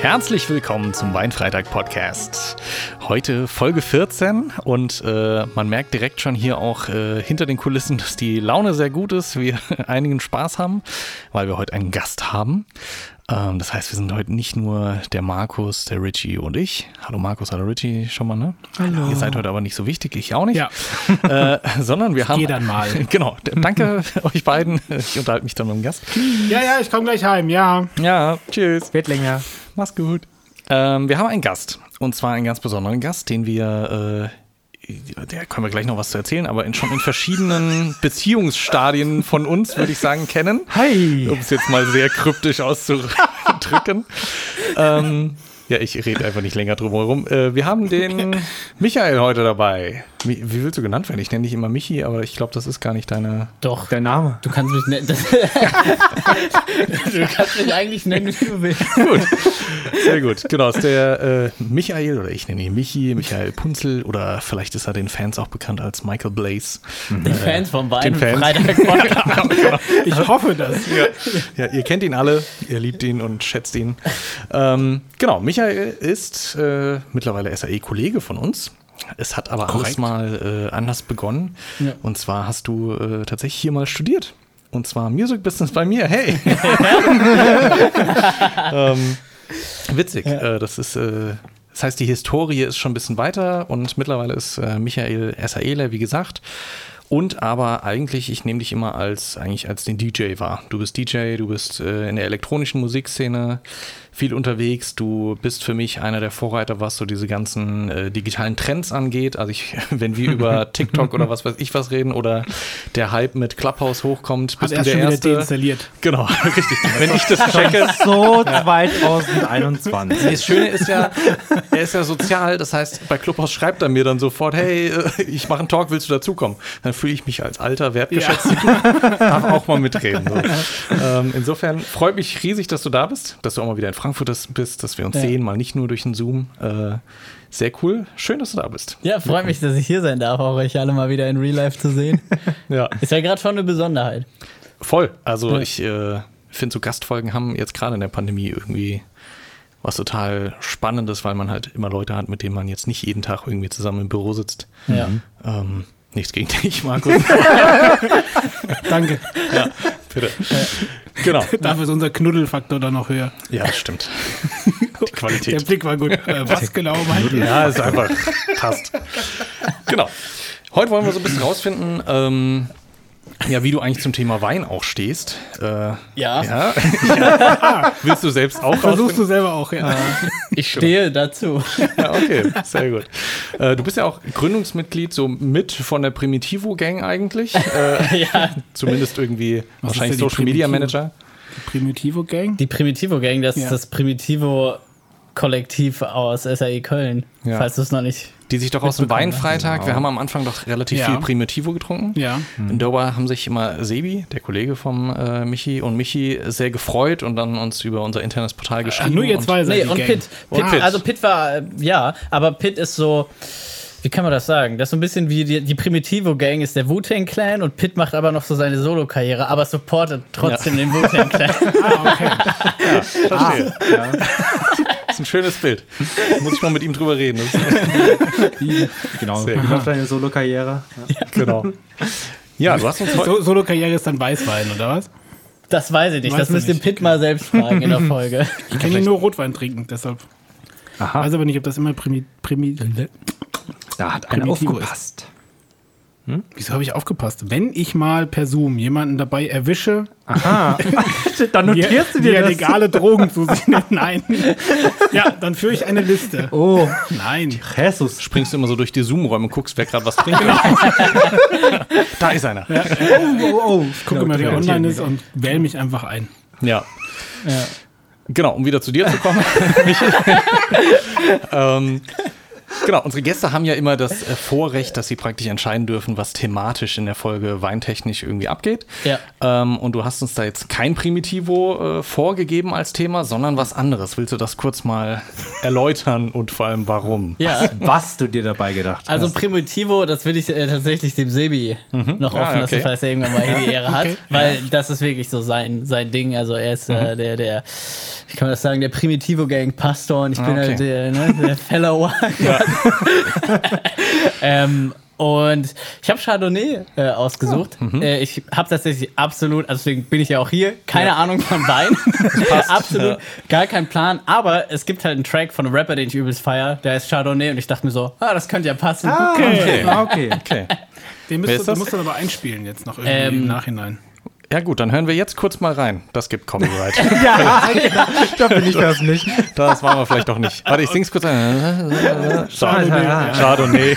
Herzlich willkommen zum Weinfreitag Podcast. Heute Folge 14 und äh, man merkt direkt schon hier auch äh, hinter den Kulissen, dass die Laune sehr gut ist. Wir einigen Spaß haben, weil wir heute einen Gast haben. Ähm, das heißt, wir sind heute nicht nur der Markus, der Richie und ich. Hallo Markus, hallo Richie schon mal, ne? Hallo. Ihr seid heute aber nicht so wichtig, ich auch nicht. Ja. Äh, sondern wir haben. geh dann mal. Genau. Danke euch beiden. Ich unterhalte mich dann mit dem Gast. Ja, ja, ich komme gleich heim, ja. Ja, tschüss. Wird länger. Mach's gut. Ähm, wir haben einen Gast. Und zwar einen ganz besonderen Gast, den wir. Äh, der können wir gleich noch was zu erzählen, aber in, schon in verschiedenen Beziehungsstadien von uns, würde ich sagen, kennen. Hi. Um es jetzt mal sehr kryptisch auszudrücken. ähm, ja, ich rede einfach nicht länger drum herum. Äh, wir haben den Michael heute dabei. Mi- Wie willst du genannt werden? Ich nenne dich immer Michi, aber ich glaube, das ist gar nicht deine. Doch, Der Name. du kannst mich nennen. du kannst mich eigentlich nennen, wie du willst. Gut, sehr gut. Genau, ist der äh, Michael, oder ich nenne ihn Michi, Michael Punzel, oder vielleicht ist er den Fans auch bekannt als Michael Blaze. Die Fans den vom Wein Fans. Freitag Podcast. Ich hoffe das. Ja. ja, ihr kennt ihn alle, ihr liebt ihn und schätzt ihn. Ähm, genau, Michael ist äh, mittlerweile SAE-Kollege von uns. Es hat aber alles mal äh, anders begonnen. Ja. Und zwar hast du äh, tatsächlich hier mal studiert. Und zwar Music Business bei mir. Hey! ähm, witzig. Äh, das ist. Äh, das heißt, die Historie ist schon ein bisschen weiter und mittlerweile ist äh, Michael SAEler, wie gesagt. Und aber eigentlich, ich nehme dich immer als eigentlich als den DJ wahr. Du bist DJ, du bist äh, in der elektronischen Musikszene viel unterwegs. Du bist für mich einer der Vorreiter, was so diese ganzen äh, digitalen Trends angeht. Also ich, wenn wir über TikTok oder was weiß ich was reden oder der Hype mit Clubhouse hochkommt, Hat bist erst du schon der wieder Erste. deinstalliert. Genau, richtig. Wenn ich das checke, So 2021. das Schöne ist ja, er ist ja sozial, das heißt, bei Clubhouse schreibt er mir dann sofort, hey, äh, ich mache einen Talk, willst du dazukommen? Dann fühle ich mich als alter, wertgeschätzt, darf auch mal mitreden. So. Ähm, insofern freut mich riesig, dass du da bist, dass du auch mal wieder in Frankfurt das- bist, dass wir uns Ja. sehen, mal nicht nur durch den Zoom. Äh, sehr cool, schön, dass du da bist. Ja, freut mich, dass ich hier sein darf, auch euch alle mal wieder in Real Life zu sehen. Ja. Ist ja gerade schon eine Besonderheit. Voll. Also Ja. ich äh, finde, so Gastfolgen haben jetzt gerade in der Pandemie irgendwie was total Spannendes, weil man halt immer Leute hat, mit denen man jetzt nicht jeden Tag irgendwie zusammen im Büro sitzt. Ja. Ähm, nichts gegen dich, Markus. Danke. Bitte. Genau. Dafür ist unser Knuddelfaktor dann noch höher. Ja, das stimmt. Die Der Qualität. Blick war gut. Äh, was genau meint ihr? Ja, ist einfach passt. Genau. Heute wollen wir so ein bisschen rausfinden, ähm, ja, wie du eigentlich zum Thema Wein auch stehst. Äh, ja. ja. Willst du selbst auch Versuchst du selber auch, ja. Ich stehe dazu. Ja, okay, sehr gut. Äh, du bist ja auch Gründungsmitglied, so mit von der Primitivo-Gang eigentlich. Äh, Ja, zumindest irgendwie Was ist wahrscheinlich denn die Social Media Primitivo? Manager. Primitivo Gang? die Primitivo Gang, das Ja. ist das Primitivo Kollektiv aus SAE Köln. Ja. Falls du es noch nicht. Die sich doch aus dem Weinfreitag, wir haben am Anfang doch relativ genau. Ja. viel Primitivo getrunken. Ja. In Dover haben sich immer Sebi, der Kollege vom äh, Michi und Michi, sehr gefreut und dann uns über unser internes Portal Ah, geschrieben. nur ihr zwei seid Nee, die und Gang. Pitt. Pitt. Pitt. Also Pitt war, äh, ja, aber Pitt ist so, wie kann man das sagen? Das ist so ein bisschen wie die, die Primitivo-Gang ist der Wu-Tang-Clan und Pitt macht aber noch so seine Solo-Karriere, aber supportet trotzdem den Wu-Tang-Clan. Und, verstehe. Ah. Das ist ein schönes Bild. Muss ich mal mit ihm drüber reden. Das ist, Genau. Sehr gut. Läuft deine Solo-Karriere. genau. Ja, du hast uns heute. So, Solo-Karriere ist dann Weißwein, oder was? Das weiß ich nicht. Weißt das du müsst ihr nicht, Pitt mal selbst fragen in der Folge. Ich kann hier nur Rotwein trinken, deshalb. Aha. Also, Weiß aber nicht, ob das immer Primi... Primi da hat einer Primitivo aufgepasst. Wieso habe ich aufgepasst? Wenn ich mal per Zoom jemanden dabei erwische, Aha. Dann wie, notierst du wie dir er das. legale Drogen zu sich nimmt, nein. Ja, dann führe ich eine Liste. Oh, Nein. Jesus. springst du immer so durch die Zoom-Räume und guckst, wer gerade was trinkt. Genau. da ist einer. Ja. Oh, oh. Ich Gucke mal, wer online ist und wähle mich einfach ein. Genau. Genau, um wieder zu dir zu kommen. Michi. ähm, Genau, unsere Gäste haben ja immer das äh, Vorrecht, dass sie praktisch entscheiden dürfen, was thematisch in der Folge weintechnisch irgendwie abgeht. Ja. Ähm, und du hast uns da jetzt kein Primitivo äh, vorgegeben als Thema, sondern was anderes. Willst du das kurz mal erläutern und vor allem warum? Ja. Was du dir dabei gedacht Also Primitivo, das will ich äh, tatsächlich dem Sebi noch offen Ah, lassen, okay. falls er irgendwann mal hier die Ehre hat. Weil das ist wirklich so sein, sein Ding. Also er ist äh, der, der, wie kann man das sagen, der Primitivo-Gang-Pastor und ich bin okay. halt der, ne, der Fellow. ähm, und ich habe Chardonnay äh, ausgesucht. Äh, ich habe tatsächlich absolut, also deswegen bin ich ja auch hier, keine Ahnung von Wein. absolut gar keinen Plan. Aber es gibt halt einen Track von einem Rapper, den ich übelst feier. Der ist Chardonnay und ich dachte mir so, ah, das könnte ja passen. Okay. Ah, okay. Okay. Den Wer müsst ist du, das? musst du aber einspielen jetzt noch irgendwie Ähm, im Nachhinein. Ja gut, dann hören wir jetzt kurz mal rein. Das gibt Copyright. Ja, genau. da bin ich das nicht. das machen wir vielleicht doch nicht. Warte, ich sing's kurz ein. Chardonnay.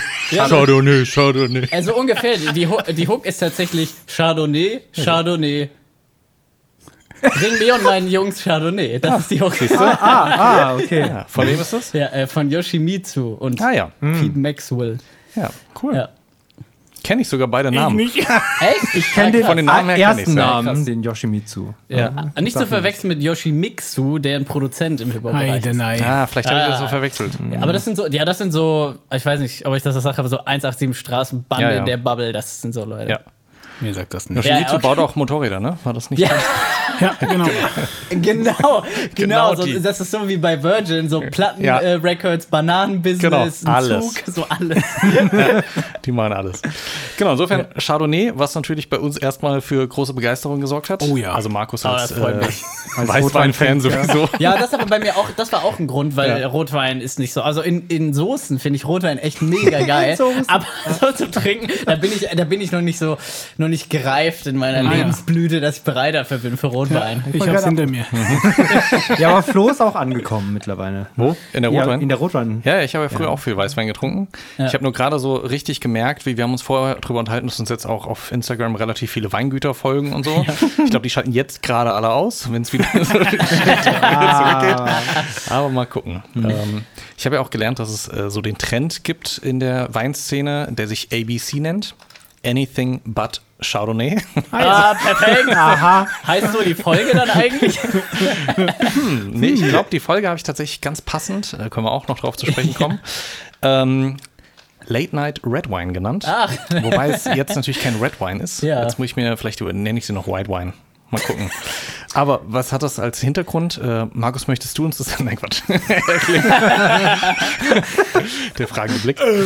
Chardonnay. Chardonnay, Chardonnay. Also ungefähr, die- die, Ho- die Hook ist tatsächlich Chardonnay, Chardonnay. Bring mir und meinen Jungs Chardonnay. Das ist die Hook. Ah, ah, okay. Von wem ist das? Ja, äh, von Yoshimitsu und Ah ja. Pete Maxwell. Ja, cool. Ja. Kenne ich sogar beide Namen. Echt? Ich Kenn den. Von den Namen her kenn ich's, ersten ja. Namen, Krass. den Yoshimitsu. Ja. Ah, Nicht zu verwechseln mit Yoshimitsu, der ein Produzent im Hip-Hop-Bereich Heide, ist. nein. Ah, vielleicht habe ich das Ah. so verwechselt. Ja, aber das sind so, ja, das sind so, ich weiß nicht, ob ich das gesagt habe, so 187 Straßenbande Ja, ja. in der Bubble, das sind so Leute. Ja. Mir sagt das nicht. Ja, Shimizu okay. baut auch Motorräder, ne? War das nicht? Ja, Ja, genau. genau, Genau genau. die. so, das ist so wie bei Virgin, so Platten, Ja. äh, Records, Bananenbusiness, Genau, ein alles. Zug, so alles. Die machen alles. Genau, insofern Chardonnay, was natürlich bei uns erstmal für große Begeisterung gesorgt hat. Oh ja. Also Markus Aber als, das freut äh, mich. als Weißwein-Fan sowieso. Ja, das aber bei mir auch, das war auch ein Grund, weil Ja. Rotwein ist nicht so. Also in, in Soßen finde ich Rotwein echt mega geil. aber so zu trinken, da bin ich, da bin ich noch nicht so, noch nicht gereift in meiner ja. Lebensblüte, dass ich bereit dafür bin für Rotwein. Ich wollte hab's gerade hinter mir. Ja, aber Flo ist auch angekommen mittlerweile. Wo? In der Ja, Rotwein? in der Rotwein. Ja, ich habe ja früher auch viel Weißwein getrunken. Ich habe nur gerade so richtig gemerkt, wie wir haben uns vorher drüber unterhalten, dass uns jetzt auch auf Instagram relativ viele Weingüter folgen und so. Ich glaube, die schalten jetzt gerade alle aus, wenn es wieder so zurückgeht. Aber mal gucken. Ähm, ich habe ja auch gelernt, dass es äh, so den Trend gibt in der Weinszene, der sich ABC nennt. Anything but Chardonnay. Ah, perfekt. Aha. Heißt so die Folge dann eigentlich? Nee, Hm. ich glaube, die Folge habe ich tatsächlich ganz passend, da können wir auch noch drauf zu sprechen kommen, ähm, Late Night Red Wine genannt. Ach. Wobei es jetzt natürlich kein Red Wine ist. Ja. Jetzt muss ich mir, vielleicht über- nenne ich sie noch White Wine. Mal gucken. Aber was hat das als Hintergrund? Äh, Markus, möchtest du uns das? Nein, Quatsch. der fragende Blick. Äh.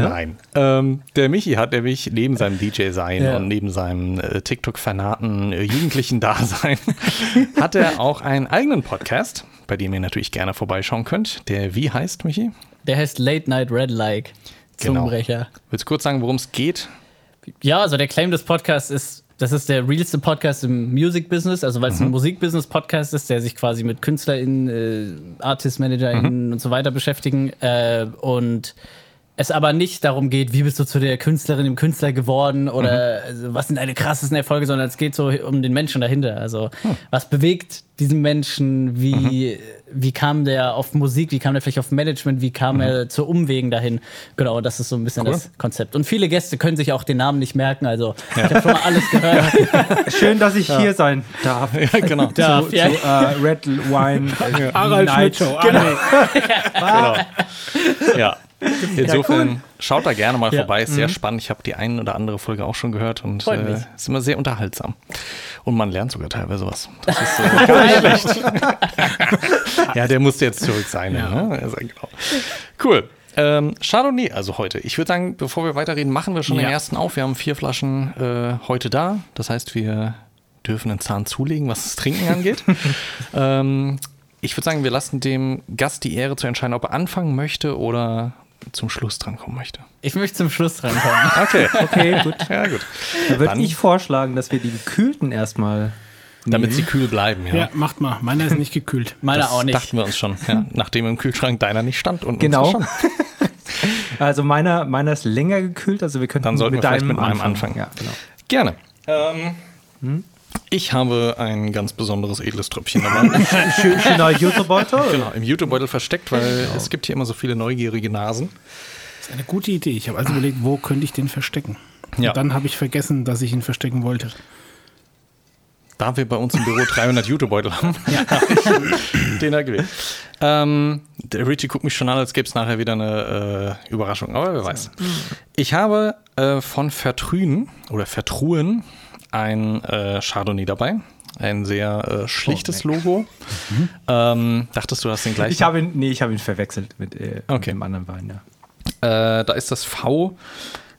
Nein. Ähm, der Michi hat nämlich neben seinem DJ-Sein Ja. und neben seinem äh, TikTok-Fanaten, äh, jugendlichen Dasein, hat er auch einen eigenen Podcast, bei dem ihr natürlich gerne vorbeischauen könnt. Der wie heißt, Michi? Der heißt Late Night Red Like. Genau. Zungenbrecher. Willst du kurz sagen, worum es geht? Ja, also der Claim des Podcasts ist, das ist der realste Podcast im Music-Business, also weil es ein Musikbusiness-Podcast ist, der sich quasi mit KünstlerInnen, äh, Artist-ManagerInnen und so weiter beschäftigen. Äh, und es aber nicht darum geht, wie bist du zu der Künstlerin, dem Künstler geworden oder also, was sind deine krassesten Erfolge, sondern es geht so um den Menschen dahinter. Also was bewegt diesen Menschen, wie, wie kam der auf Musik, wie kam der vielleicht auf Management, wie kam er zu Umwegen dahin. Genau, das ist so ein bisschen das Konzept. Und viele Gäste können sich auch den Namen nicht merken, also ich habe schon mal alles gehört. Schön, dass ich hier sein darf. Ja, genau. Darf, Zu, ja. zu, äh, Red Wine. äh, Harald Night. Genau. Schmidt-Show. Ah, nee. Genau. Ja. Insofern schaut da gerne mal Ja. Mhm. vorbei, ist sehr spannend. Ich habe die einen oder andere Folge auch schon gehört und Freut äh, mich. ist immer sehr unterhaltsam. Und man lernt sogar teilweise was. Das ist äh, gar nicht schlecht. ja, der musste jetzt zurück sein. Ne? Also, genau. Cool. Ähm, Chardonnay, also heute. Ich würde sagen, bevor wir weiterreden, machen wir schon den Ja. ersten auf. Wir haben vier Flaschen äh, heute da. Das heißt, wir dürfen einen Zahn zulegen, was das Trinken angeht. Ähm, ich würde sagen, wir lassen dem Gast die Ehre zu entscheiden, ob er anfangen möchte oder zum Schluss drankommen möchte. Ich möchte zum Schluss drankommen. Okay, Okay, gut. ja gut. Da würde Dann- ich vorschlagen, dass wir die gekühlten erstmal. Damit sie kühl bleiben, ja. Ja, macht mal. Meiner ist nicht gekühlt. Meiner Das auch nicht. dachten wir uns schon, ja. nachdem im Kühlschrank deiner nicht stand. Und Genau. unserer Schon. Also meiner, meiner ist länger gekühlt, also wir könnten Dann sollten wir vielleicht mit meinem anfangen. Ja, genau. Gerne. Ich habe ein ganz besonderes edles Tröpfchen dabei. Schön, genau. schöner Jutebeutel. genau, im Jutebeutel versteckt, weil es gibt hier immer so viele neugierige Nasen. Das ist eine gute Idee. Ich habe also überlegt, wo könnte ich den verstecken? Ja. Und dann habe ich vergessen, dass ich ihn verstecken wollte. Da wir bei uns im Büro 300 Jutebeutel haben, den da gewählt. Ähm, der Richie guckt mich schon an, als gäbe es nachher wieder eine äh, Überraschung, aber wer weiß. Ich habe äh, von Vertrühen oder Vertruen ein äh, Chardonnay dabei. Ein sehr äh, schlichtes Logo. Ähm, dachtest du, hast den gleichen? Ich habe ihn, nee, ich habe ihn verwechselt mit, äh, mit Okay. dem anderen Wein. Ja. Äh, da ist das V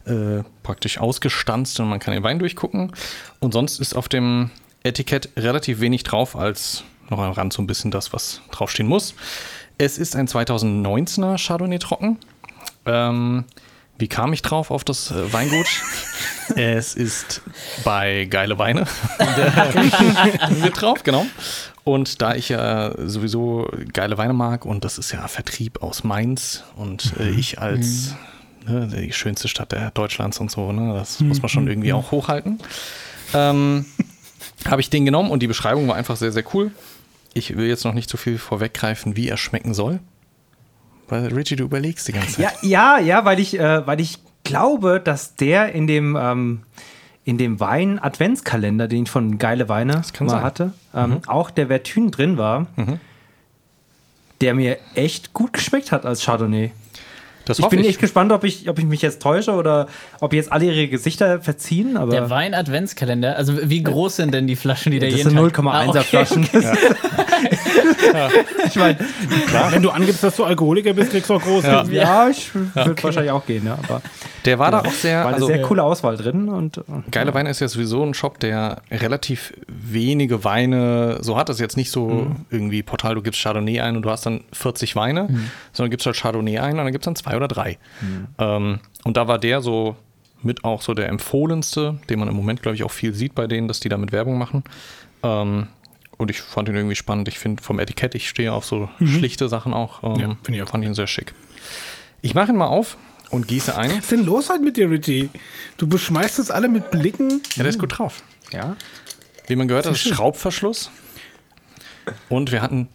äh, praktisch ausgestanzt und man kann den Wein durchgucken. Und sonst ist auf dem Etikett relativ wenig drauf, als noch am Rand so ein bisschen das, was draufstehen muss. Es ist ein 2019er Chardonnay trocken. Ähm, wie kam ich drauf auf das äh, Weingut? es ist bei Geile Weine mit drauf, genau. Und da ich ja sowieso geile Weine mag und das ist ja Vertrieb aus Mainz und äh, ich als ne, die schönste Stadt der Deutschlands und so, ne, das muss man schon irgendwie auch hochhalten, ähm, habe ich den genommen und die Beschreibung war einfach sehr, sehr cool. Ich will jetzt noch nicht zu viel vorweggreifen, wie er schmecken soll. Weil, Richie, du überlegst die ganze Zeit. Ja, ja, ja, weil ich, äh, weil ich glaube, dass der in dem, ähm, in dem Wein-Adventskalender, den ich von Geile Weine kann mal sein. Mhm. hatte, ähm, auch der Vertün drin war, der mir echt gut geschmeckt hat als Chardonnay. das Ich hoffe bin ich. echt gespannt, ob ich, ob ich mich jetzt täusche oder ob jetzt alle ihre Gesichter verziehen, Der aber Wein-Adventskalender, also wie groß sind denn die Flaschen, die der das jeden sind Tag- 0,1er Ah, okay. Flaschen. ich meine, Wenn du angibst, dass du Alkoholiker bist, kriegst du auch groß. ja, ich würde wahrscheinlich auch gehen, ja, aber Der war da auch sehr, war eine also, sehr coole Auswahl drin und Geile Weine ist ja sowieso ein Shop, der relativ wenige Weine so hat. Das ist jetzt nicht so irgendwie Portal, du gibst Chardonnay ein und du hast dann 40 Weine, sondern gibst halt Chardonnay ein und dann gibt es dann zwei oder drei. Ähm, und da war der so mit auch so der empfohlenste, den man im Moment, glaube ich, auch viel sieht bei denen, dass die damit Werbung machen. Ähm, und ich fand ihn irgendwie spannend. Ich finde vom Etikett, ich stehe auf so schlichte Sachen auch. Ähm, Ja, finde ich auch Fand ihn sehr schick. Ich mache ihn mal auf und gieße ein. Was ist denn los halt mit dir, Richie? Du beschmeißt uns alle mit Blicken. Ja, der ist gut drauf. ja. Wie man gehört hat, ist Schraubverschluss. Und wir hatten.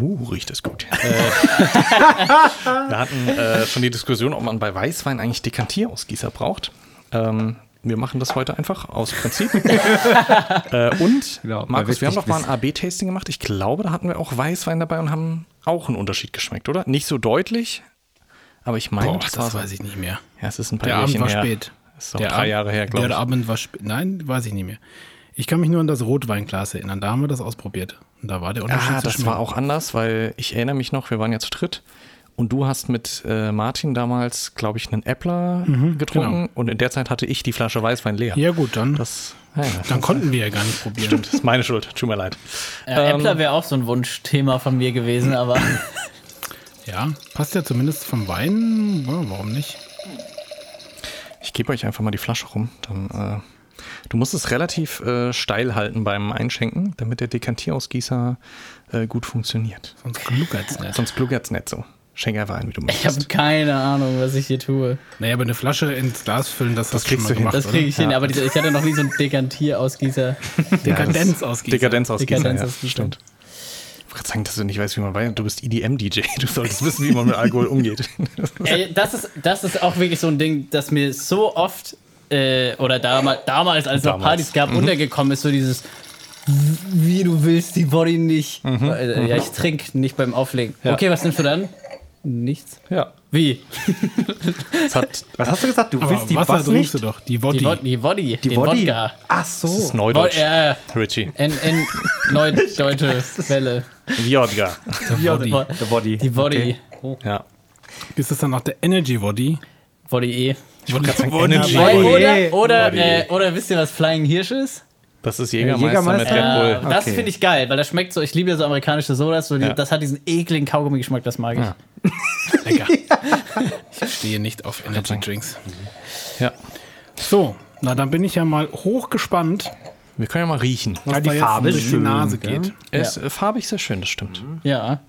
Uh, riecht das gut. Äh, wir hatten äh, schon die Diskussion, ob man bei Weißwein eigentlich Dekantierausgießer braucht. Ähm, wir machen das heute einfach aus Prinzip. äh, und, Genau, weil Markus, wir wir haben es doch nicht mal ein AB-Tasting gemacht. Ich glaube, da hatten wir auch Weißwein dabei und haben auch einen Unterschied geschmeckt, oder? Nicht so deutlich, aber ich meine, Boah, das war das so. weiß ich nicht mehr. Ja, es ist ein paar Der Abend Jährchen war her. spät. Ist doch drei Jahre her, glaube glaube ich. ich. Der Abend war spät. Nein, weiß ich nicht mehr. Ich kann mich nur an das Rotweinglas erinnern. Da haben wir das ausprobiert. Und da war der Unterschied Ah, das zwischen- war auch anders, weil ich erinnere mich noch, wir waren ja zu dritt und du hast mit äh, Martin damals, glaube ich, einen Äppler getrunken und in der Zeit hatte ich die Flasche Weißwein leer. Ja gut, dann, Das, ja, ja, dann konnten wir ja gar nicht probieren. stimmt, das ist meine Schuld, tut mir leid. Ja, Äppler wäre auch so ein Wunschthema von mir gewesen, aber Ja, passt ja zumindest vom Wein. Ja, warum nicht? Ich gebe euch einfach mal die Flasche rum. Dann, äh, du musst es relativ äh, steil halten beim Einschenken, damit der Dekantierausgießer äh, gut funktioniert. Sonst gluckert's nicht. Sonst gluckert's nicht so. Schenk einfach ein, wie du ich habe möchtest. keine Ahnung, was ich hier tue. Naja, aber eine Flasche ins Glas füllen, das, hast du schon kriegst mal du hin. gemacht, Das kriege ich hin, aber diese, ich hatte noch nie so einen Dekantierausgießer. oder? Dekadenz ausgießen. Dekadenzausgießer, Dekadenzausgießer. ja, stimmt. Ich wollte gerade sagen, dass du nicht weißt, wie man Wein... Du bist E EDM-DJ. Du solltest wissen, wie man mit Alkohol umgeht. Ey, das, ist, das ist auch wirklich so ein Ding, das mir so oft äh, oder damals, damals als es noch Damals. Partys gab, untergekommen ist, so dieses wie du willst, die Body nicht. Äh, ja, ich trinke nicht beim Auflegen. Ja. Okay, was nimmst du dann? Nichts. ja. Wie? Es hat Was hast du gesagt? Du Aber willst die Wasser was nicht? trinkst du doch. Die Die, Woddy. Wod- die Body, Die den Woddy? Wodka. Ach das ist so. Neudeutsch. Wod äh, Richie. in, in neudeutsche Welle. Wodka. Woddy. Der Body. Die Woddy. Ja. Ist das dann auch der Energy Woddy? Woddy E. Ich wollte gerade sagen, Wodka. Energy. Wodka. Wodka. Oder, oder, Woddy. äh, oder wisst ihr, was Flying Hirsch ist? Das ist Jägermeister, Jägermeister. mit Red Ja, Bull. Ah, Das Okay. finde ich geil, weil das schmeckt so, ich liebe ja so amerikanische Sodas, so die, Ja. das hat diesen ekligen Kaugummi-Geschmack, das mag ich. Ja. Lecker. ich stehe nicht auf Energy Drinks. Ja. So, na dann bin ich ja mal hochgespannt, Wir können ja mal riechen. was die da Farbe jetzt ist durch die schön, Nase gell? geht. Er ist äh, farbig sehr schön, das stimmt. Ja.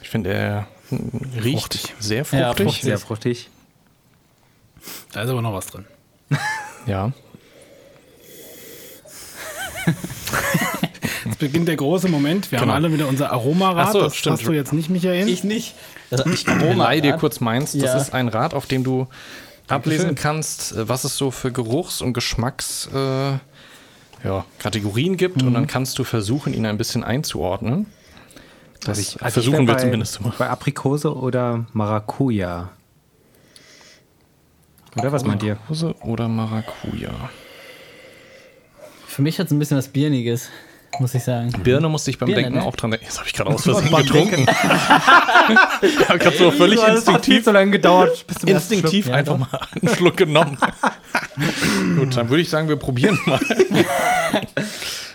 Ich finde, er mm, riecht Fruchtig. sehr Ja, fruchtig. fruchtig. Sehr fruchtig. Da ist aber noch was drin. Ja. Jetzt beginnt der große Moment. Wir Genau. haben alle wieder unser Aromarad. Ach so, das stimmt. hast du jetzt nicht, Michael. Ich nicht. Also ich Leih dir kurz meins. Das Ja. ist ein Rad, auf dem du ablesen Dankeschön. kannst, äh, was es so für Geruchs- und Geschmacks äh, ja, Kategorien gibt. Und dann kannst du versuchen, ihn ein bisschen einzuordnen. Das Also ich versuchen wir wär bei, zumindest zu machen. Bei Aprikose oder Maracuja. Oder was meint ihr? Aprikose oder Maracuja? Für mich hat es ein bisschen was Bierniges, muss ich sagen. Birne musste ich beim Birne, Denken ne? auch dran denken. Jetzt habe ich gerade aus Versehen getrunken. ich habe gerade so völlig Das hat viel instinktiv, zu lange gedauert. Bis zum ersten instinktiv Schluck, ja, einfach mal einen Schluck genommen. Gut, dann würde ich sagen, wir probieren mal.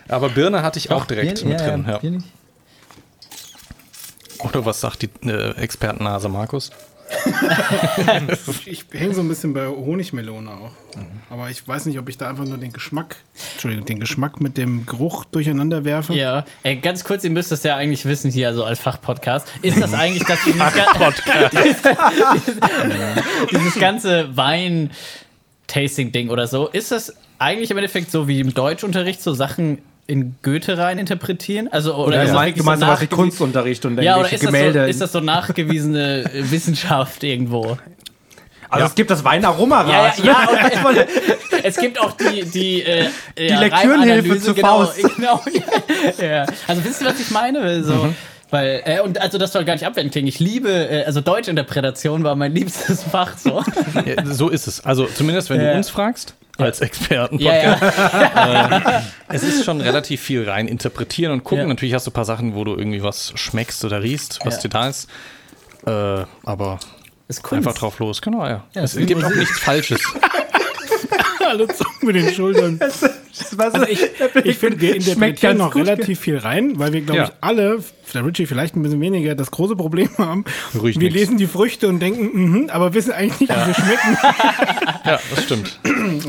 Aber Birne hatte ich auch direkt Bier- mit ja, drin. Ja, Ja. Biernig. Oder was sagt die äh, Expertennase Markus? Ich hänge so ein bisschen bei Honigmelone auch. Aber ich weiß nicht, ob ich da einfach nur den Geschmack, Entschuldigung, den Geschmack mit dem Geruch durcheinander werfe. Ja, ey, ganz kurz, ihr müsst das ja eigentlich wissen hier, also als Fachpodcast. Ist das eigentlich das Fachpodcast? dieses, dieses ganze Wein-Tasting-Ding oder so, ist das eigentlich im Endeffekt so wie im Deutschunterricht so Sachen in Goethe rein interpretieren? Also, oder Ja, ist du das meinst, wirklich du meinst so aber die nachgewiesen- Kunstunterricht und ja, oder irgendwelche ist das, so, Gemälde. ist das so nachgewiesene äh, Wissenschaft irgendwo? also es gibt das Weinaromarad. ja, ja, und- Es gibt auch die die äh, die Lektürenhilfe zur genau, Faust. Genau, ja, ja. Also wisst ihr, was ich meine? So, Weil, äh, und also das soll gar nicht abwertend klingen. Ich liebe, äh, also Deutschinterpretation war mein liebstes Fach so. Ja, so ist es. Also zumindest, wenn Ja. du uns fragst, als Experten. ja, ja. Es ist schon relativ viel rein interpretieren und gucken. Ja. Natürlich hast du ein paar Sachen, wo du irgendwie was schmeckst oder riechst, was Ja. dir da ist. Äh, aber Ist Kunst. einfach drauf los. Genau, ja. Ja, es ist wie gibt auch nichts Falsches. Alle zucken mit den Schultern. also ich, Ich finde, wir Schmeckt interpretieren ganz noch gut. relativ viel rein, weil wir, glaube Ja. ich, alle, der Richie vielleicht ein bisschen weniger, das große Problem haben. Riecht wir nix. lesen die Früchte und denken, mhm, aber wissen eigentlich nicht, wie sie schmecken. ja, das stimmt.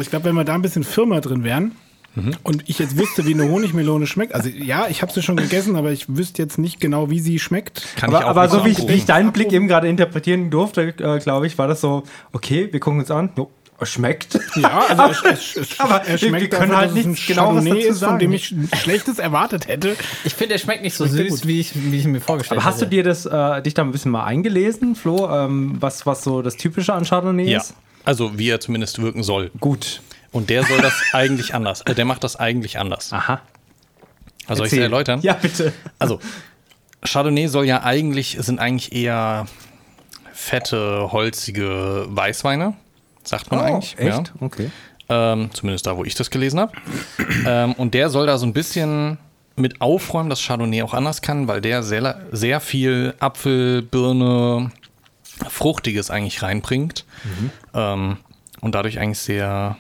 Ich glaube, wenn wir da ein bisschen Firma drin wären Mhm. und ich jetzt wüsste, wie eine Honigmelone schmeckt, also ja, ich habe sie schon gegessen, aber ich wüsste jetzt nicht genau, wie sie schmeckt. Kann aber ich auch aber nicht so wie ich, abrufen. wie ich deinen Blick eben gerade interpretieren durfte, äh, glaube ich, war das so, okay, wir gucken uns an. Jo, es schmeckt. Ja, also es, es, es, Aber er wir- schmeckt wir können einfach, halt dass es ein nichts Genaues Chardonnay dazu ist, von dem sagen. ich Schlechtes erwartet hätte. Ich finde, der schmeckt nicht so Schmeckt süß, gut. wie ich, wie ich ihn mir vorgestellt Aber hast du hätte. dir das, äh, dich da ein bisschen mal eingelesen, Flo, ähm, was, was so das Typische an Chardonnay Ja. ist? Also, wie er zumindest wirken soll. Gut. Und der soll das eigentlich anders. Äh, der macht das eigentlich anders. Aha. Also, soll ich es Erzähl. erläutern? Ja, bitte. Also, Chardonnay soll ja eigentlich, sind eigentlich eher fette, holzige Weißweine, sagt man eigentlich. Ja. Oh, Echt? Okay. Ähm, zumindest da, wo ich das gelesen habe. ähm, und der soll da so ein bisschen mit aufräumen, dass Chardonnay auch anders kann, weil der sehr, la- sehr viel Apfel, Birne, Fruchtiges eigentlich reinbringt. Ähm, und dadurch eigentlich sehr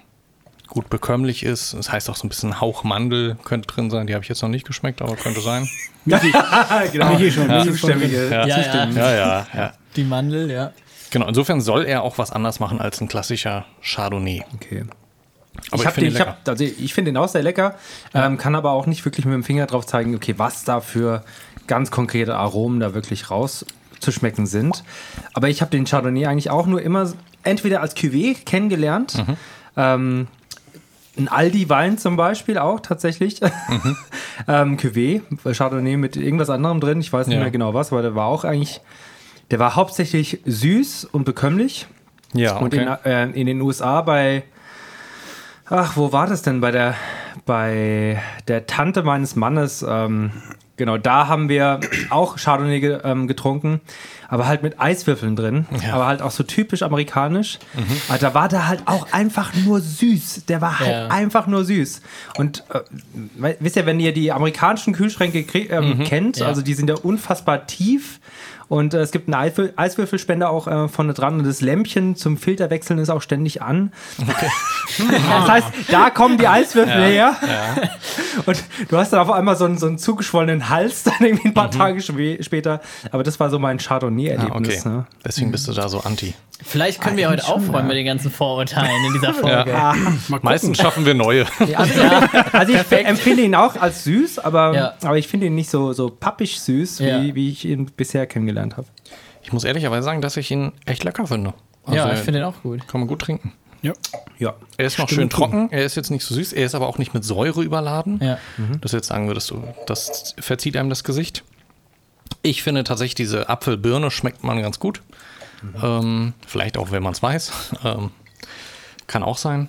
gut bekömmlich ist. Das heißt auch so ein bisschen Hauch Mandel könnte drin sein. Die habe ich jetzt noch nicht geschmeckt, aber könnte sein. genau. Michi schon, Michi ist schon Zustimmige. Ja. Ja, ja. Ja, ja, ja. Die Mandel, ja. Genau, insofern soll er auch was anders machen als ein klassischer Chardonnay. Okay. Aber ich hab finde den, ich lecker. hab, also ich finde den auch sehr lecker, ähm, kann aber auch nicht wirklich mit dem Finger drauf zeigen, okay, was da für ganz konkrete Aromen da wirklich rauszuschmecken sind. Aber ich habe den Chardonnay eigentlich auch nur immer entweder als Cuvée kennengelernt, Mhm. ähm, ein Aldi-Wein zum Beispiel auch tatsächlich. Mhm. ähm, Cuvée, Chardonnay mit irgendwas anderem drin, ich weiß nicht Ja. mehr genau was, weil der war auch eigentlich, der war hauptsächlich süß und bekömmlich. ja, Und in, äh, in den USA bei, ach, wo war das denn? Bei der, bei der Tante meines Mannes, ähm, genau, da haben wir auch Chardonnay ge, ähm, getrunken, aber halt mit Eiswürfeln drin, Ja. Mhm. aber halt auch so typisch amerikanisch. Aber da war der halt auch einfach nur süß. Der war halt Ja. einfach nur süß. Und äh, we- wisst ihr, wenn ihr die amerikanischen Kühlschränke krie- Mhm. ähm, kennt, Ja. also die sind ja unfassbar tief. Und äh, es gibt einen Eiswür Eiswürfelspender auch äh, vorne dran und das Lämpchen zum Filterwechseln ist auch ständig an. das heißt, da kommen die Eiswürfel her. Und du hast dann auf einmal so einen, so einen zugeschwollenen Hals dann irgendwie ein paar Mhm. Tage schwe- später. Aber das war so Ah, mein okay. Chardonnay-Erlebnis. Ne? Deswegen bist du da so anti. Vielleicht können wir heute aufräumen mit den ganzen Vorurteilen in dieser Folge. Ah. Mal gucken. Meistens schaffen wir neue. Also ich empfinde ihn auch als süß, aber, Ja. aber ich finde ihn nicht so, so pappig süß, wie, Ja. wie ich ihn bisher kennengelernt habe. Ich muss ehrlicherweise sagen, dass ich ihn echt lecker finde. Also, ja, ich finde den auch gut. Kann man gut trinken. Ja. Ja. Er ist noch schön Stimmt. trocken, er ist jetzt nicht so süß, er ist aber auch nicht mit Säure überladen. Mhm. Ja. Dass du jetzt sagen würdest, du, das verzieht einem das Gesicht. Ich finde tatsächlich, diese Apfelbirne schmeckt man ganz gut. Ähm, vielleicht auch, wenn man es weiß. Ähm, kann auch sein.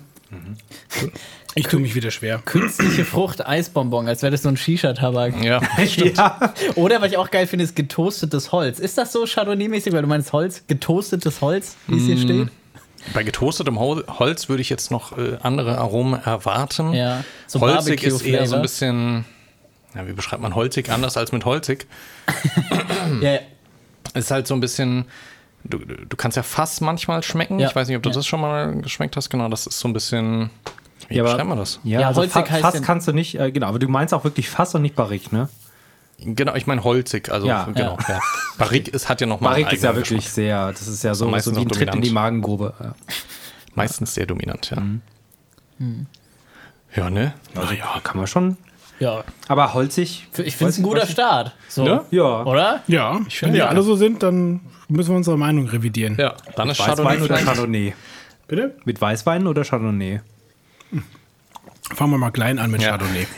Ich tue mich wieder schwer. Künstliche Frucht Eisbonbon, als wäre das so ein Shisha-Tabak. Ja, Ja. Oder was ich auch geil finde, ist getoastetes Holz. Ist das so Chardonnay-mäßig, weil du meinst Holz? Getoastetes Holz, wie es hier steht? bei getoastetem Hol- Holz würde ich jetzt noch äh, andere Aromen erwarten. Ja, so holzig ist eher so Barbecue-Flavor. ein bisschen, ja, wie beschreibt man holzig anders als mit holzig? Ja, ja. Es ist halt so ein bisschen, du, du du kannst ja Fass manchmal schmecken. Ja. Ich weiß nicht, ob du Ja. das schon mal geschmeckt hast. Genau, das ist so ein bisschen, wie Ja, aber- beschreibt man das? Ja, Ja, also holzig Fa- heißt Fass denn- kannst du nicht, äh, genau, aber du meinst auch wirklich Fass und nicht Barrique, ne? Genau, ich meine holzig. Also, Ja, genau. Ja. Barrique ist, hat ja nochmal Barrique ist ja wirklich sehr, das ist ja so, so meistens wie ein auch Tritt in dominant. die Magengrube. Ja. Meistens sehr dominant, ja. Ja, ne? Also ja, kann man schon. ja. Aber holzig. Ich finde es ein guter Start. So. Ne? Ja. Oder? Ja, wenn ja. wir alle so sind, dann müssen wir unsere Meinung revidieren. Ja, dann ist Chardonnay Weißwein oder vielleicht. Chardonnay? Bitte? Mit Weißwein oder Chardonnay? Fangen wir mal klein an mit Ja. Chardonnay.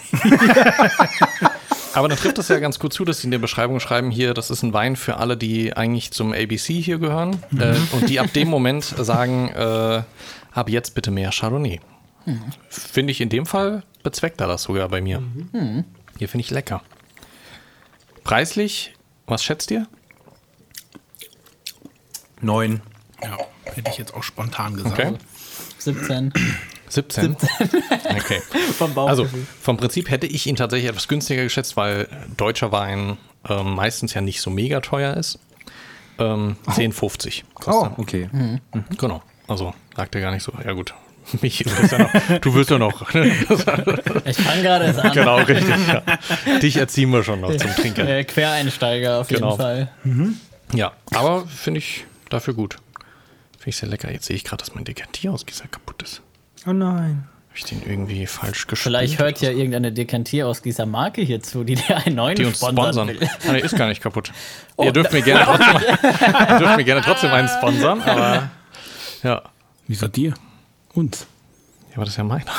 Aber dann trifft es ja ganz gut zu, dass sie in der Beschreibung schreiben hier, das ist ein Wein für alle, die eigentlich zum ABC hier gehören äh, und die ab dem Moment sagen, äh, ab jetzt bitte mehr Chardonnay. Finde ich in dem Fall bezweckt er das sogar bei mir. Mhm. Hier finde ich lecker. Preislich, was schätzt ihr? Neun. Ja, hätte ich jetzt auch spontan gesagt. Okay. 17. 17. Okay. Vom Bauch. Also vom Prinzip hätte ich ihn tatsächlich etwas günstiger geschätzt, weil deutscher Wein ähm, meistens ja nicht so mega teuer ist. Ähm, 10,50 Oh, kostet. er. okay. Hm. Genau. Also sagt er gar nicht so. Ja gut. Mich, du wirst ja noch. Du wirst ja noch. ne? ich fange gerade erst an. genau, richtig. Ja. Dich erziehen wir schon noch zum Trinker. Äh, Quereinsteiger auf Genau. jeden Fall. Ja, aber finde ich dafür gut. Finde ich sehr lecker. Jetzt sehe ich gerade, dass mein Dekantierhausgießer kaputt ist. Oh nein. Habe ich den irgendwie falsch gespielt? Vielleicht hört ja irgendeine Dekantier aus dieser Marke hier zu, die dir einen neuen die uns sponsern. will. Oh. Ah, nee, ist gar nicht kaputt. ihr dürft mir, gerne trotzdem, ihr dürft mir gerne trotzdem einen sponsern, aber ja. Wieso dir? Uns. Ja, aber das ist ja meiner.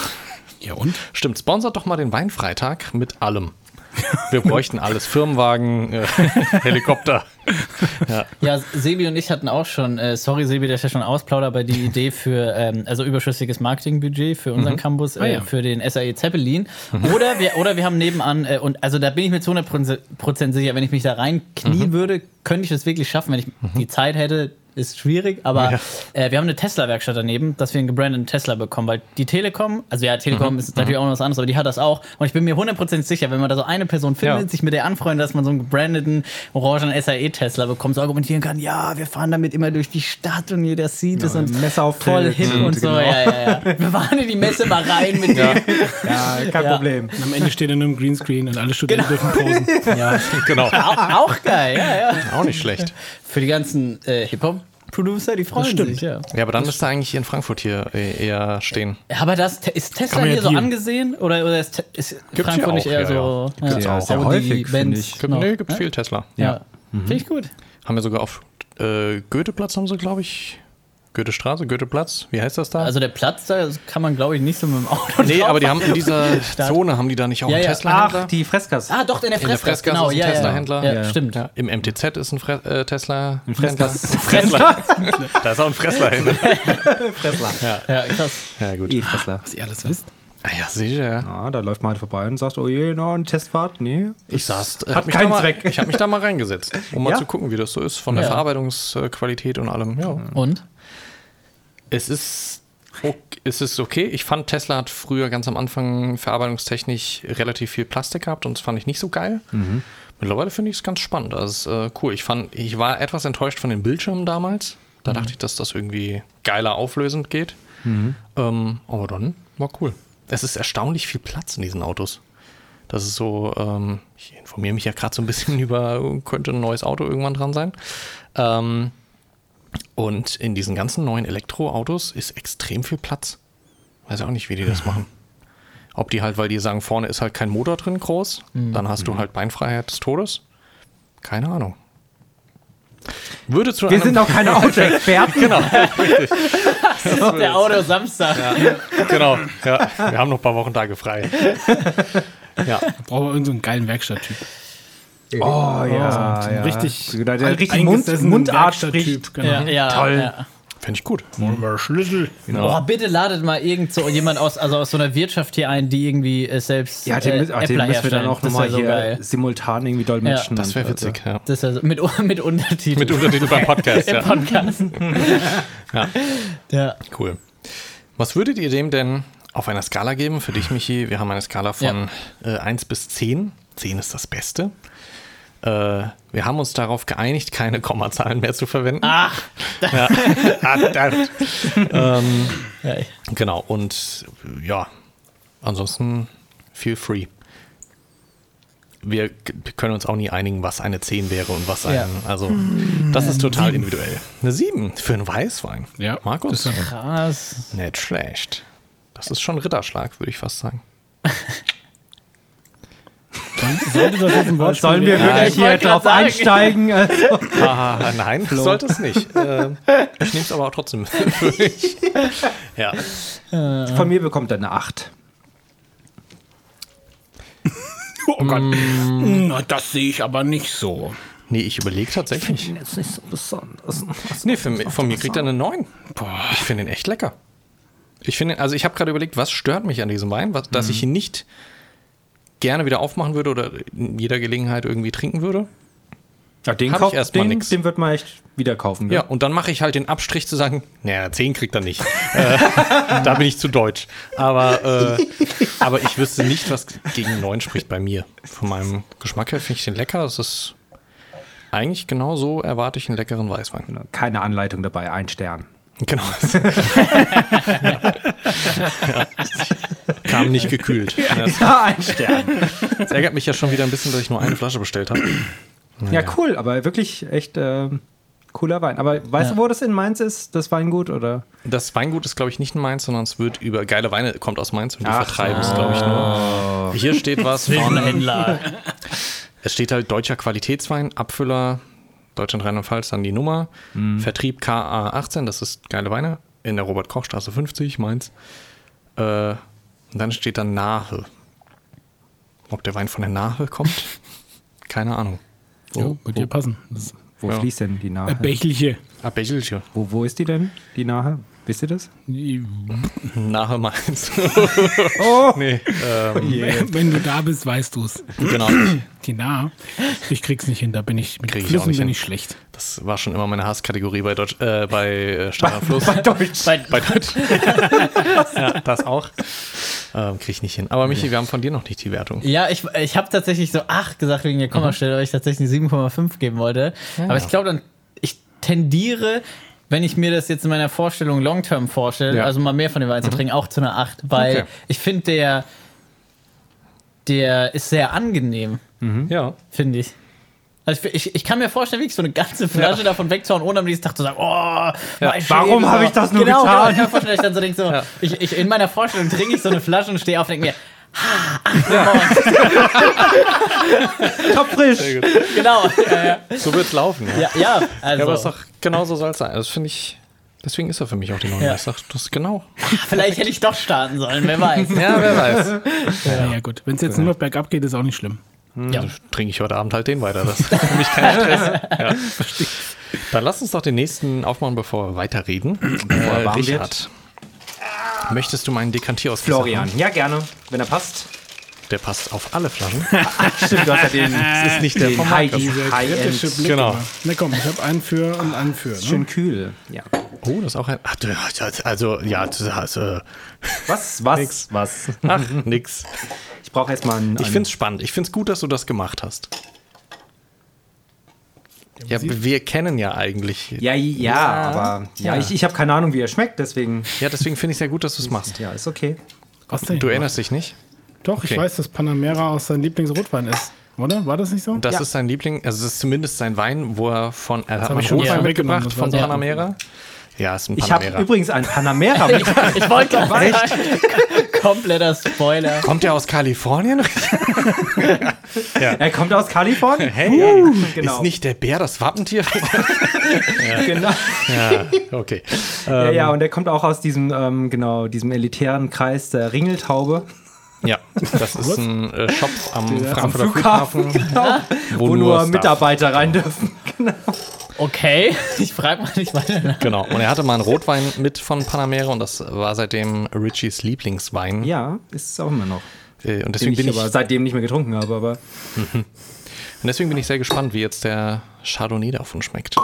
Ja und? Stimmt, sponsert doch mal den Weinfreitag mit allem. Wir bräuchten alles. Firmenwagen, äh, Helikopter. Ja, Sebi und ich hatten auch schon, äh, sorry Sebi, dass ich ja schon ausplauder, aber die Idee für, ähm, also überschüssiges Marketingbudget für unseren Campus, äh, ja. für den SAE Zeppelin. Oder, wir, oder wir haben nebenan, äh, und also da bin ich mir zu 100% sicher, wenn ich mich da reinknien würde, könnte ich das wirklich schaffen, wenn ich die Zeit hätte. Ist schwierig, aber Ja. äh, wir haben eine Tesla-Werkstatt daneben, dass wir einen gebrandeten Tesla bekommen, weil die Telekom, also ja, Mhm. Telekom ist natürlich auch noch was anderes, aber die hat das auch. Und ich bin mir 100% sicher, wenn man da so eine Person findet, Ja. sich sich mit der anfreunden, dass man so einen gebrandeten orangen SAE-Tesla bekommt, so argumentieren kann, ja, wir fahren damit immer durch die Stadt und jeder sieht es und Messer auf voll Tilt hip und und so. genau. Ja, ja, ja. Wir fahren in die Messe mal rein mit dem. Ja, kein Ja. Problem. Und am Ende steht er nur im Greenscreen und alle Studenten dürfen posen. Genau. Auch, auch geil, ja, ja. Auch nicht schlecht. Für die ganzen äh, Hip-Hop-Producer, die freuen stimmt. sich, ja. Ja, aber dann müsste eigentlich hier in Frankfurt hier äh, eher stehen. Aber das, ist Tesla man ja hier so dealen. angesehen? Oder, oder ist, Te- ist Gibt's Frankfurt ja nicht auch, eher ja, so ja. ja auch. Sehr Audi, häufig, Benz finde ich. Gibt, noch, nee, gibt Genau. ja? viel Tesla. Ja. Mhm. Finde ich gut. Haben wir sogar auf äh, Goetheplatz, haben sie, glaube ich. Goethestraße, Goetheplatz. Wie heißt das da? Also der Platz, da kann man, glaube ich, nicht so mit dem Auto nee, drauf. aber die haben in dieser Stadt. Zone, haben die da nicht auch Ja, einen ja. Tesla-Händler? Ach, die Freskas. Ah, doch, in der der Freska Freska. ist ein ja, ja, ja. Tesla-Händler. Ja, Ja, ja. stimmt. Ja, Im MTZ ist ein Fre äh, Tesla. Ein Freskas. Fressler. da ist auch ein Fressler hin. Fressler. Ja, krass. Ja, gut. Die Fressler. Was ihr alles wisst. Ah, ja, sicher. Ah, da läuft man halt vorbei und sagt, oh je, na, eine Testfahrt? Nee. Ich saß. Hat keinen da mal, Zweck. Ich habe äh, mich da mal reingesetzt, um mal Ja? zu gucken, wie das so ist, von Ja. der Verarbeitungsqualität und allem. Ja. Und? Es ist. ok- Es ist okay. Ich fand, Tesla hat früher ganz am Anfang verarbeitungstechnisch relativ viel Plastik gehabt und das fand ich nicht so geil. Mittlerweile finde ich es ganz spannend. Das ist äh, cool. Ich, fand, ich war etwas enttäuscht von den Bildschirmen damals. Da dachte ich, dass das irgendwie geiler auflösend geht. Ähm, aber dann war cool. Es ist erstaunlich viel Platz in diesen Autos. Das ist so, ähm, ich informiere mich ja gerade so ein bisschen über, könnte ein neues Auto irgendwann dran sein. Ähm, und in diesen ganzen neuen Elektroautos ist extrem viel Platz. Weiß auch nicht, wie die das machen. Ob die halt, weil die sagen, vorne ist halt kein Motor drin Mhm. groß, dann hast du halt Beinfreiheit des Todes. Keine Ahnung. Würde zu Wir einem- sind auch keine Autoexperten. Genau, Der Auto Samstag. genau. Ja, wir haben noch ein paar Wochentage frei. Ja, Brauchen wir irgendeinen so einen geilen Werkstatttyp. Oh so ja, einen ja. richtig Genau, der alt richtig Mund, eingesessenen Mundart Werkstatttyp, spricht. Genau. ja, Toll. fände ich gut. Schlüssel. Genau. Oh, bitte ladet mal irgend so jemand aus, also aus so einer Wirtschaft hier ein, die irgendwie äh, selbst Ja, den, äh, müssen- ach, den Äppler müssen wir dann herstellen. auch Das nochmal wär so hier geil. simultan irgendwie dolmetschen. Das wäre und, witzig, ja. Das ist so, mit, mit Untertiteln. Mit Untertitel beim Podcast, Im ja. Podcast. ja. ja. Cool. Was würdet ihr dem denn auf einer Skala geben? Für dich, Michi, wir haben eine Skala von äh, 1 bis 10. 10 ist das Beste. Äh, wir haben uns darauf geeinigt, keine Kommazahlen mehr zu verwenden. Ach. Ja. Verdammt. ähm, ja. ich- genau, und äh, ja, ansonsten feel free. Wir k- können uns auch nie einigen, was eine 10 wäre und was ein. Ja. Also, das ist total individuell. Eine 7 für einen Weißwein. Ja, Markus? das ist Krass. Nicht schlecht. Das ist schon Ritterschlag, würde ich fast sagen. Sollte das jetzt ein äh, Wortspiel Sollen wir werden? wirklich ich wollte hier grad drauf sagen. einsteigen? Äh, Haha, Äh, nein, sollte es nicht. Äh, ich nehme es aber auch trotzdem für mich. Ja. Von mir bekommt er eine 8. Oh Gott. Na, das sehe ich aber nicht so. Nee, ich überlege tatsächlich. Jetzt nicht so besonders. Nee, für, mi- von mir kriegt er eine 9. Ich finde ihn echt lecker. Ich finde, also ich habe gerade überlegt, was stört mich an diesem Wein, was, dass ich ihn nicht gerne wieder aufmachen würde oder in jeder Gelegenheit irgendwie trinken würde. Ja, den Hab ich kauft erst mal den, nix. den wird man echt wieder kaufen. gell? Ja, und dann mache ich halt den Abstrich zu sagen, naja, 10 kriegt er nicht. äh, da bin ich zu deutsch. Aber, äh, aber ich wüsste nicht, was gegen 9 spricht bei mir. Von meinem Geschmack her finde ich den lecker. Es ist eigentlich genau so erwarte ich einen leckeren Weißwein. Keine Anleitung dabei, ein Stern. Genau. ja. Kam nicht gekühlt. Ja, das Ja, ein Stern. das ärgert mich ja schon wieder ein bisschen, dass ich nur eine Flasche bestellt habe. Ah, ja, cool, aber wirklich echt ähm, cooler Wein. Aber weißt du, wo das in Mainz ist, das Weingut? Oder? Das Weingut ist, glaube ich, nicht in Mainz, sondern es wird über geile Weine, kommt aus Mainz und die Ach, vertreiben es, glaube ich, nur. Hier steht was von Händler. Es steht halt deutscher Qualitätswein, Abfüller, Deutschland Rheinland-Pfalz, dann die Nummer. Mhm. Vertrieb KA18, das ist geile Weine, in der Robert-Koch-Straße 50, Mainz. Äh, und dann steht da Nahe. Ob der Wein von der Nahe kommt? Keine Ahnung. Oh, wird dir passen. Das ist Wo Ja. fließt denn die Nahe? äh, Bächelche. Abächelche. Wo, wo ist die denn, die Nahe? Wisst ihr das? Nahe Mainz. Oh! nee, ähm, Wenn du da bist, weißt du es. genau. Die nah. Ich krieg's nicht hin, da bin ich mit Krieg ich auch Flüssen nicht bin hin. ich schlecht. Das war schon immer meine Hasskategorie bei, Deutsch, äh, bei äh, Standard Fluss. Deutsch. Bei, Bei Deutsch. ja, das auch. Ähm, Kriege ich nicht hin. Aber Michi, wir haben von dir noch nicht die Wertung. ja, ich, ich habe tatsächlich so 8 gesagt wegen der Kommastelle, weil ich tatsächlich eine 7,5 geben wollte. Aber ich glaube dann, ich tendiere, wenn ich mir das jetzt in meiner Vorstellung Long-Term vorstelle, Ja. Mhm. also mal mehr von dem Wein zu trinken, auch zu einer 8, weil Okay. ich finde, der, der ist sehr angenehm. Ja. finde ich. Also ich, ich, ich kann mir vorstellen, wirklich so eine ganze Flasche davon wegzuhauen, ohne am nächsten Tag zu sagen, oh, mein Schädel. warum habe ich das nur genau, getan? Genau, ich kann mir vorstellen, dass ich dann so denke, so, ich, ich, in meiner Vorstellung trinke ich so eine Flasche und stehe auf und denke mir, Ah, Topfrisch. genau, äh, So wird's laufen. Ja, ja, ja, Ja, aber es ist also, doch genau so soll es sein. Das finde ich, deswegen ist er für mich auch die neue. Ja. Ich sag, das ist genau. vielleicht hätte ich doch starten sollen, wer weiß. Ja, wer weiß. Ja, ja gut. Wenn es jetzt nur noch bergab geht, ist auch nicht schlimm. Ja. Trinke ich heute Abend halt den weiter. Das ist für mich kein Stress. Ja. Dann lass uns doch den nächsten aufmachen, bevor wir weiterreden. Bevor warm wird. Möchtest du meinen Dekantier aus Florian. Ja, gerne. Wenn er passt. Der passt auf alle Flaschen. Stimmt, du hast ja den, Das ist nicht der den vom High, Markus. Kritische High-End. Blick Genau. immer. Na komm, ich habe einen für und Ah, einen für. Ne? Schön kühl. Ja. Oh, das ist auch ein. Ach, du- also, ja, das ist, äh, Was, was, Nix. was? ach, nix. Ich brauche erstmal einen. Mhm. Ich finde es spannend. Ich finde es gut, dass du das gemacht hast. Ja, wir kennen ja eigentlich. Ja, ja, aber ja, ich, ich habe keine Ahnung, wie er schmeckt, deswegen. Ja, deswegen finde ich es ja gut, dass du es machst. Ja, ist okay. Was denn? Du erinnerst dich nicht? Doch, ich Okay. weiß, dass Panamera aus seinem Lieblingsrotwein ist. Oder? War das nicht so? Das Ja. ist sein Liebling, also es ist zumindest sein Wein, wo er von, er hat hab einen ich schon Rotwein wieder weggenommen, mitgebracht das von war's. Panamera. Ja, ist ein Ich habe Panamera. übrigens einen Panamera mit. Ich wollte gerade sagen, Kompletter Spoiler. Kommt der aus Kalifornien? Er kommt aus Kalifornien. Hey, ja. genau. ist nicht der Bär das Wappentier? genau. ja, okay. Ja, ja, und er kommt auch aus diesem, ähm, genau, diesem elitären Kreis der Ringeltaube. Ja, das ist ein äh, Shop am Frankfurter am Flughafen, Flughafen, genau, wo, wo nur Staff- Mitarbeiter rein dürfen. Genau. Okay, ich frage mal nicht weiter nach. Genau, und er hatte mal einen Rotwein mit von Panamera und das war seitdem Richies Lieblingswein. Ja, ist es auch immer noch. Äh, Und Den deswegen ich bin ich, aber und seitdem nicht mehr getrunken habe, aber deswegen bin ich sehr gespannt, wie jetzt der Chardonnay davon schmeckt.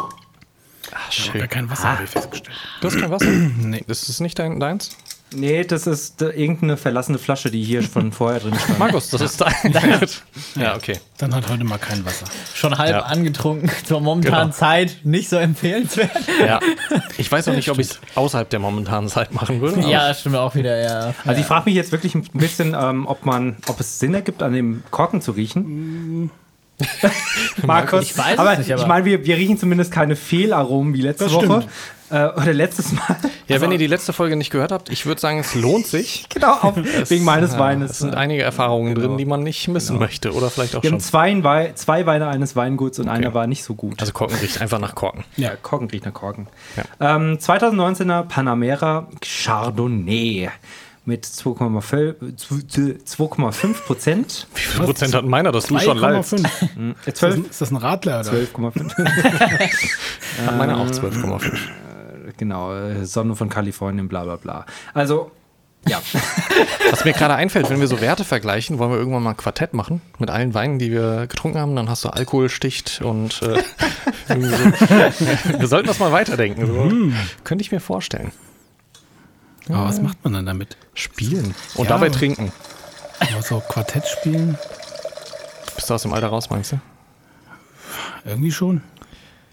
Ach, schön. Kein Wasser, habe ich Ah. festgestellt. Du hast kein Wasser? nee. Ist es nicht dein, deins? nee, das ist äh, irgendeine verlassene Flasche, die hier schon vorher drin stand. Markus, das ist dein. ja, okay. Dann hat heute mal kein Wasser. Schon halb Ja. angetrunken. Zur momentanen Genau. Zeit nicht so empfehlenswert. Ja. Ich weiß auch nicht, ob ich es außerhalb der momentanen Zeit machen würde. aber- Ja, stimmt auch wieder, ja. Also ich frage mich jetzt wirklich ein bisschen, ähm, ob man, ob es Sinn ergibt, an dem Korken zu riechen. Markus, Ich weiß es nicht, aber- ich meine, wir, wir riechen zumindest keine Fehlaromen wie letzte Das Woche äh, oder letztes Mal. Also Ja, wenn ihr die letzte Folge nicht gehört habt, ich würde sagen, es lohnt sich. genau, auf, wegen meines Es Weines. sind einige Erfahrungen drin, die man nicht missen möchte oder vielleicht auch Wir haben schon. zwei, Wei- zwei Weine eines Weinguts und einer war nicht so gut. Also Korken riecht einfach nach Korken. ja, Korken riecht nach Korken. Ähm, 2019er Panamera Chardonnay mit 2,5 zu- 2,5 Prozent. Wie viel Prozent hat meiner? Das tut schon leid. 3,5. Äh, Ist das 12, ein- Ist das ein Radler oder? 12,5. Hat meiner auch 12,5. Genau, äh, Sonne von Kalifornien, bla bla bla. Also, ja. Was mir gerade einfällt, wenn wir so Werte vergleichen, wollen wir irgendwann mal ein Quartett machen mit allen Weinen, die wir getrunken haben. Dann hast du Alkoholsticht und äh, irgendwie so. wir sollten das mal weiterdenken. So. Könnte ich mir vorstellen. Aber was macht man dann damit? Spielen. Und Ja. dabei trinken. Aber so Quartett spielen? Bist du aus dem Alter raus, meinst du? Irgendwie schon.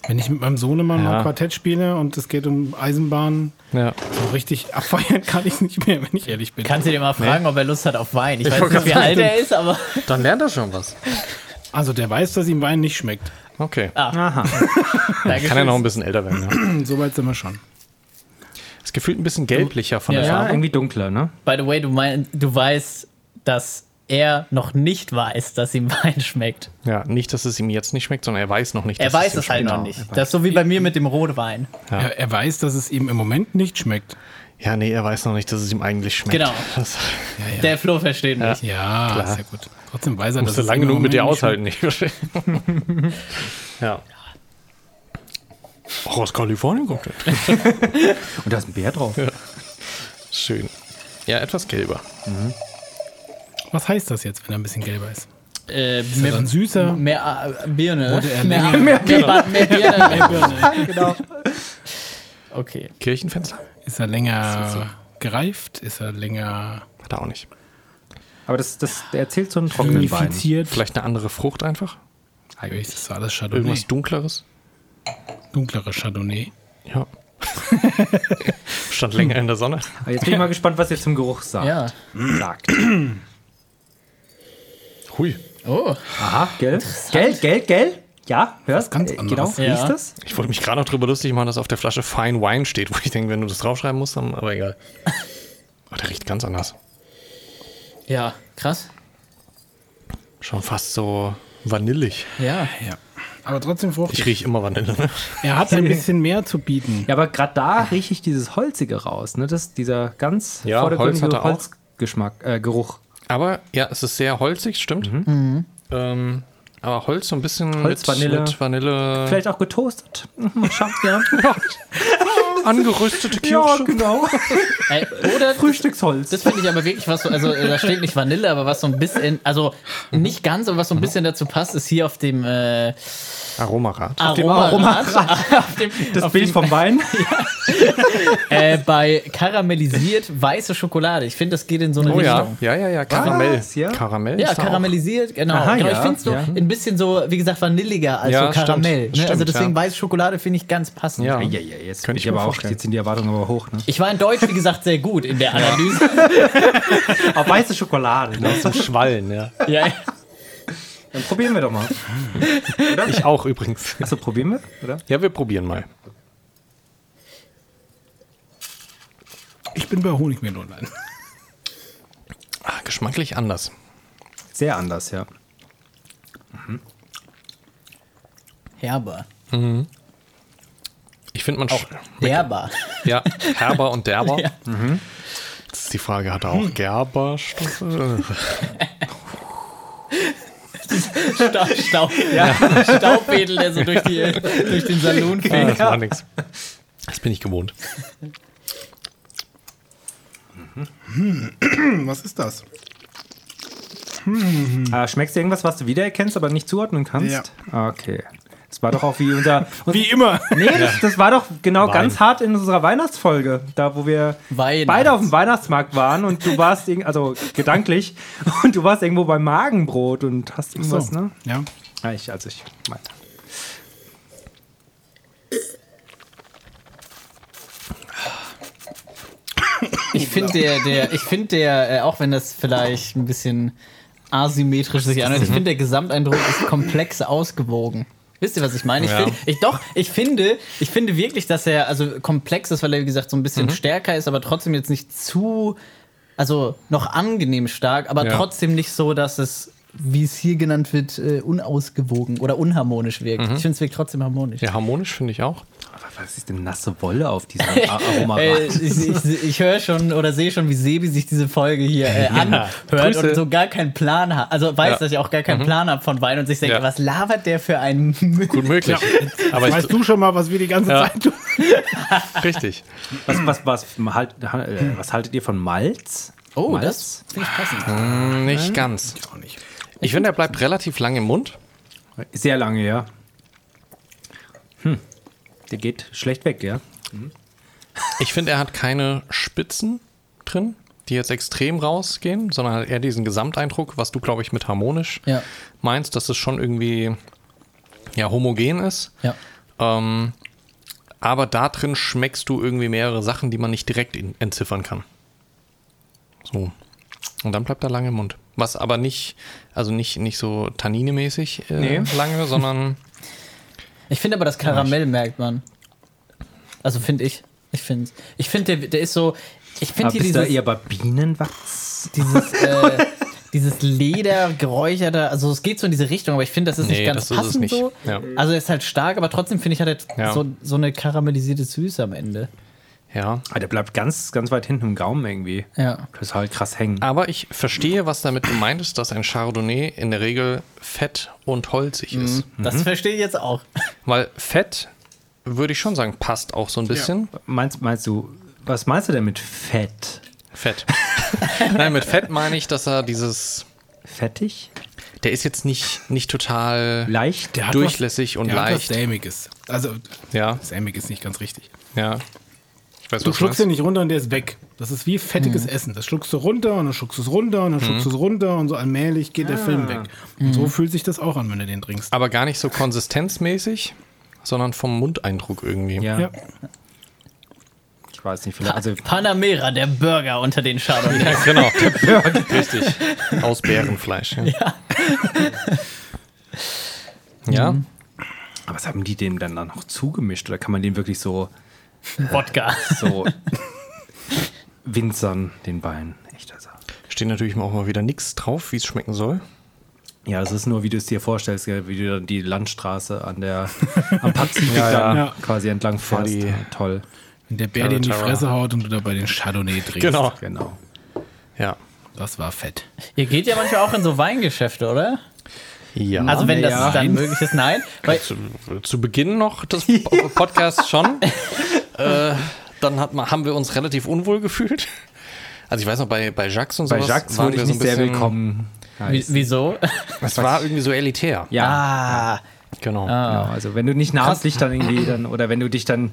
Wenn ich mit meinem Sohnemann Ja. mal Quartett spiele und es geht um Eisenbahn, Ja. so richtig abfeiern kann ich nicht mehr, wenn ich ehrlich bin. Kannst du dir mal fragen, ob er Lust hat auf Wein? Ich, weiß wollte nicht, wie gerade alt er ist, aber. Dann lernt er schon was. Also der weiß, dass ihm Wein nicht schmeckt. Okay. Aha. Kann ja noch ein bisschen älter werden. Ja. Soweit Hm, sind wir schon. Ist gefühlt ein bisschen gelblicher von der Ja. Farbe. Ja, irgendwie dunkler, ne? By the way, du, mein, du weißt, dass er noch nicht weiß, dass ihm Wein schmeckt. Ja, nicht, dass es ihm jetzt nicht schmeckt, sondern er weiß noch nicht. Er dass weiß ihm es halt schmeckt. noch nicht. Das ist so wie bei mir mit dem Rotwein. Er, er weiß, dass es ihm im Moment nicht schmeckt. Ja, nee, er weiß noch nicht, dass es ihm eigentlich schmeckt. Genau. Das Der Flo versteht mich. Ja, ist ja gut. Trotzdem weiß er, musst du es lang ihm im genug mit dir Moment nicht aushalten. Nicht. ja. Auch aus Kalifornien kommt er. Und da ist ein Bär drauf. Schön. Ja, etwas gelber. schmeckt. Was heißt das jetzt, wenn er ein bisschen gelber ist? Äh, Ist er mehr, dann süßer? mehr äh, Birne. Wurde er Mehr, länger? mehr, Birne. mehr Birne. genau. Okay. Kirchenfenster? Ist er länger gereift? Ist er länger Hat er auch nicht. Aber das, das der erzählt so einen trockenen Wein. mumifiziert? Vielleicht eine andere Frucht einfach? Eigentlich ist das alles Irgendwas Chardonnay. Dunkleres? Dunklere Chardonnay. Ja. Stand länger in der Sonne. Aber Ah, jetzt bin ich mal gespannt, was ihr zum Geruch sagt. Ja. sagt. Hui. Oh. Aha, gell? Gell, gell, gell? Ja, hörst ganz Äh, Genau, anderes. Ja. riecht das? Ich wollte mich gerade noch drüber lustig machen, dass auf der Flasche Fine Wine steht, wo ich denke, wenn du das draufschreiben musst, dann, aber egal. Oh, der riecht ganz anders. Ja, krass. Schon fast so vanillig. Ja. Ja. Aber trotzdem Ich fruchtig. rieche immer Vanille, ne? Er hat ein bisschen mehr zu bieten. Ja, aber gerade da rieche ich dieses Holzige raus, ne? Das, dieser ganz Ja, Holz hat er auch. Holzgeschmack, äh, Geruch. Aber ja, es ist sehr holzig, stimmt. Ähm, aber Holz so ein bisschen Mhm. Holz, mit, Vanille. mit Vanille Vielleicht auch getoastet. Mhm, Mal schauen, ja. angeröstete ja, Kirsche. genau. Ey, Äh, oder Frühstücksholz. Das finde ich aber wirklich was so, also äh, da steht nicht Vanille, aber was so ein bisschen, also nicht ganz, aber was so ein bisschen dazu passt, ist hier auf dem äh, Aromarat. dem Aromarad, Aromarad. auf dem, das auf Bild dem, vom Wein. äh, bei karamellisiert weiße Schokolade. Ich finde, das geht in so eine Oh ja, Richtung. ja, ja, ja, Karamell. Was, ja? Karamell. Ja, ist da auch. karamellisiert, genau. Aha, genau ja, ich finde es so ja. ein bisschen so, wie gesagt, vanilliger als Ja, so Karamell. stimmt, ne? Also stimmt, deswegen ja. weiße Schokolade finde ich ganz passend. Ja. Ja, ja, jetzt Könnte könnte ich ich, mir aber auch, vorstellen. jetzt sind die Erwartungen aber hoch, ne? Ich war in Deutsch, wie gesagt, sehr gut in der Analyse. Auf weiße Schokolade. Ne? Zum Schwallen, ja. Ja. Dann probieren wir doch mal. Ich auch übrigens. Achso, probieren wir, oder? Ja, wir probieren mal. Ich bin bei Honigmelone. Ah, geschmacklich anders. Sehr anders, ja. Herber. Ich finde man Auch sch- derber. ja herber und derber. Hm. Ja. Mhm. Das ist die Frage, hat er auch Gerberstoffe? Staub, Staub, Staubwedel, der so durch, die, durch den Ah, Salon fegt. Äh, das war nix. Das bin ich gewohnt. Hm, was ist das? Äh, schmeckst du irgendwas, was du wiedererkennst, aber nicht zuordnen kannst? Ja. Okay. Das war doch auch wie unser. Wie immer. nee, das, das war doch genau Wein. ganz hart in unserer Weihnachtsfolge, da wo wir Weihnachts- beide auf dem Weihnachtsmarkt waren und du warst, irgend- also gedanklich, und du warst irgendwo beim Magenbrot und hast irgendwas, ne? Ja. Ja, ich, also ich meine. Ich finde der, der, ich finde der, äh, auch wenn das vielleicht ein bisschen asymmetrisch sich anhört, ich finde der Gesamteindruck ist komplex ausgewogen. Wisst ihr, was ich meine? Ich, Ja. find, ich doch, ich finde, ich finde wirklich, dass er also komplex ist, weil er wie gesagt so ein bisschen stärker ist, aber trotzdem jetzt nicht zu, also noch angenehm stark, aber Ja. trotzdem nicht so, dass es wie es hier genannt wird, äh, unausgewogen oder unharmonisch wirkt. Ich finde es wirkt trotzdem harmonisch. Ja, harmonisch finde ich auch. Aber was ist denn nasse Wolle auf diesem A- Aroma? Äh, ich ich, ich höre schon oder sehe schon, wie Sebi sich diese Folge hier äh, anhört Grüße. und so gar keinen Plan hat. Also weiß, Ja. dass ich auch gar keinen Plan habe von Wein und sich denkt, Ja. was labert der für einen Müll? Gut möglich. Aber ich, Weißt du schon mal, was wir die ganze Ja. Zeit tun? richtig. was, was, was, halt, äh, was haltet ihr von Malz? Oh, Malz? das finde ich passend. Nicht ganz. Ich finde, er bleibt relativ lang im Mund. Sehr lange, ja. Hm. Der geht schlecht weg, ja. Ich finde, er hat keine Spitzen drin, die jetzt extrem rausgehen, sondern hat eher diesen Gesamteindruck, was du, glaube ich, mit harmonisch Ja. meinst, dass es schon irgendwie ja, homogen ist. Ja. Ähm, aber da drin schmeckst du irgendwie mehrere Sachen, die man nicht direkt in, entziffern kann. So. Und dann bleibt er lange im Mund. Was aber nicht, also nicht, nicht so tanninemäßig äh, Nee. lange, sondern Ich finde aber das Karamell merkt man. Also finde ich. Ich finde, ich finde, der, der ist so. Ich finde Aber hier bist du dieses, eher bei Bienenwachs? dieses, äh, dieses Leder geräucherte, also es geht so in diese Richtung, aber ich finde, das ist Nee, nicht ganz das ist es passend nicht. so. Ja. Also er ist halt stark, aber trotzdem finde ich halt Ja. so, so eine karamellisierte Süße am Ende. ja. Ah, der bleibt ganz, ganz weit hinten im Gaumen irgendwie. Ja. Das ist halt krass hängen. Aber ich verstehe, was damit gemeint ist, dass ein Chardonnay in der Regel fett und holzig Mhm. ist. Das verstehe ich jetzt auch. Weil Fett, würde ich schon sagen, passt auch so ein bisschen. Meinst, meinst du, was meinst du denn mit fett? Fett. Nein, mit Fett meine ich, dass er dieses, Fettig? der ist jetzt nicht, nicht total Leicht? Der hat durchlässig und der hat was leicht. Sämiges. Also, Ja, sämig ist nicht ganz richtig. ja. Ich weiß, Du was schluckst meinst. den nicht runter und der ist weg. Das ist wie fettiges Essen. Das schluckst du runter und dann schluckst du es runter und dann schluckst du es runter und so allmählich geht der Film weg. Und so fühlt sich das auch an, wenn du den trinkst. Aber gar nicht so konsistenzmäßig, sondern vom Mundeindruck irgendwie. Ja. Ja. Ich weiß nicht, vielleicht. Also, Panamera, der Burger unter den Chardonnay. Ja, genau. Richtig. Aus Bärenfleisch. Ja. Ja. Mhm. aber was haben die dem dann da noch zugemischt? Oder kann man den wirklich so, Wodka. so winzern, den also. Bein? Echter Sache. Steht natürlich auch mal wieder nichts drauf, wie es schmecken soll. Ja, das ist nur, wie du es dir vorstellst, gell? wie du dann die Landstraße an der, am Pazifik dann Ja. quasi entlang fährst. die- Ja, Toll. Wenn der Bär dir in die Terra. Fresse haut und du dabei den Chardonnay trinkst. Genau. Ja. Das war fett. Ihr geht ja manchmal auch in so Weingeschäfte, oder? Ja. Also wenn das Ja. dann möglich ist, nein. Weil zu, zu Beginn noch des Po- Podcasts schon. äh, dann hat man, haben wir uns relativ unwohl gefühlt. Also ich weiß noch, bei, bei Jacques und Bei sowas Jacques waren wurde wir ich so ein nicht sehr bisschen- willkommen. wie- wieso? Es war irgendwie so elitär. Ja, Ah, Genau. genau. Also wenn du nicht namentlich dann irgendwie dann oder wenn du dich dann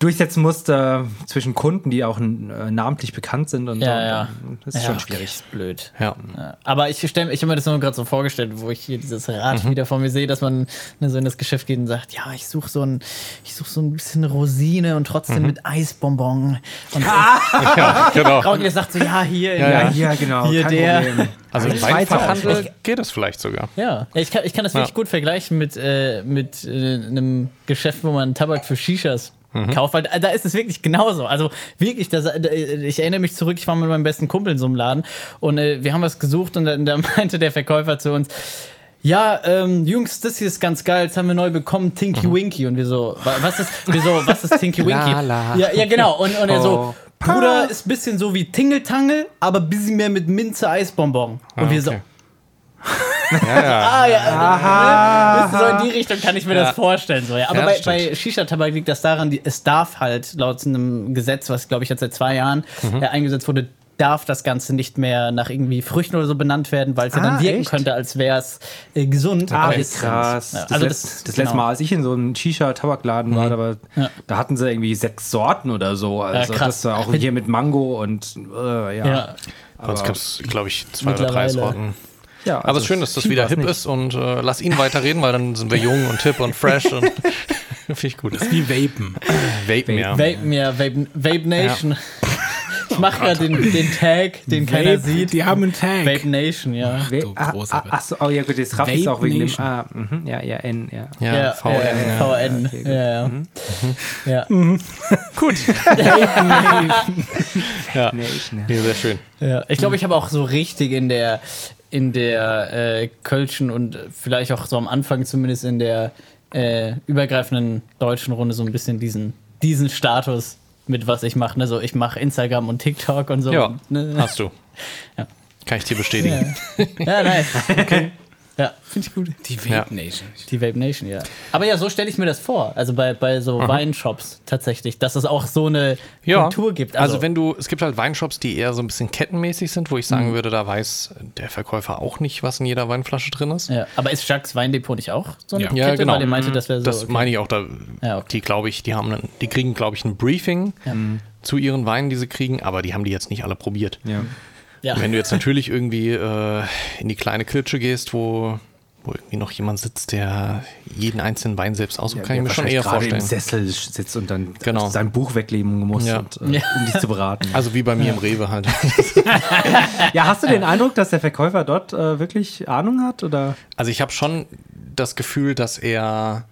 durchsetzen musst äh, zwischen Kunden, die auch äh, namentlich bekannt sind und ja, so, ja. dann- das ist ja, schon okay, schwierig. ist blöd. Ja. Ja, Aber ich stelle ich habe mir das nur gerade so vorgestellt, wo ich hier dieses Rad Mhm. wieder vor mir sehe, dass man ne, so in das Geschäft geht und sagt, ja, ich suche so ein, ich suche so ein bisschen Rosine und Mhm. trotzdem mit Eisbonbon. Und genau. Frau Gilles sagt so, ja, hier, in Ah! Ja, der- ja. genau. Hier kein der. Problem. Also im ich weiß auch Weinfachhandel geht es vielleicht sogar. Ja, ja ich, kann, ich kann das wirklich Ja. gut vergleichen mit, äh, mit äh, einem Geschäft, wo man Tabak für Shishas Mhm. kauft, weil da ist es wirklich genauso. Also wirklich, das, ich erinnere mich zurück, ich war mit meinem besten Kumpel in so einem Laden und äh, wir haben was gesucht und dann, da meinte der Verkäufer zu uns, ja, ähm, Jungs, das hier ist ganz geil, das haben wir neu bekommen, Tinky Winky. Und wir so, wa- was ist, wir so, was ist Tinky Winky? Mhm. La, la. Ja, ja, genau. Und, und er Oh. so, Bruder, ist ein bisschen so wie Tingeltangel, aber ein bisschen mehr mit Minze-Eisbonbon. Und wir so, Ah, okay. Ja, ja. Ah, ja. Aha. So in die Richtung kann ich mir das vorstellen. So, ja. Aber Ja, bei, das bei Shisha-Tabak liegt das daran, die, es darf halt laut einem Gesetz, was glaube ich jetzt seit zwei Jahren äh, eingesetzt wurde, darf das Ganze nicht mehr nach irgendwie Früchten oder so benannt werden, weil es ja dann Ah, wirken echt? könnte, als wäre es äh, gesund. aber Ey, ist es Ah, krass. nicht. Ja, Das, Also letzt, das, das letzte genau. Mhm. Mal, als ich in so einem Shisha-Tabakladen war, da, war da hatten sie irgendwie sechs Sorten oder so. Also krass. das war auch Mit- hier mit Mango und äh, ja. Ja. ja. Bei uns Aber- gab es, glaube ich, zwei oder drei Mittlerweile. Sorten. Aber also es ist schön, dass das schief wieder war's hip nicht. ist und äh, lass ihn weiterreden, weil dann sind wir jung und hip und fresh und finde ich gut. Wie Vapen. Vapen, ja. Vape mir, Vape, Vape Nation. Ich mache gerade den, den Tag, den keiner Vape, sieht. Die haben einen Tag. Vape Nation, ja. We- Du ah, großer ah, ach so, oh ja gut, das Raff ist Vape auch wegen dem Nation. ah, mhm, ja, ja, N, ja. Ja, Ja, VN. ja. äh, VN. ja, ja. ja. Ja. Nee, ich, ne. Nee, sehr schön. Ja, ich glaube, ich habe auch so richtig in der in der äh, Kölschen und vielleicht auch so am Anfang zumindest in der äh, übergreifenden deutschen Runde so ein bisschen diesen, diesen Status mit was ich mache. Ne? So, ich mache Instagram und TikTok und so. Ja, ne? hast du. Ja. Kann ich dir bestätigen. ja nice. Okay. Ja, finde ich gut. Die Vape Ja. Nation. Die Vape Nation, ja. Aber ja, so stelle ich mir das vor. Also bei, bei so Weinshops tatsächlich, dass es auch so eine Ja. Kultur gibt. Also, wenn du, es gibt halt Weinshops, die eher so ein bisschen kettenmäßig sind, wo ich Mhm. sagen würde, da weiß der Verkäufer auch nicht, was in jeder Weinflasche drin ist. ja, aber ist Jacques Weindepot nicht auch so eine Ja. Kette? Ja, genau. Weil der meinte, das wäre so. Das okay. meine ich auch. Da, Ja, okay. Die glaube ich, die haben, einen- die kriegen glaube ich ein Briefing zu ihren Weinen, die sie kriegen, aber die haben die jetzt nicht alle probiert. Ja. ja. Wenn du jetzt natürlich irgendwie äh, in die kleine Klitsche gehst, wo, wo irgendwie noch jemand sitzt, der jeden einzelnen Wein selbst aussucht, kann ich der mir schon wahrscheinlich eher gerade vorstellen. im Sessel sitzt und dann Genau. sein Buch weglegen muss, Ja. und, äh, um dich zu beraten. Also wie bei mir im Rewe halt. ja, hast du den Eindruck, dass der Verkäufer dort äh, wirklich Ahnung hat oder? Also ich habe schon das Gefühl, dass er,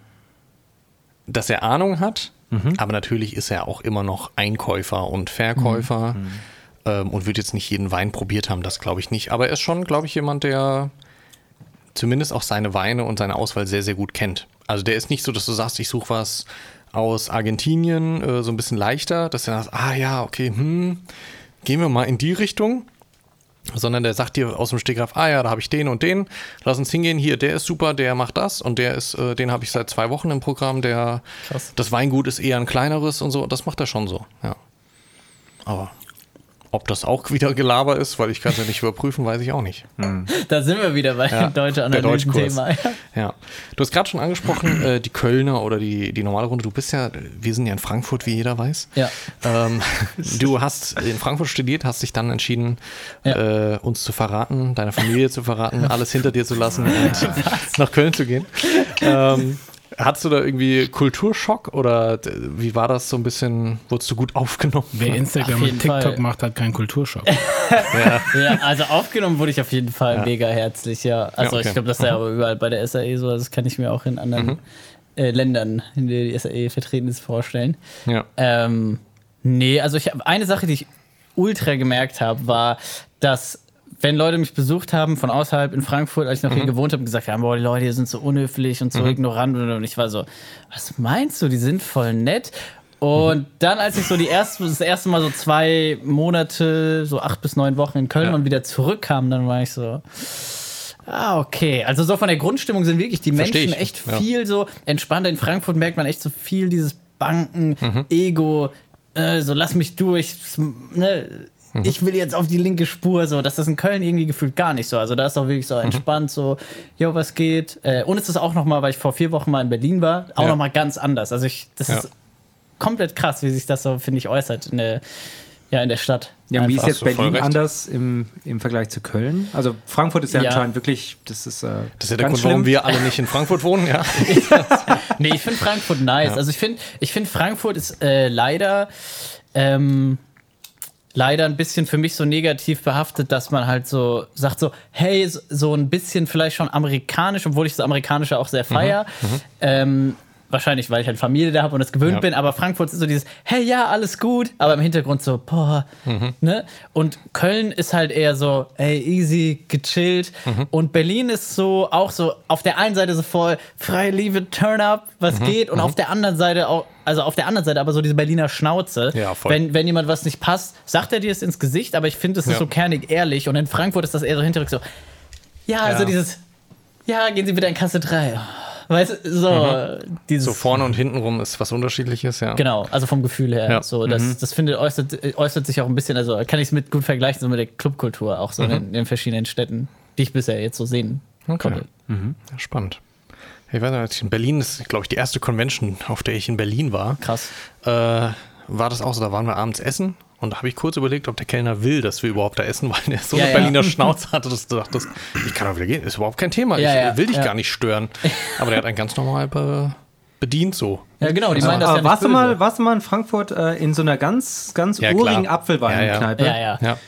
dass er Ahnung hat, aber natürlich ist er auch immer noch Einkäufer und Verkäufer ähm, und wird jetzt nicht jeden Wein probiert haben, das glaube ich nicht. Aber er ist schon, glaube ich, jemand, der zumindest auch seine Weine und seine Auswahl sehr, sehr gut kennt. Also der ist nicht so, dass du sagst, ich suche was aus Argentinien, äh, so ein bisschen leichter, dass er sagt, ah ja, okay, hm, gehen wir mal in die Richtung sondern der sagt dir aus dem Stegreif, ah ja, da habe ich den und den, lass uns hingehen, hier, der ist super, der macht das und der ist, äh, den habe ich seit zwei Wochen im Programm, der, Krass. das Weingut ist eher ein kleineres und so, das macht er schon so, ja. Aber ob das auch wieder Gelaber ist, weil ich kann es ja nicht überprüfen, weiß ich auch nicht. Da sind wir wieder bei Ja, dem deutschen der Deutschkurs. Analysen-Thema. Ja. Du hast gerade schon angesprochen, äh, die Kölner oder die, die normale Runde. Du bist ja, wir sind ja in Frankfurt, wie jeder weiß. Ja. Ähm, du hast in Frankfurt studiert, hast dich dann entschieden, äh, uns zu verraten, deine Familie zu verraten, alles hinter dir zu lassen und nach Köln zu gehen. Ähm, hattest du da irgendwie Kulturschock oder d- wie war das so ein bisschen? Wurdest du gut aufgenommen? Wer Instagram Auf und jeden TikTok Fall. macht, hat keinen Kulturschock. ja, also aufgenommen wurde ich auf jeden Fall mega herzlich, ja. Also Ja, okay. Mhm. ich glaube, das ist ja aber überall bei der SAE so, also das kann ich mir auch in anderen äh, Ländern, in denen die SAE vertreten ist, vorstellen. Ja. Ähm, nee, also ich habe eine Sache, die ich ultra gemerkt habe, war, dass wenn Leute mich besucht haben von außerhalb in Frankfurt, als ich noch Mhm. hier gewohnt habe, gesagt haben, boah, die Leute hier sind so unhöflich und so ignorant und ich war so, was meinst du, die sind voll nett. Und Mhm. dann, als ich so die erste, das erste Mal so zwei Monate, so acht bis neun Wochen in Köln Ja. und wieder zurückkam, dann war ich so, ah, okay. Also so von der Grundstimmung sind wirklich die Versteh Menschen ich, echt ja. viel so entspannter. In Frankfurt merkt man echt so viel dieses Banken, Ego, äh, so lass mich durch, ne? Ich will jetzt auf die linke Spur, so. Das ist in Köln irgendwie gefühlt gar nicht so. Also da ist auch wirklich so entspannt, so, jo, was geht? Äh, und es ist auch nochmal, weil ich vor vier Wochen mal in Berlin war, auch noch Ja. nochmal ganz anders. Also ich, das Ja. ist komplett krass, wie sich das so, finde ich, äußert in der, ja, in der Stadt. Ja, wie ist Einfach. jetzt Hast du voll Berlin recht. anders im, im Vergleich zu Köln? Also Frankfurt ist ja, Ja. anscheinend wirklich, das ist, äh, Das ist ja der Grund, warum wir alle nicht in Frankfurt wohnen, ja. Nee, ich finde Frankfurt nice. Also ich finde, ich finde Frankfurt ist äh, leider ähm, leider ein bisschen für mich so negativ behaftet, dass man halt so sagt so, hey, Mhm, so- so ein bisschen vielleicht schon amerikanisch, obwohl ich das Amerikanische auch sehr feier. Ähm, wahrscheinlich, weil ich halt Familie da habe und das gewöhnt Ja. bin, aber Frankfurt ist so dieses, hey, ja, alles gut, aber im Hintergrund so, boah, Mhm. ne? Und Köln ist halt eher so, hey, easy, gechillt. Mhm. Und Berlin ist so, auch so, auf der einen Seite so voll, frei, Liebe, turn up, Mhm, was geht, und auf der anderen Seite auch, also auf der anderen Seite aber so diese Berliner Schnauze. Ja, voll. Wenn, wenn jemand was nicht passt, sagt er dir es ins Gesicht, aber ich finde, es ist Ja. so kernig ehrlich. Und in Frankfurt ist das eher so hinterrück so, ja, also dieses, ja, gehen Sie bitte in Kasse 3. Weißt du, so, dieses. So vorne und hinten rum ist was unterschiedliches, ja. Genau, also vom Gefühl her. Ja. So, das das finde, äußert, äh, äußert sich auch ein bisschen, also kann ich es mit gut vergleichen, so mit der Clubkultur auch so in, den- in den verschiedenen Städten, die ich bisher jetzt so sehen Okay. konnte. Ja, spannend. Ich weiß noch, als ich in Berlin, das ist, glaube ich, die erste Convention, auf der ich in Berlin war. Krass. äh, war das auch so, da waren wir abends essen und da habe ich kurz überlegt, ob der Kellner will, dass wir überhaupt da essen, weil der so Ja, eine ja. Berliner Schnauze hatte, dass du dachtest, ich kann doch wieder gehen, ist überhaupt kein Thema, Ja, ich ja, will dich ja. gar nicht stören. Aber der hat einen ganz normal be bedient so. Ja, genau, die meinen das ja Aber nicht also, äh, warst, du böse. mal, warst du mal in Frankfurt äh, in so einer ganz, ganz Ja, urigen klar. Apfelweinkneipe? Ja, ja. Ja.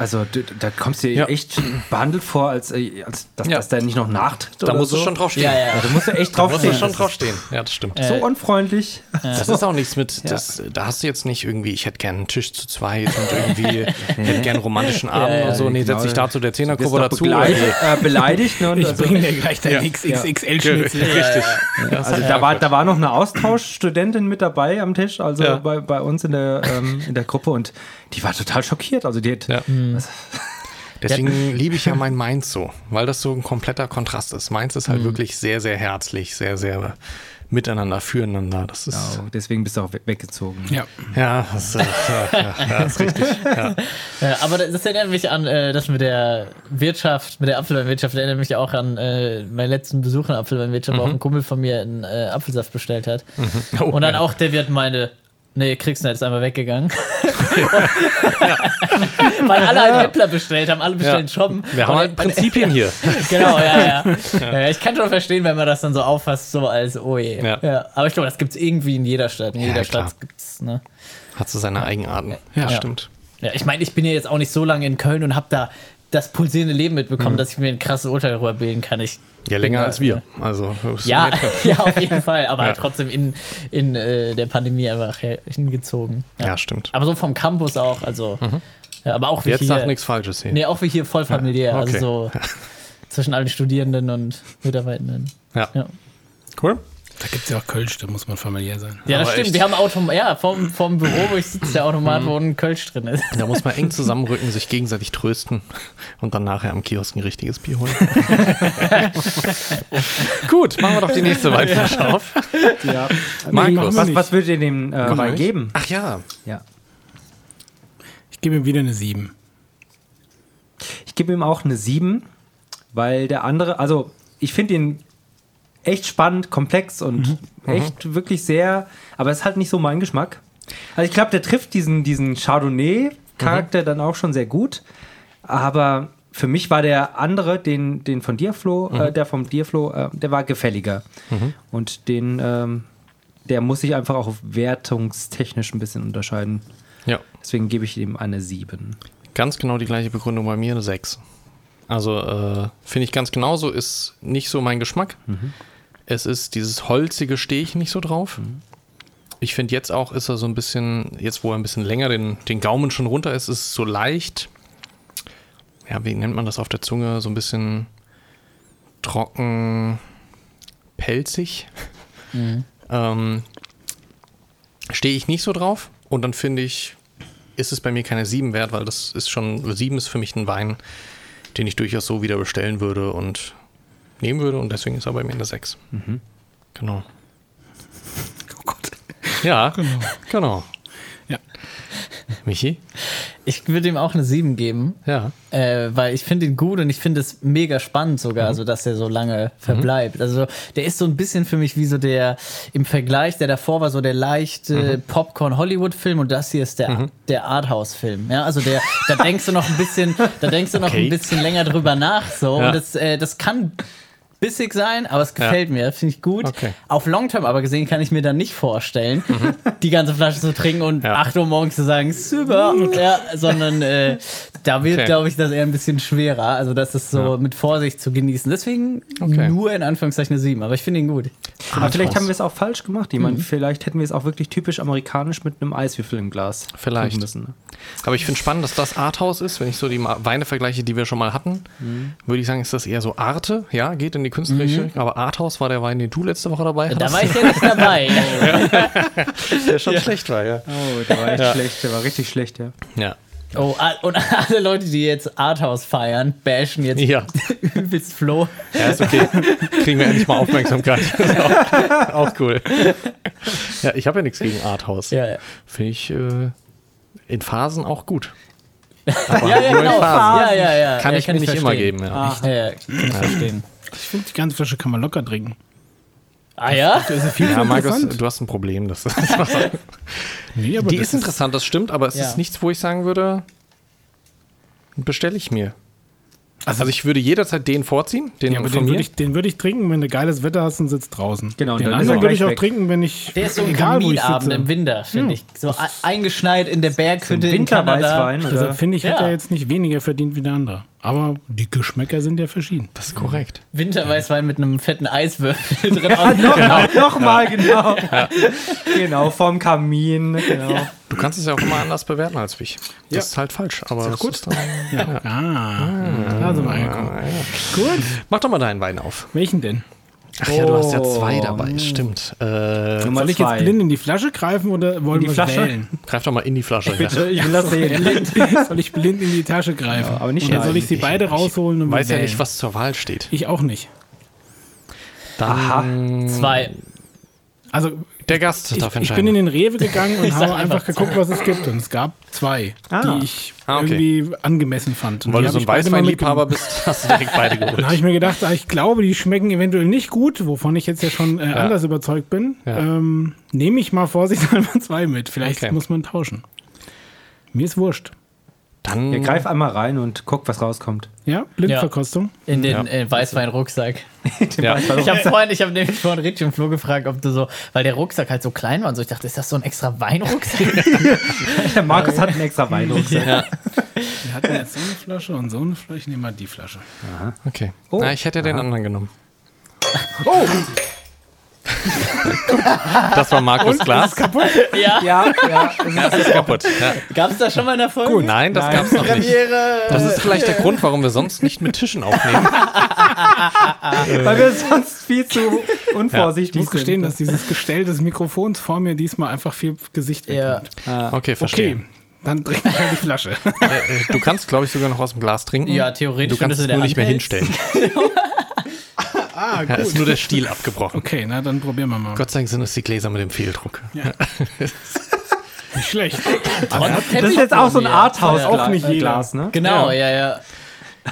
Also d- d- da kommst du dir Ja. echt behandelt vor, als, äh, als dass, Ja. dass der nicht noch nachtritt. Da oder musst so. du schon draufstehen. Ja, ja. Ja, da musst du echt Da musst du draufstehen. schon Das draufstehen. Ja, das stimmt. ist So unfreundlich. Das ist auch nichts mit, das, da hast du jetzt nicht irgendwie, ich hätte gern einen Tisch zu zweit und irgendwie hätte gern einen romantischen Abend Ja, ja, oder so. Also, Nee, setz dich genau. da zu Also, der Du bist Zehnergruppe doch dazu. beleidigt, äh, beleidigt ne? Und Ich also, bringe dir gleich dein XXXL-Schnitzel. Genau. Richtig. Ja, also da, war, da war noch eine Austauschstudentin mit dabei am Tisch, also Ja. bei, bei uns in der, ähm, in der Gruppe und die war total schockiert. Also die hat, Ja. Deswegen liebe ich ja mein Mainz so, weil das so ein kompletter Kontrast ist. Mainz ist halt wirklich sehr, sehr herzlich, sehr, sehr miteinander, füreinander. Das ist. Oh, deswegen bist du auch we- weggezogen. Ja. Ja, das, ist, äh, ja, ja, ja, das ist richtig. Ja. Ja, Äh, aber das das erinnert mich an äh, das mit der Wirtschaft, mit der Apfelweinwirtschaft, erinnert mich auch an äh, meinen letzten Besuch in der Apfelweinwirtschaft, wo auch ein Kumpel von mir einen äh, Apfelsaft bestellt hat. Mhm. Oh, Und dann ja. auch der Wirt meinte, nee, kriegst du nicht, ist einmal weggegangen. Weil alle einen Äppler bestellt haben, alle bestellen Ja. Schoppen. Wir haben Und halt dann- Prinzipien hier. Genau, ja, ja. ja. ja. Ich kann schon verstehen, wenn man das dann so auffasst, so als, oh je. Ja. Ja. Aber ich glaube, das gibt es irgendwie in jeder Stadt. In Ja, jeder klar. Stadt gibt's, ne? Hat so seine Eigenarten. Ja, stimmt. Ja, ich meine, ich bin ja jetzt auch nicht so lange in Köln und habe da das pulsierende Leben mitbekommen, dass ich mir ein krasses Urteil darüber bilden kann. Ich Mhm. Ja, länger bin da- als wir. Also, das ist Ja, nett. ja, auf jeden Fall. Aber Ja. halt trotzdem in, in äh, der Pandemie einfach her- hingezogen. Ja, stimmt. Aber so vom Campus auch, also. Ja, aber auch wie Mhm. Jetzt hier. sag nichts Falsches hier. Nee, auch wie hier voll familiär. Ja, okay. Also so zwischen allen Studierenden und Mitarbeitenden. Ja. Ja, Cool. Da gibt es ja auch Kölsch, da muss man familiär sein. ja das Aber stimmt. echt. Mhm. Wir haben Automat. Ja, vom, vom Büro, wo ich sitze, der Automat, wo ein Kölsch drin ist. Da muss man eng zusammenrücken, sich gegenseitig trösten und dann nachher am Kiosk ein richtiges Bier holen. Gut, machen wir doch die nächste Weinflasche auf. Ja. Markus, machen Was, was würdet ihr dem äh, wir Wein nicht. geben? Ach ja, Ja. Ich gebe ihm wieder eine 7. Ich gebe ihm auch eine 7, weil der andere, also ich finde ihn echt spannend, komplex und echt wirklich sehr, aber es ist halt nicht so mein Geschmack. Also ich glaube, der trifft diesen, diesen Chardonnay-Charakter dann auch schon sehr gut, aber für mich war der andere, den, den von dir, Flo, äh, der vom dir, Flo, äh, der war gefälliger. Und den, ähm, der muss sich einfach auch wertungstechnisch ein bisschen unterscheiden. Ja, Deswegen gebe ich ihm eine 7. ganz genau die gleiche Begründung bei mir, eine 6. Also äh, finde ich ganz genauso, ist nicht so mein Geschmack. Es ist dieses Holzige, stehe ich nicht so drauf. Ich finde jetzt auch, ist er so ein bisschen, jetzt wo er ein bisschen länger den, den Gaumen schon runter ist, ist es so leicht. Ja, wie nennt man das auf der Zunge? So ein bisschen trocken, pelzig. Ähm, stehe ich nicht so drauf und dann finde ich, ist es bei mir keine 7 wert, weil das ist schon, 7 ist für mich ein Wein, den ich durchaus so wieder bestellen würde und nehmen würde und deswegen ist er bei mir in der 6. Genau. Oh Gott. Ja, genau. Ja. Michi? Ich würde ihm auch eine 7 geben. Ja. Äh, weil ich finde ihn gut und ich finde es mega spannend sogar, Mhm. also dass er so lange verbleibt. Also der ist so ein bisschen für mich wie so der im Vergleich, der davor war so der Mhm. leichte Popcorn Hollywood Film und das hier ist der der Arthouse Film. Ja, also der da denkst du noch ein bisschen, da denkst du noch Okay. ein bisschen länger drüber nach so Ja. und das äh, das kann bissig sein, aber es gefällt mir, finde ich gut. Okay. Auf Longterm aber gesehen kann ich mir dann nicht vorstellen, die ganze Flasche zu trinken und Ja. 8 Uhr morgens zu sagen, super, ja, sondern äh, da wird, Okay. glaube ich, das eher ein bisschen schwerer. Also das ist so mit Vorsicht zu genießen. Deswegen Okay. nur in Anführungszeichen eine 7, aber ich finde ihn gut. Aber vielleicht haben wir es auch falsch gemacht. Ich meine, Mhm. vielleicht hätten wir es auch wirklich typisch amerikanisch mit einem Eiswürfel im Glas. Vielleicht. trinken Müssen. ne? Aber ich finde spannend, dass das Arthouse ist. Wenn ich so die Ma- Weine vergleiche, die wir schon mal hatten, würde ich sagen, ist das eher so Arte. Ja, geht in die künstlerische. Richtung. Aber Arthouse war der Wein, den du letzte Woche dabei hattest. Da war ich ja nicht dabei. der schon schlecht war, ja. Oh, der war echt schlecht. Der war richtig schlecht, ja. Ja. Oh, a- und alle Leute, die jetzt Arthouse feiern, bashen jetzt Ja. übelst Flo. Ja, ist okay. Kriegen wir endlich mal Aufmerksamkeit. Ist auch, auch cool. Ja, ich habe ja nichts gegen Arthouse. Ja, ja. Finde ich äh, in Phasen auch gut. Ja, ja, nur in genau. Phasen. Ja, ja, ja. Kann ja, ich mir nicht immer verstehen. geben, ja. Ah, ja, ja, kann ich verstehen. Ich finde, die ganze Flasche kann man locker trinken. Ah ja? Da ist ja viel Ja, ja, Markus, äh, interessant. du hast ein Problem. Das Nee, aber die das ist interessant, das stimmt, aber es Ja. ist nichts, wo ich sagen würde, bestelle ich mir. Also, ich würde jederzeit den vorziehen, den Ja, aber von den würde mir. ich, den würde ich trinken, wenn du geiles Wetter hast und sitzt draußen. Genau, den dann ist anderen er würde gleich ich auch weg. trinken, wenn ich Der ist so ein egal wo ich Kaminabend sitze. im Winter, finde ich. So a- eingeschneit in der Berghütte in Kanada. Winterweißwein Also oder finde ich, hat Ja. er jetzt nicht weniger verdient wie der andere. Aber die Geschmäcker sind ja verschieden. Das ist korrekt. Winterweißwein mit einem fetten Eiswürfel drin. Nochmal, nochmal, genau. Genau, vom Kamin. Genau. Du kannst es ja auch immer anders bewerten als ich. Das ist halt falsch, aber das gut. Ist dann, Ah, da sind wir angekommen. Gut, mach doch mal deinen Wein auf. welchen denn? Ach ja, du hast ja zwei dabei, stimmt. Äh, Nummer Soll ich jetzt blind in die Flasche greifen oder wollen die wir Flasche? wählen? greif doch mal in die Flasche. ja. Ich will das sehen. Soll ich blind in die Tasche greifen? aber nicht oder schneiden. soll ich sie beide rausholen und Weiß ja wählen? nicht, was zur Wahl steht. Ich auch nicht. Dann Zwei. Also der Gast ich, darf ich bin entscheiden. in den Rewe gegangen und Ich habe sag einfach einfach geguckt, was es gibt. Und es gab zwei, die ich Ah, okay. irgendwie angemessen fand. Und Weil die du hab so ich ein beide mal Weißweinliebhaber bist, hast du direkt beide Da habe geholt. ich mir gedacht, ah, ich glaube, die schmecken eventuell nicht gut, wovon ich jetzt ja schon äh, anders überzeugt bin. Ja. Ähm, Nehme ich mal vorsichtshalber zwei mit. Vielleicht Okay. muss man tauschen. Mir ist wurscht. Dann Ja, greif einmal rein und guck, was rauskommt. Ja, Blindverkostung. In den Ja. äh, Weißweinrucksack. ja. Ich habe vorhin, ich habe nämlich vorhin Richie und Flo gefragt, ob du so, weil der Rucksack halt so klein war und so, ich dachte, ist das so ein extra Weinrucksack? Der Markus hat einen extra Weinrucksack. Wir hatten jetzt so eine Flasche und so eine Flasche. Ich nehme mal die Flasche. Okay. Na, ich hätte den anderen genommen. Oh! Das war Markus Glas. ja. Ja, ja. Das ist kaputt. Ja. Gab's da schon mal in der Folge? Nein, das gab's noch nicht. Das ist vielleicht der Grund, warum wir sonst nicht mit Tischen aufnehmen. Weil wir sonst viel zu Ich unvorsichtig muss gestehen, dass dieses Gestell des Mikrofons vor mir diesmal einfach viel Gesicht Ja. wegnimmt. Ah. Okay, verstehe. Okay, dann trink ich mal die Flasche. Äh, Du kannst, glaube ich, sogar noch aus dem Glas trinken. Ja, theoretisch Du kannst könntest du es der nur nicht mehr anhältst. hinstellen. ah, Ja, ist nur der Stiel abgebrochen. Okay, na dann probieren wir mal. Gott sei Dank sind es die Gläser mit dem Fehldruck. Nicht schlecht. Das ist jetzt auch so ein Arthouse, Auch nicht jeder. Glas, ne? Äh, Genau, ja, ja.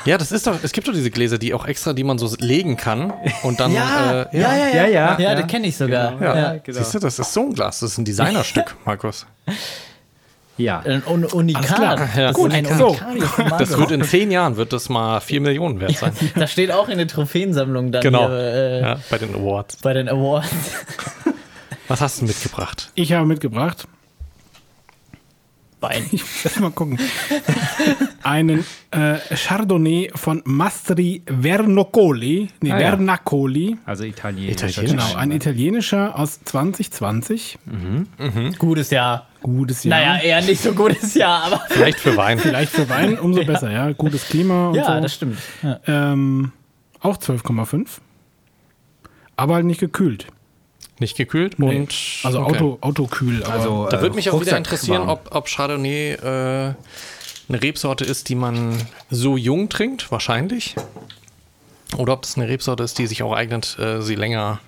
Ja, das ist doch, es gibt doch diese Gläser, die auch extra, die man so legen kann und dann. äh, ja. Ja, ja. Ja, das kenne ich sogar. Ja, Ja. Siehst du, das ist so ein Glas, das ist ein Designerstück, Markus. Ja. Ein Un Unikat. klar. Ja. Das Gut, ist ein so. Unikat. das ist Das Marco. wird in zehn Jahren wird das mal 4 Millionen wert sein. Das steht auch in der Trophäensammlung dann Genau. hier, äh, ja, bei den Awards. bei den Awards. Was hast du mitgebracht? Ich habe mitgebracht. Wein. Ich muss erst mal gucken. Einen äh, Chardonnay von Mastri Vernocoli. Nee, Ah, ja. Vernacoli. Also italienisch. Italienisch. Genau, ein italienischer aus 2020. Gutes Jahr. Gutes Jahr. Naja, eher nicht so gutes Jahr, aber. Vielleicht für Wein. Vielleicht für Wein umso besser, ja. Gutes Klima und Ja, das so. stimmt. Ja. Ähm, auch 12,5. Aber halt nicht gekühlt. Nicht gekühlt Nee. und. Also okay. Auto, autokühl. Aber Also, Da äh, würde mich auch wieder Rucksack interessieren, warm. ob, ob Chardonnay äh, eine Rebsorte ist, die man so jung trinkt, wahrscheinlich. Oder ob das eine Rebsorte ist, die sich auch eignet, äh, sie länger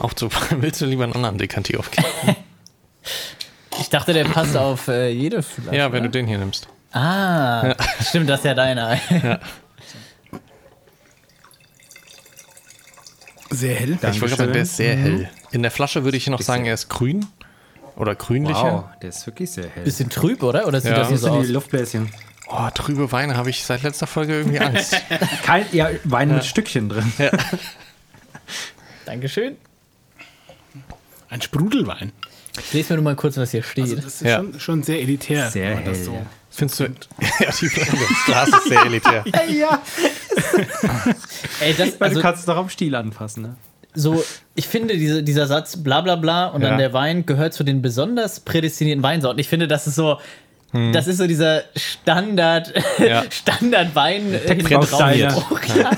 aufzubauen. Willst du lieber einen anderen Dekantier aufgeben? Ich dachte, der passt auf äh, jede Flasche. Ja, ne? wenn du den hier nimmst. Ah, stimmt, das ist ja deiner. sehr hell. Ich wollte gerade sagen, der ist sehr hell. In der Flasche würde ich noch sagen, er ist grün oder grünlicher. Wow, der ist wirklich sehr hell. Bisschen trüb, oder? Oder sieht Ja. das nur Das so sind aus? die Luftbläschen. Oh, trübe Weine habe ich seit letzter Folge irgendwie Angst. Kein, ja, Wein mit Stückchen drin. ja. Dankeschön. Ein Sprudelwein. Ich lese mir nur mal kurz, was hier steht. Also das ist Ja. schon, schon sehr elitär. Sehr wenn man das hell. so- Findest du. Ja, die das Glas ist sehr elitär. ja. Ey, das, Weil also, du kannst es doch am Stiel anfassen, ne? so, ich finde, diese, dieser Satz bla bla bla und Ja. dann der Wein gehört zu den besonders prädestinierten Weinsorten. Ich finde, das ist so. Das ist so dieser Standard, Hm. Ja. Standardwein äh, hinten drauf. Textbausteine. ja.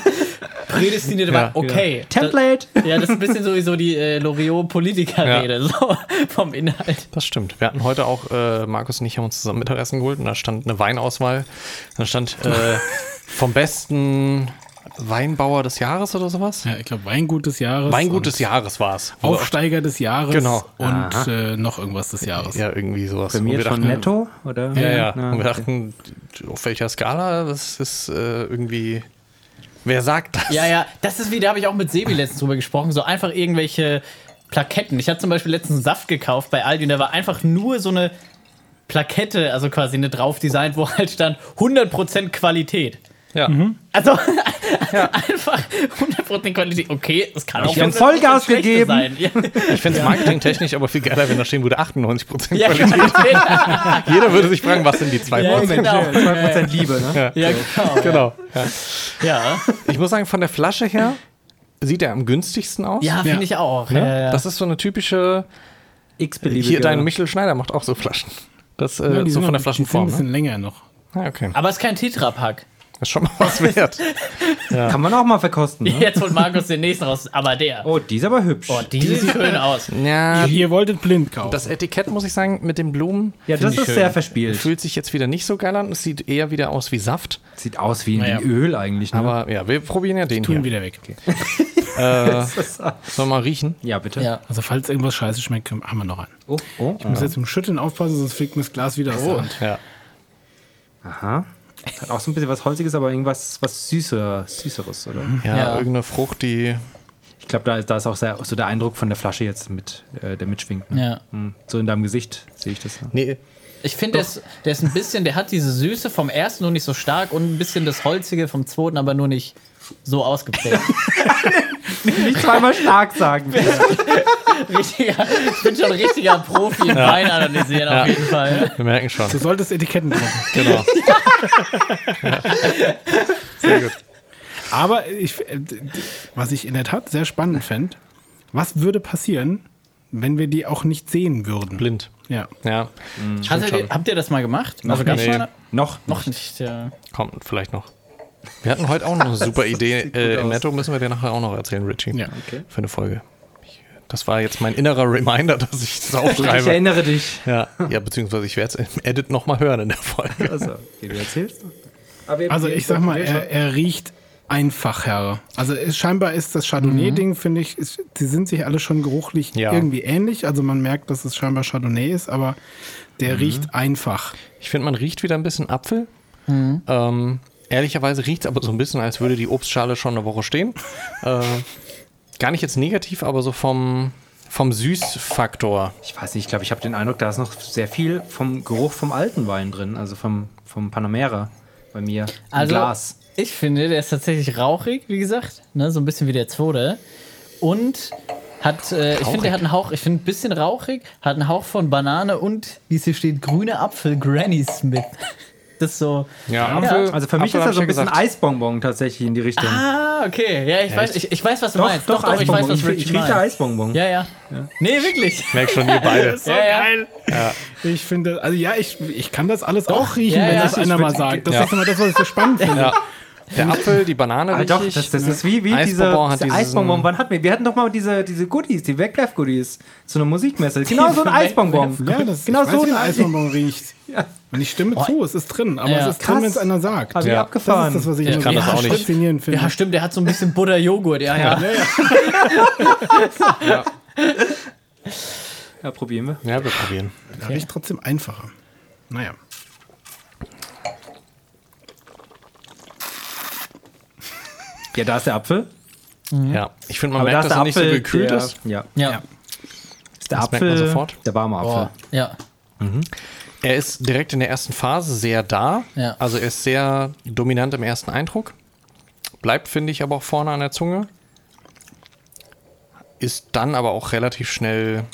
Prädestinierte Ja. genau. Wein, okay. Template. Da, ja, das ist ein bisschen sowieso die äh, Loriot-Politiker-Rede, so vom Inhalt. Das stimmt. Wir hatten heute auch, äh, Markus und ich haben uns zusammen Mittagessen geholt und da stand eine Weinauswahl. Da stand äh, vom besten Weinbauer des Jahres oder sowas. Ja, ich glaube, Weingut des Jahres. Weingut des Jahres war es. und Aufsteiger des Jahres. Genau. Und äh, noch irgendwas des Jahres. Ja, irgendwie sowas. Und Prämiert wir von dachten, Netto, oder? Ja, ja. Na, und wir okay. dachten, auf welcher Skala, das ist äh, irgendwie. Wer sagt das? Ja, ja, das ist wie, da habe ich auch mit Sebi letztens drüber gesprochen, so einfach irgendwelche Plaketten. Ich habe zum Beispiel letztens einen Saft gekauft bei Aldi und da war einfach nur so eine Plakette, also quasi eine drauf designt, wo halt stand 100% Qualität. Ja. Also einfach 100% Qualität. Okay, es kann auch hab 100% Vollgas schlechte gegeben. sein. Ja, Ich finde es marketingtechnisch aber viel geiler, wenn da stehen würde 98% Qualität. ja, genau. Jeder würde sich fragen, was sind die zwei Ja, Prozent? Mensch, Genau. ja, 2% Liebe, ne? ja, genau. Genau. Ja. Ja, Ich muss sagen, von der Flasche her sieht er am günstigsten aus. ja Ja. finde ich auch. Ne? Ja, ja, ja. Das ist so eine typische. X-beliebige. Hier, dein Michel Schneider macht auch so Flaschen. Das äh, Die so sind von noch- der Flaschenform. Die sind ein Ne? bisschen länger noch. Ah, okay. Aber es ist kein Tetrapack. Das ist schon mal was wert. Kann man auch mal verkosten, ne? Jetzt holt Markus den nächsten raus, aber der. Oh, die ist aber hübsch. Oh, die sieht schön aus. Ja, Ihr wolltet blind kaufen. das Etikett, muss ich sagen, mit den Blumen ja, das ich ist schön. sehr verspielt. fühlt sich jetzt wieder nicht so geil an. Es sieht eher wieder aus wie Saft. Sieht aus wie, Naja. wie Öl eigentlich, ne? Aber ja, wir probieren ja den tun hier. wieder weg. Sollen wir mal riechen? ja, bitte. Ja. Also falls irgendwas scheiße schmeckt, können- haben wir noch einen. Oh, oh, Ich muss jetzt im Schütteln aufpassen, sonst fliegt mir das Glas wieder aus der Hand. Ja. Aha. Hat auch so ein bisschen was Holziges, aber irgendwas was Süßer, Süßeres, oder? Ja, Ja. irgendeine Frucht, die. Ich glaube, da, da ist auch sehr, so der Eindruck von der Flasche jetzt mit, äh, der mitschwingt. Ne? Ja. Hm. So in deinem Gesicht sehe ich das. Ne? Nee, Ich finde, der, ist- der ist ein bisschen, der hat diese Süße vom ersten nur nicht so stark und ein bisschen das Holzige vom zweiten, aber nur nicht so ausgeprägt. Nicht zweimal stark sagen. richtiger, ich bin schon ein richtiger Profi im Wein analysieren auf jeden Fall. wir merken schon. Du solltest Etiketten drucken. Genau. Sehr gut. Aber ich, äh, d- d- was ich in der Tat sehr spannend fände, was würde passieren, wenn wir die auch nicht sehen würden? Blind. Ja. Ja. Hast du, schon. habt ihr das mal gemacht? Noch Also, nicht. mal- Noch? Noch nicht, ja. Kommt vielleicht noch. Wir hatten heute auch noch eine super Idee. gut Äh, Im aus. Netto müssen wir dir nachher auch noch erzählen, Richie. Ja. Okay. Für eine Folge. Ich- Das war jetzt mein innerer Reminder, dass ich das Ich aufschreibe. erinnere dich. Ja, ja, beziehungsweise ich werde es im Edit nochmal hören in der Folge. Also, wie du erzählst. Also ich sag mal, er, er riecht einfach, Herr. Also es, scheinbar ist das Chardonnay-Ding, finde ich, ist, die sind sich alle schon geruchlich Ja. irgendwie ähnlich. Also man merkt, dass es scheinbar Chardonnay ist, aber der riecht einfach. Ich finde, man riecht wieder ein bisschen Apfel. Mhm. Ähm, ehrlicherweise riecht es aber so ein bisschen, als würde die Obstschale schon eine Woche stehen. äh, gar nicht jetzt negativ, aber so vom, vom Süßfaktor. Ich weiß nicht, ich glaube, ich habe den Eindruck, da ist noch sehr viel vom Geruch vom alten Wein drin, also vom, vom Panamera bei mir. Im Also, Glas. ich finde, der ist tatsächlich rauchig, wie gesagt. Ne, so ein bisschen wie der zweite. Und hat, äh, ich finde, der hat einen Hauch, ich finde, ein bisschen rauchig, hat einen Hauch von Banane und, wie es hier steht, grüne Apfel, Granny Smith. Das ist so. Ja, Also für Apfel hab mich ist das ich so ja ein bisschen gesagt. Eisbonbon tatsächlich in die Richtung. Ah, okay. Ja, ich, weiß, ich, ich weiß, was du meinst. Doch, doch, ich weiß, was Ich, Rich ich rieche meint. Eisbonbon. Ja, ja, Nee, wirklich. Merk schon, ihr beide. So Ja, ja. geil. Ich finde, also ja, ich, ich kann das alles auch riechen, Ja, wenn ja. das einer mal sagt. Das Ja. ist immer das, was ich so spannend finde. Ja. Der Apfel, die Banane Ah, richtig. doch, das, das ist wie, wie Eisbonbon diese, hat diese diesen- Eisbonbon. Wann hatten wir? Wir hatten doch mal diese, diese Goodies, die Wegwerf-Goodies zu einer Musikmesse. Genau so ein Eisbonbon. Ja, das genau ich weiß, so wie ein ein Eisbonbon. Eisbonbon riecht. Und ich stimme zu, es ist drin, aber Ja. es ist drin, Krass. wenn es einer sagt. Hab ich Ja. Das abgefahren. ist das, was ich Ich immer kann so das auch nicht. faszinierend finde. Ja, stimmt, der hat so ein bisschen Butter-Joghurt. Ja, Ne? ja. ja, probieren wir. Ja, wir probieren. Da riecht trotzdem einfacher. Naja. Ja, da ist der Apfel. Ja, ich finde, man Mhm. Aber merkt, da ist dass der er Apfel, nicht so gekühlt der, ist. Ja, Ja. Ja. ist der Das merkt Apfel, man sofort. der warme Apfel. Boah. Ja. Er ist direkt in der ersten Phase sehr da. Ja. Also er ist sehr dominant im ersten Eindruck. Bleibt, finde ich, aber auch vorne an der Zunge. Ist dann aber auch relativ schnell,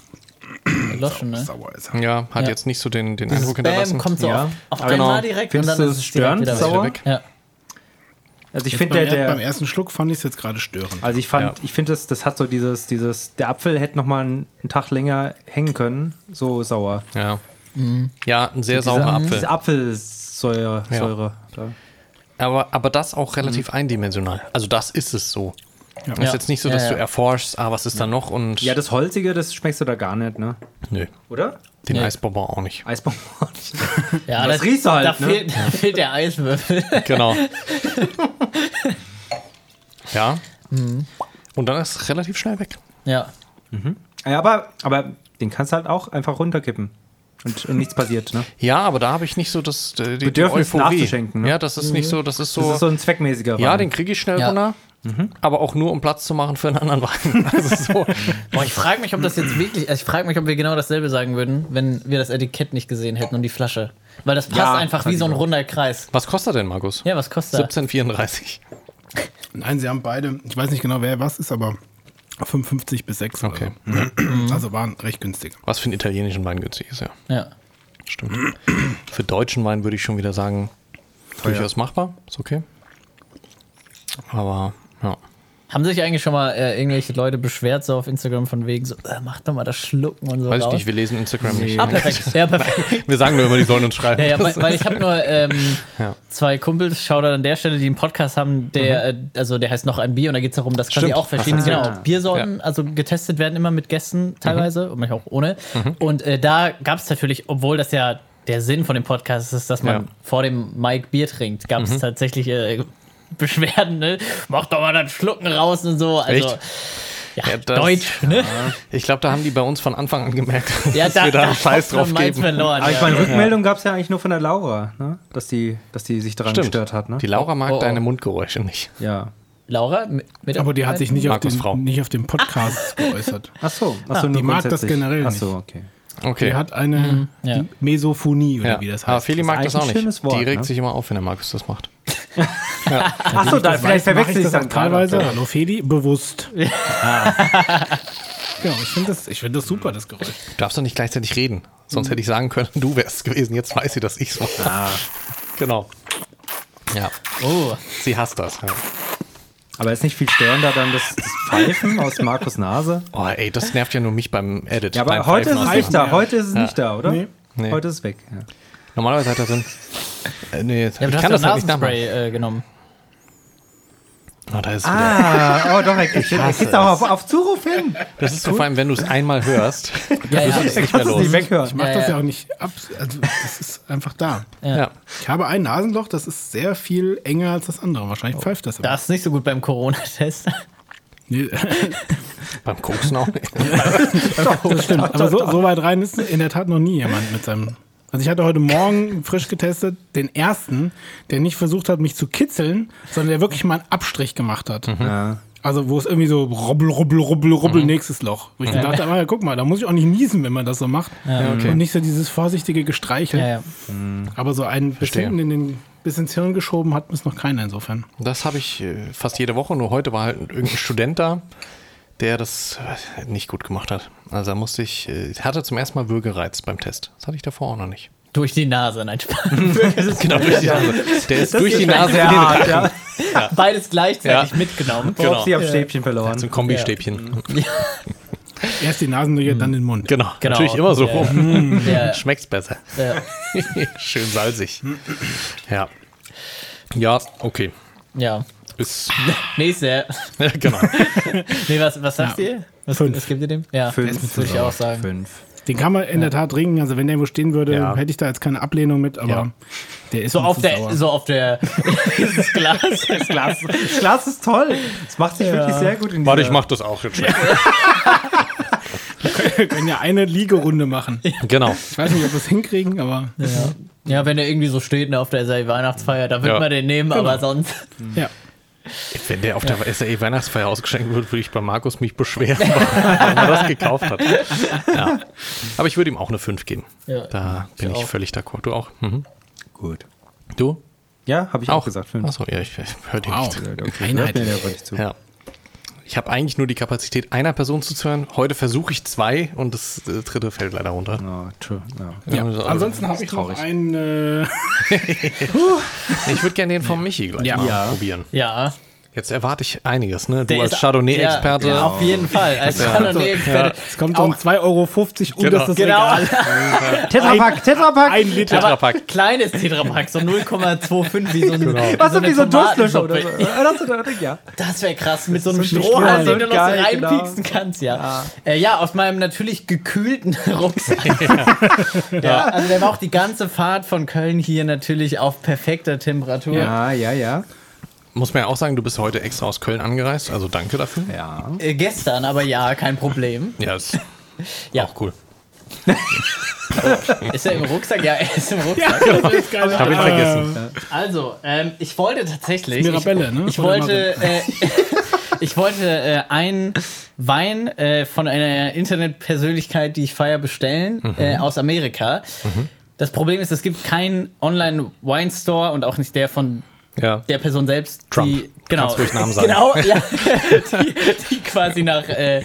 Erloschen, ne? Sauer ist er. ja, hat Ja. jetzt nicht so den, den Dieses Eindruck hinterlassen. Bam kommt so Ja. auf, auf Aber einmal genau. direkt Findest und dann ist du es es direkt störend, wieder sauer? weg. Ja. Also ich Jetzt finde, beim, der, er- der, beim ersten Schluck fand ich es jetzt gerade störend. Also ich fand, Ja. ich finde, das, das hat so dieses, dieses, der Apfel hätte noch mal einen, einen Tag länger hängen können, so sauer. Ja. ja, ein sehr saurer Mhm. Diese- Apfel. Diese Apfelsäure. Ja. Säure. Da. Aber, aber das auch Mhm. relativ eindimensional. Also das ist es so. Ist Ja. jetzt nicht so, Ja, dass ja. du erforschst, ah, was ist da noch und Ja, das Holzige, das schmeckst du da gar nicht, ne? nö, Oder? den Nee. Eisbonbon auch nicht. Eisbaum. Ja, Das riechst du halt, Da, ne? fehlt, da fehlt der Eiswürfel. Genau. ja. Mhm. Und dann ist es relativ schnell weg. ja. ja, aber, aber den kannst du halt auch einfach runterkippen. Und, und nichts passiert, ne? Ja, aber da habe ich nicht so das äh, die, Bedürfnis die Euphorie. nachzuschenken, ne? Ja, das ist nicht so, das ist so. Das ist so ein zweckmäßiger ja, Wein. den kriege ich schnell Ja. runter, aber auch nur um Platz zu machen für einen anderen Wein. Also so. Boah, ich frage mich, ob das jetzt wirklich. Ich frage mich, ob wir genau dasselbe sagen würden, wenn wir das Etikett nicht gesehen hätten und die Flasche. Weil das passt Ja, einfach kann wie so ein ich auch. runder Kreis. Was kostet er denn, Markus? Ja, was kostet das? 17,34. Nein, sie haben beide, ich weiß nicht genau, wer was ist, aber 55 bis 6. Okay. Also, also waren recht günstig. Was für einen italienischen Wein günstig ist, ja. Ja. Stimmt. Für deutschen Wein würde ich schon wieder sagen, durchaus machbar. Ist okay. Aber, ja. Haben sich eigentlich schon mal äh, irgendwelche Leute beschwert, so auf Instagram von wegen, so, äh, mach doch mal das Schlucken und so. Weiß raus. ich nicht, wir lesen Instagram nicht. Ah, perfekt. Ja, perfekt. Wir sagen nur immer, die sollen uns schreiben. Ja, ja, weil, weil ich habe nur ähm, Ja. zwei Kumpels, Shoutout an der Stelle, die einen Podcast haben, der, äh, also der heißt noch ein Bier und da geht es darum, dass quasi Mhm. Stimmt. auch verschiedene Ah. genau, Biersorten also getestet werden, immer mit Gästen teilweise Mhm. und manchmal auch ohne. Und äh, da gab es natürlich, obwohl das ja der Sinn von dem Podcast ist, dass man Ja. Mhm. vor dem Mike Bier trinkt, gab es tatsächlich äh, Beschwerden, ne? Mach doch mal das Schlucken raus und so. Also, Echt? Ja, Ja, das- Deutsch, ne? Ich glaube, da haben die bei uns von Anfang an gemerkt, Ja, dass wir da einen Scheiß hat man drauf meins geben. Verloren, aber ich ja. meine, Rückmeldung gab es ja eigentlich nur von der Laura, ne? Dass die, dass die sich daran gestört hat, ne? Die Laura mag Oh, oh. deine Mundgeräusche nicht. ja. Laura, mit- mit Aber die hat sich nicht auf, Markus Frau. den, nicht auf den Podcast geäußert. Ach so, ach so die mag das generell Ach so, okay. Okay. Die hat eine ja. die Mesophonie oder Mhm, ja. wie das Aber heißt. Feli mag eigentlich das auch ein nicht. schönes Wort, die regt ne? sich immer auf, wenn der Markus das macht. Ach so, da, Weiß, vielleicht mach verwechsel ich das dann auch teilweise. gerade. Hallo Feli, bewusst. Ja. Genau, ich finde das, ich find das super, das Geräusch. Du darfst doch nicht gleichzeitig reden. Sonst hätte ich sagen können, du wärst es gewesen. Jetzt weiß sie, dass ich es mache. Genau. Ja, Oh, sie hasst das. Ja. Aber ist nicht viel störender dann das, das Pfeifen aus Markus Nase? Oh, ey, das nervt ja nur mich beim Edit. Ja, aber beim heute ist Pfeifen aus- es nicht da. Heute ist es nicht da, oder? Nee. Nee. Heute ist es weg. Ja. Normalerweise hat er so ein. Äh, nee, jetzt- ja, ich du kann hast das das halt nicht nachmachen. Nasenspray äh, genommen. Oh, da ist es wieder. Ah, oh doch, er kriegt er kriegt's auch auf, auf Zuruf hin. Das ist so vor allem, wenn du es einmal hörst. Ja, ja. Er nicht mehr kann es los. nicht Ich weghören. mache Ja, das ja. ja auch nicht ab. Also, das ist einfach da. Ja. Ich habe ein Nasenloch, das ist sehr viel enger als das andere. Oh. Wahrscheinlich pfeift das immer. Das ist nicht so gut beim Corona-Test. Nee, Beim Koksen auch. nicht. das stimmt. Aber so, so weit rein ist in der Tat noch nie jemand mit seinem. Also ich hatte heute Morgen frisch getestet den ersten, der nicht versucht hat, mich zu kitzeln, sondern der wirklich mal einen Abstrich gemacht hat. Ja. Also wo es irgendwie so rubbel, rubbel, rubbel, rubbel, nächstes Loch. Wo ich dann dachte, ah, ja, guck mal, da muss ich auch nicht niesen, wenn man das so macht. okay. Und nicht so dieses vorsichtige Gestreichel. Ja, ja. Aber so einen bis Verstehe. hinten in den bis ins Hirn geschoben hat es noch keiner insofern. Das habe ich äh, fast jede Woche, nur heute war halt irgendein Student da, der das äh, nicht gut gemacht hat. Also da musste ich, äh, hatte zum ersten Mal Würgereiz beim Test. Das hatte ich davor auch noch nicht. Durch die Nase, nein, Spaß. Genau, durch die Nase. Der ist durch die schon Nase sehr in den hart, Rachen. ja. Beides gleichzeitig Ja. mitgenommen. Genau. Genau. sie auf Stäbchen So ein verloren. Kombistäbchen. Erst die Nasenlöcher, dann den Mund. Genau, Genau. natürlich immer so Ja. rum. Ja, Schmeckt's besser. ja, Schön salzig. Ja. Ja, okay. ja. Ist, Nächste. ja, genau. Nee, was, was sagst ihr? Was, Fünf. was gebt ihr dem? Ja, das würde ich auch sagen. Fünf. Den kann man in der Tat trinken. Also wenn der wo stehen würde, Ja. hätte ich da jetzt keine Ablehnung mit, aber Ja. der ist So mir auf zu der, sauer. so auf der, dieses Glas. Das Glas. Das Glas ist toll. Es macht sich wirklich sehr gut in Warte, dieser- ich mach das auch jetzt schnell. Wir können ja eine Liegerunde machen. Ich Genau. weiß nicht, ob wir es hinkriegen, aber ja. Ja. ja, wenn er irgendwie so steht ne, auf der Weihnachtsfeier, da wird Ja. Hm. man den nehmen, aber sonst. Wenn der auf der SAE Weihnachtsfeier ausgeschenkt wird, würde ich bei Markus mich beschweren, warum er das gekauft hat. Ja. Aber ich würde ihm auch eine 5 geben. Ja. Da bin ich, auch. völlig d'accord. Du auch? Mhm. Gut. Du? Ja, habe ich auch, gesagt. fünf. Achso, ja, ich, ich höre dir Wow. nicht. Okay, hört mir Einheitlich. der aber nicht zu. Ja. Ich habe eigentlich nur die Kapazität, einer Person zuzuhören. Heute versuche ich zwei und das äh, dritte fällt leider runter. Ah, true. Ja. Ja. Also, Ansonsten habe ich noch einen. Äh, Ich würde gerne den von Michi gleich Ja. mal Ja. probieren. Ja, Jetzt erwarte ich einiges, ne? Du Der als ist- Chardonnay-Experte. Ja, ja, auf jeden Fall. Als Chardonnay-Experte. es kommt um 2,50 Euro und Genau. das ist Genau. Regal. Tetrapack, Tetrapack. Ein Liter. Tetra Aber Pak. kleines Tetrapack, so 0,25 wie so ein Genau. Was so wie so ein Durstlöscher Tomatensuppe. oder so. Äh, Das, das, ja. Das wäre krass, mit so einem So ein Strohhalm, den Strohhalm. du noch Geil, so genau. reinpieksen kannst, ja. Äh, ja, aus meinem natürlich gekühlten Rucksack. ja. also der war auch die ganze Fahrt von Köln hier natürlich auf perfekter Temperatur. ja, ja, ja. Muss man ja auch sagen, du bist heute extra aus Köln angereist, also danke dafür. Ja. Äh, gestern, aber ja, kein Problem. Ja, ist Ja. auch cool. Ist er im Rucksack? Ja, er ist im Rucksack. Ich habe ihn vergessen. Äh, Also, ähm, ich wollte tatsächlich. Mirabelle, ich, ne? Ich Oder wollte, äh, ich wollte äh, einen Wein äh, von einer Internetpersönlichkeit, die ich feier, bestellen, Mhm. äh, aus Amerika. Das Problem ist, es gibt keinen Online-Wine-Store und auch nicht der von Ja. der Person selbst, Trump. die genau, Kannst ruhig Namen sagen. genau, ja, die, die quasi nach äh,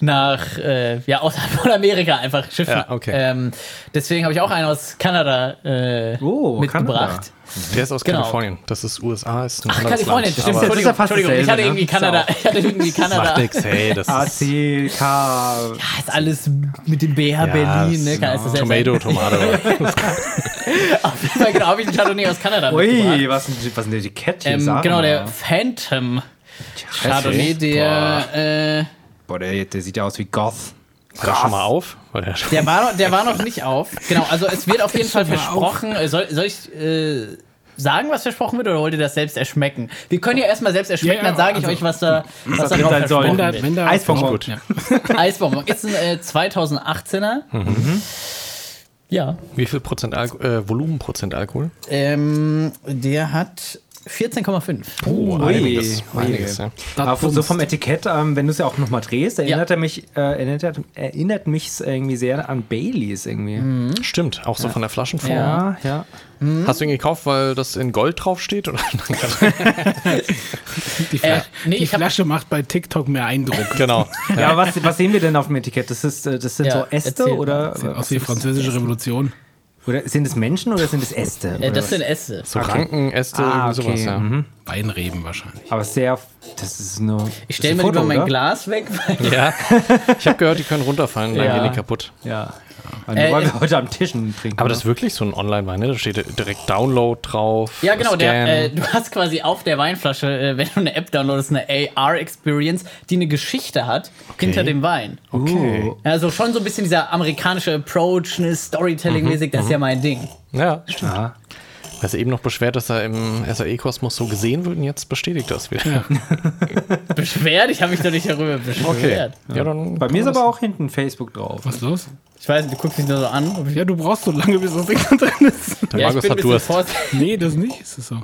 nach äh, ja außerhalb von Amerika einfach schiffen. Ja, okay. ähm, deswegen habe ich auch einen aus Kanada äh, Oh, mitgebracht. Der ist aus Genau. Kalifornien. Das ist USA, ist ein Ach, anderes Kalifornien, Land. stimmt. aber- Das ist ja Entschuldigung, fast Entschuldigung. Ich hatte dasselbe, irgendwie ne? Kanada. Ich hatte irgendwie Kanada. Macht nix, hey, Ah, das ist AC, K. Ah, Ist alles mit dem BH Berlin, ne? Kann, ist das genau. Tomato, Tomate. Ja, genau, habe ich einen Chardonnay aus Kanada mitgebracht. Ui, was ein, was ein Etikett hier Ähm, sag genau, mal. der Phantom Chardonnay, Chardonnay. der, äh, Boah, der, der sieht ja aus wie Goth. Hör schon mal auf. Weil der schon der, war noch, der war noch nicht auf. Genau, also es wird auf jeden Fall versprochen. Äh, Soll, soll ich äh, sagen, was versprochen wird, oder wollt ihr das selbst erschmecken? Wir können ja erstmal selbst erschmecken, Ja, ja, dann sage ich also- euch, was da, was da drin drauf sein soll. versprochen Wenn da, wird. wenn da Eisbonbon. Genau. Gut. Ja. Eisbonbon. Ist ein äh, 2018er. Ja. Wie viel Prozent Alko äh, Volumenprozent Alkohol? Ähm, der hat 14,5. Oh, einiges. Ui. einiges ja. Aber so vom Etikett, ähm, wenn du es ja auch nochmal drehst, erinnert Ja. er mich, äh, erinnert, erinnert mich irgendwie sehr an Baileys irgendwie. Mhm. Hm? Stimmt, auch so von der Flaschenform. Ja, ja. Hast du ihn gekauft, weil das in Gold draufsteht? Oder? Die, Fla Äh, nee, die ich hab- Flasche macht bei TikTok mehr Eindruck. genau. Ja, aber was, was sehen wir denn auf dem Etikett? Das, ist, äh, das sind Ja, so Äste erzähl mal. oder, Sieht aus wie die französische Revolution. oder sind es Menschen oder sind es Äste? Äh, Oder das sind was? Äste. So Ranken, Äste, Ah, irgendwie sowas. okay, Ja. Mhm. Weinreben wahrscheinlich. Aber sehr, das ist nur. Ich stelle mir lieber mein Glas weg. Weil, Ja, ich habe gehört, die können runterfallen, dann Ja. gehen die kaputt. Ja. Nur Äh, weil äh, wir heute am Tisch einen trinken. Aber ne? das ist wirklich so ein Online-Wein, ne? Da steht direkt Download drauf. ja, genau. Scan. Der, äh, du hast quasi auf der Weinflasche, äh, wenn du eine App downloadest, eine AR-Experience, die eine Geschichte hat hinter dem Wein. okay. Uh, Also schon so ein bisschen dieser amerikanische Approach, ne, Storytelling-mäßig, Mhm, das ist ja mein Ding. Ja, stimmt. Ja. Er ist eben noch beschwert, dass er im SAE-Kosmos so gesehen wird und jetzt bestätigt das wieder. Beschwert? Ich habe mich doch nicht darüber beschwert. Ja, dann Bei mir ist aber auch hinten Facebook drauf. Was ist los? Ich weiß nicht, du guckst mich nur so an. ob ich- Ja, du brauchst so lange, bis das Ding drin der ist. Markus ich bin ein hat bisschen Durst. vorsichtig. Nee, das nicht. Ist es so.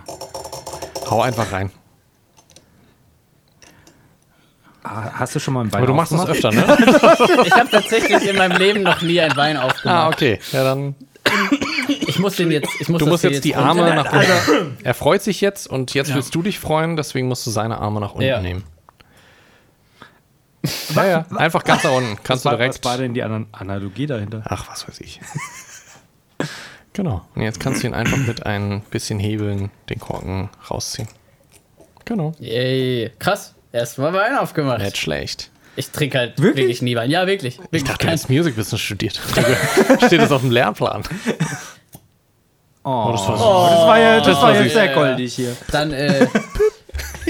Hau einfach rein. Ah, Hast du schon mal einen Wein Aber du machst das aufgemacht? öfter, ne? Ich habe tatsächlich in meinem Leben noch nie einen Wein ah, aufgemacht. okay. Ja, dann. Ich muss den jetzt. Ich muss Du das musst hier jetzt die runter- Arme nach unten. Er freut sich jetzt und jetzt willst du dich freuen, deswegen musst du seine Arme nach unten Ja. nehmen. Ja, ja. Einfach ganz nach unten. Kannst du Was- direkt. Was war denn die Anan- Analogie dahinter? Ach, was weiß ich. genau. Und jetzt kannst du ihn einfach mit ein bisschen Hebeln den Korken rausziehen. Genau. Yay. Krass. Erstmal Wein aufgemacht. Nicht schlecht. Ich trinke halt Wirklich? wirklich? nie Wein. Ja, wirklich. wirklich. Ich dachte, du Kein- hast Music Business studiert. Steht das auf dem Lehrplan? Oh, Das war so. das war ja, das war war ja süß. sehr goldig hier. Dann, äh,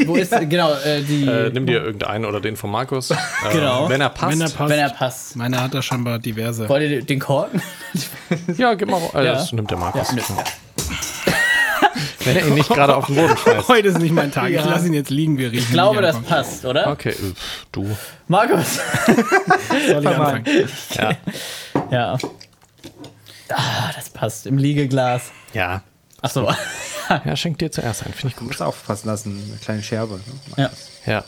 wo ist, genau, äh, die, Äh, nimm dir irgendeinen oder den von Markus. Äh, Genau. Wenn er passt. Wenn er passt. wenn er passt. Meiner hat da scheinbar diverse. Wollt ihr den Korken? Ja, gib mal. Äh, Ja. Das nimmt der Markus. Genau. Ja, Wenn er ihn nicht gerade auf den Boden schmeißt. Heute ist nicht mein Tag. Ich lasse ihn jetzt liegen. Wir riechen. Ich glaube, ihn das einfach. passt, oder? Okay, äh, pf, du. Markus. Soll ich anfangen? Ja. Ah, das passt. Im Liegeglas. Ja. Achso. Ja, schenkt dir zuerst ein, finde ich Du gut. musst aufpassen lassen, eine kleine Scherbe. ne? Ja. Ja.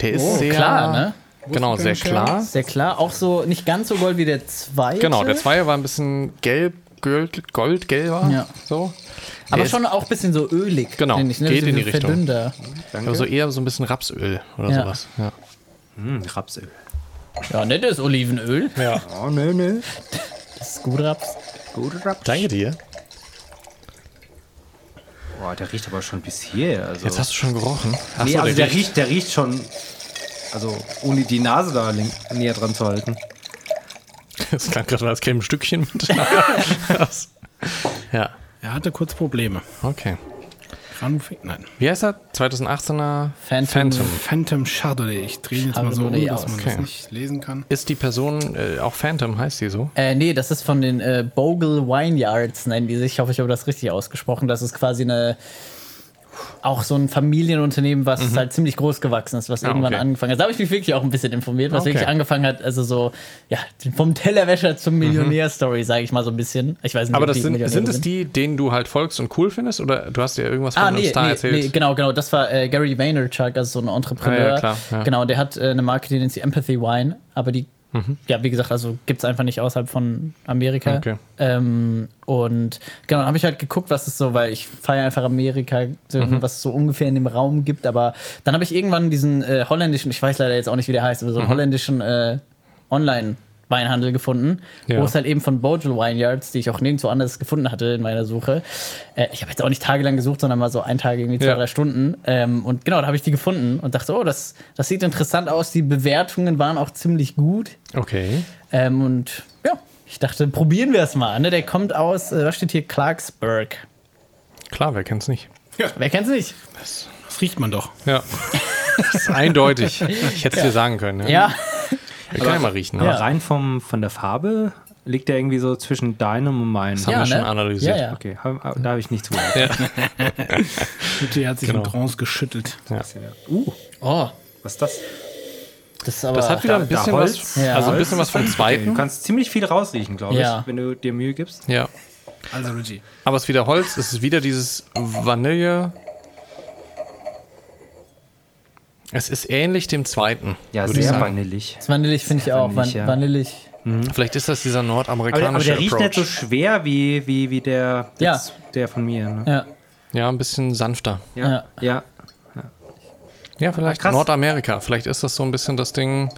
Der ist Oh, sehr klar, ne? Genau, Wusste sehr ich gar nicht, klar. Sehr klar. Auch so nicht ganz so gold wie der zweite. Genau, der Zweier war ein bisschen gelb, gold, goldgelber. Ja. So. Aber Der schon auch ein bisschen so ölig. Genau, finde ich, ne? geht in So die Richtung. Verdünnder. Ist, also eher so ein bisschen Rapsöl oder Ja. sowas. Ja. Hm, Rapsöl. Ja, nettes Olivenöl. Oh, nö, nö. Das ist gut Raps. Gute Raps. Danke dir. Boah, der riecht aber schon bis hier. Also. Jetzt hast du schon gerochen. Achso, nee, also der riecht, der riecht schon. Also ohne die Nase da link, näher dran zu halten. Das klang gerade, als käme ein Stückchen mit. ja, Er hatte kurz Probleme. okay. Granufink, nein. Wie heißt er? 2018er Phantom. Phantom Chardonnay. Ich drehe ihn jetzt mal so um, Chardonnay dass man aus, okay. das nicht lesen kann. Ist die Person, äh, auch Phantom heißt sie so? Äh, nee, das ist von den äh, Bogle Wineyards, nennen die sich. Ich hoffe, ich habe das richtig ausgesprochen. Das ist quasi eine. Auch so ein Familienunternehmen, was halt ziemlich groß gewachsen ist, was Mhm. Ah, irgendwann okay. angefangen hat. Da habe ich mich wirklich auch ein bisschen informiert, was Okay. wirklich angefangen hat. Also so, ja, vom Tellerwäscher zum Millionär-Story, sage ich mal so ein bisschen. Ich weiß nicht, Mhm. Aber ob das die sind, Millionäre sind es die, denen du halt folgst und cool findest? Oder du hast dir irgendwas von Ah, einem nee, Star nee, erzählt? nee, genau, genau. Das war äh, Gary Vaynerchuk, also so ein Entrepreneur. Ah, ja, klar, ja. Genau, der hat äh, eine Marke, die nennt sich Empathy Wine, aber die, ja, wie gesagt, also gibt es einfach nicht außerhalb von Amerika. Mhm. Okay. Ähm, und genau, dann habe ich halt geguckt, was es so, weil ich feiere einfach Amerika, so, Mhm. was es so ungefähr in dem Raum gibt. Aber dann habe ich irgendwann diesen äh, holländischen, ich weiß leider jetzt auch nicht, wie der heißt, aber Mhm. so einen holländischen äh, Online- Weinhandel gefunden, Ja. wo es halt eben von Bogle Vineyards, die ich auch nirgendwo anders gefunden hatte in meiner Suche. Äh, ich habe jetzt auch nicht tagelang gesucht, sondern mal so ein Tag irgendwie zwei, Ja. drei Stunden. Ähm, und genau, da habe ich die gefunden und dachte, oh, das, das sieht interessant aus. Die Bewertungen waren auch ziemlich gut. Okay. Ähm, und ja, ich dachte, probieren wir es mal. Ne? Der kommt aus, äh, was steht hier? Clarksburg. Klar, wer kennt's nicht? Wer kennt's nicht? Das riecht man doch. Ja. das ist eindeutig. Ich hätte es dir sagen können. ne? Ja. Wir können ja mal riechen. Aber ne? Ja. rein vom, von der Farbe liegt der irgendwie so zwischen deinem und meinem. haben ja, ne? wir schon analysiert. Ja, ja. Okay, hab, da habe ich nichts gehört. Bitte, hat sich in Trance geschüttelt. Uh, Oh, was ist das? das ist aber. Das hat wieder ein da bisschen was. Holz. Ja. Also ein bisschen was vom Du zweiten. kannst ziemlich viel rausriechen, glaube ich, Ja. wenn du dir Mühe gibst. Ja. Also Reggie. Aber es ist wieder Holz, es ist wieder dieses Vanille. Es ist ähnlich dem zweiten. Ja, würde ich sehr sagen. vanillig. das vanillig finde ich auch. Van vanillig, ja. Vanillig. Vielleicht ist das dieser Aber, aber nordamerikanische der riecht nicht Approach. so schwer wie, wie, wie der, Ja. jetzt- der von mir. Ne? Ja. ja, ein bisschen sanfter. Ja. Ja. ja. Ja, vielleicht krass. Nordamerika. Vielleicht ist das so ein bisschen das Ding,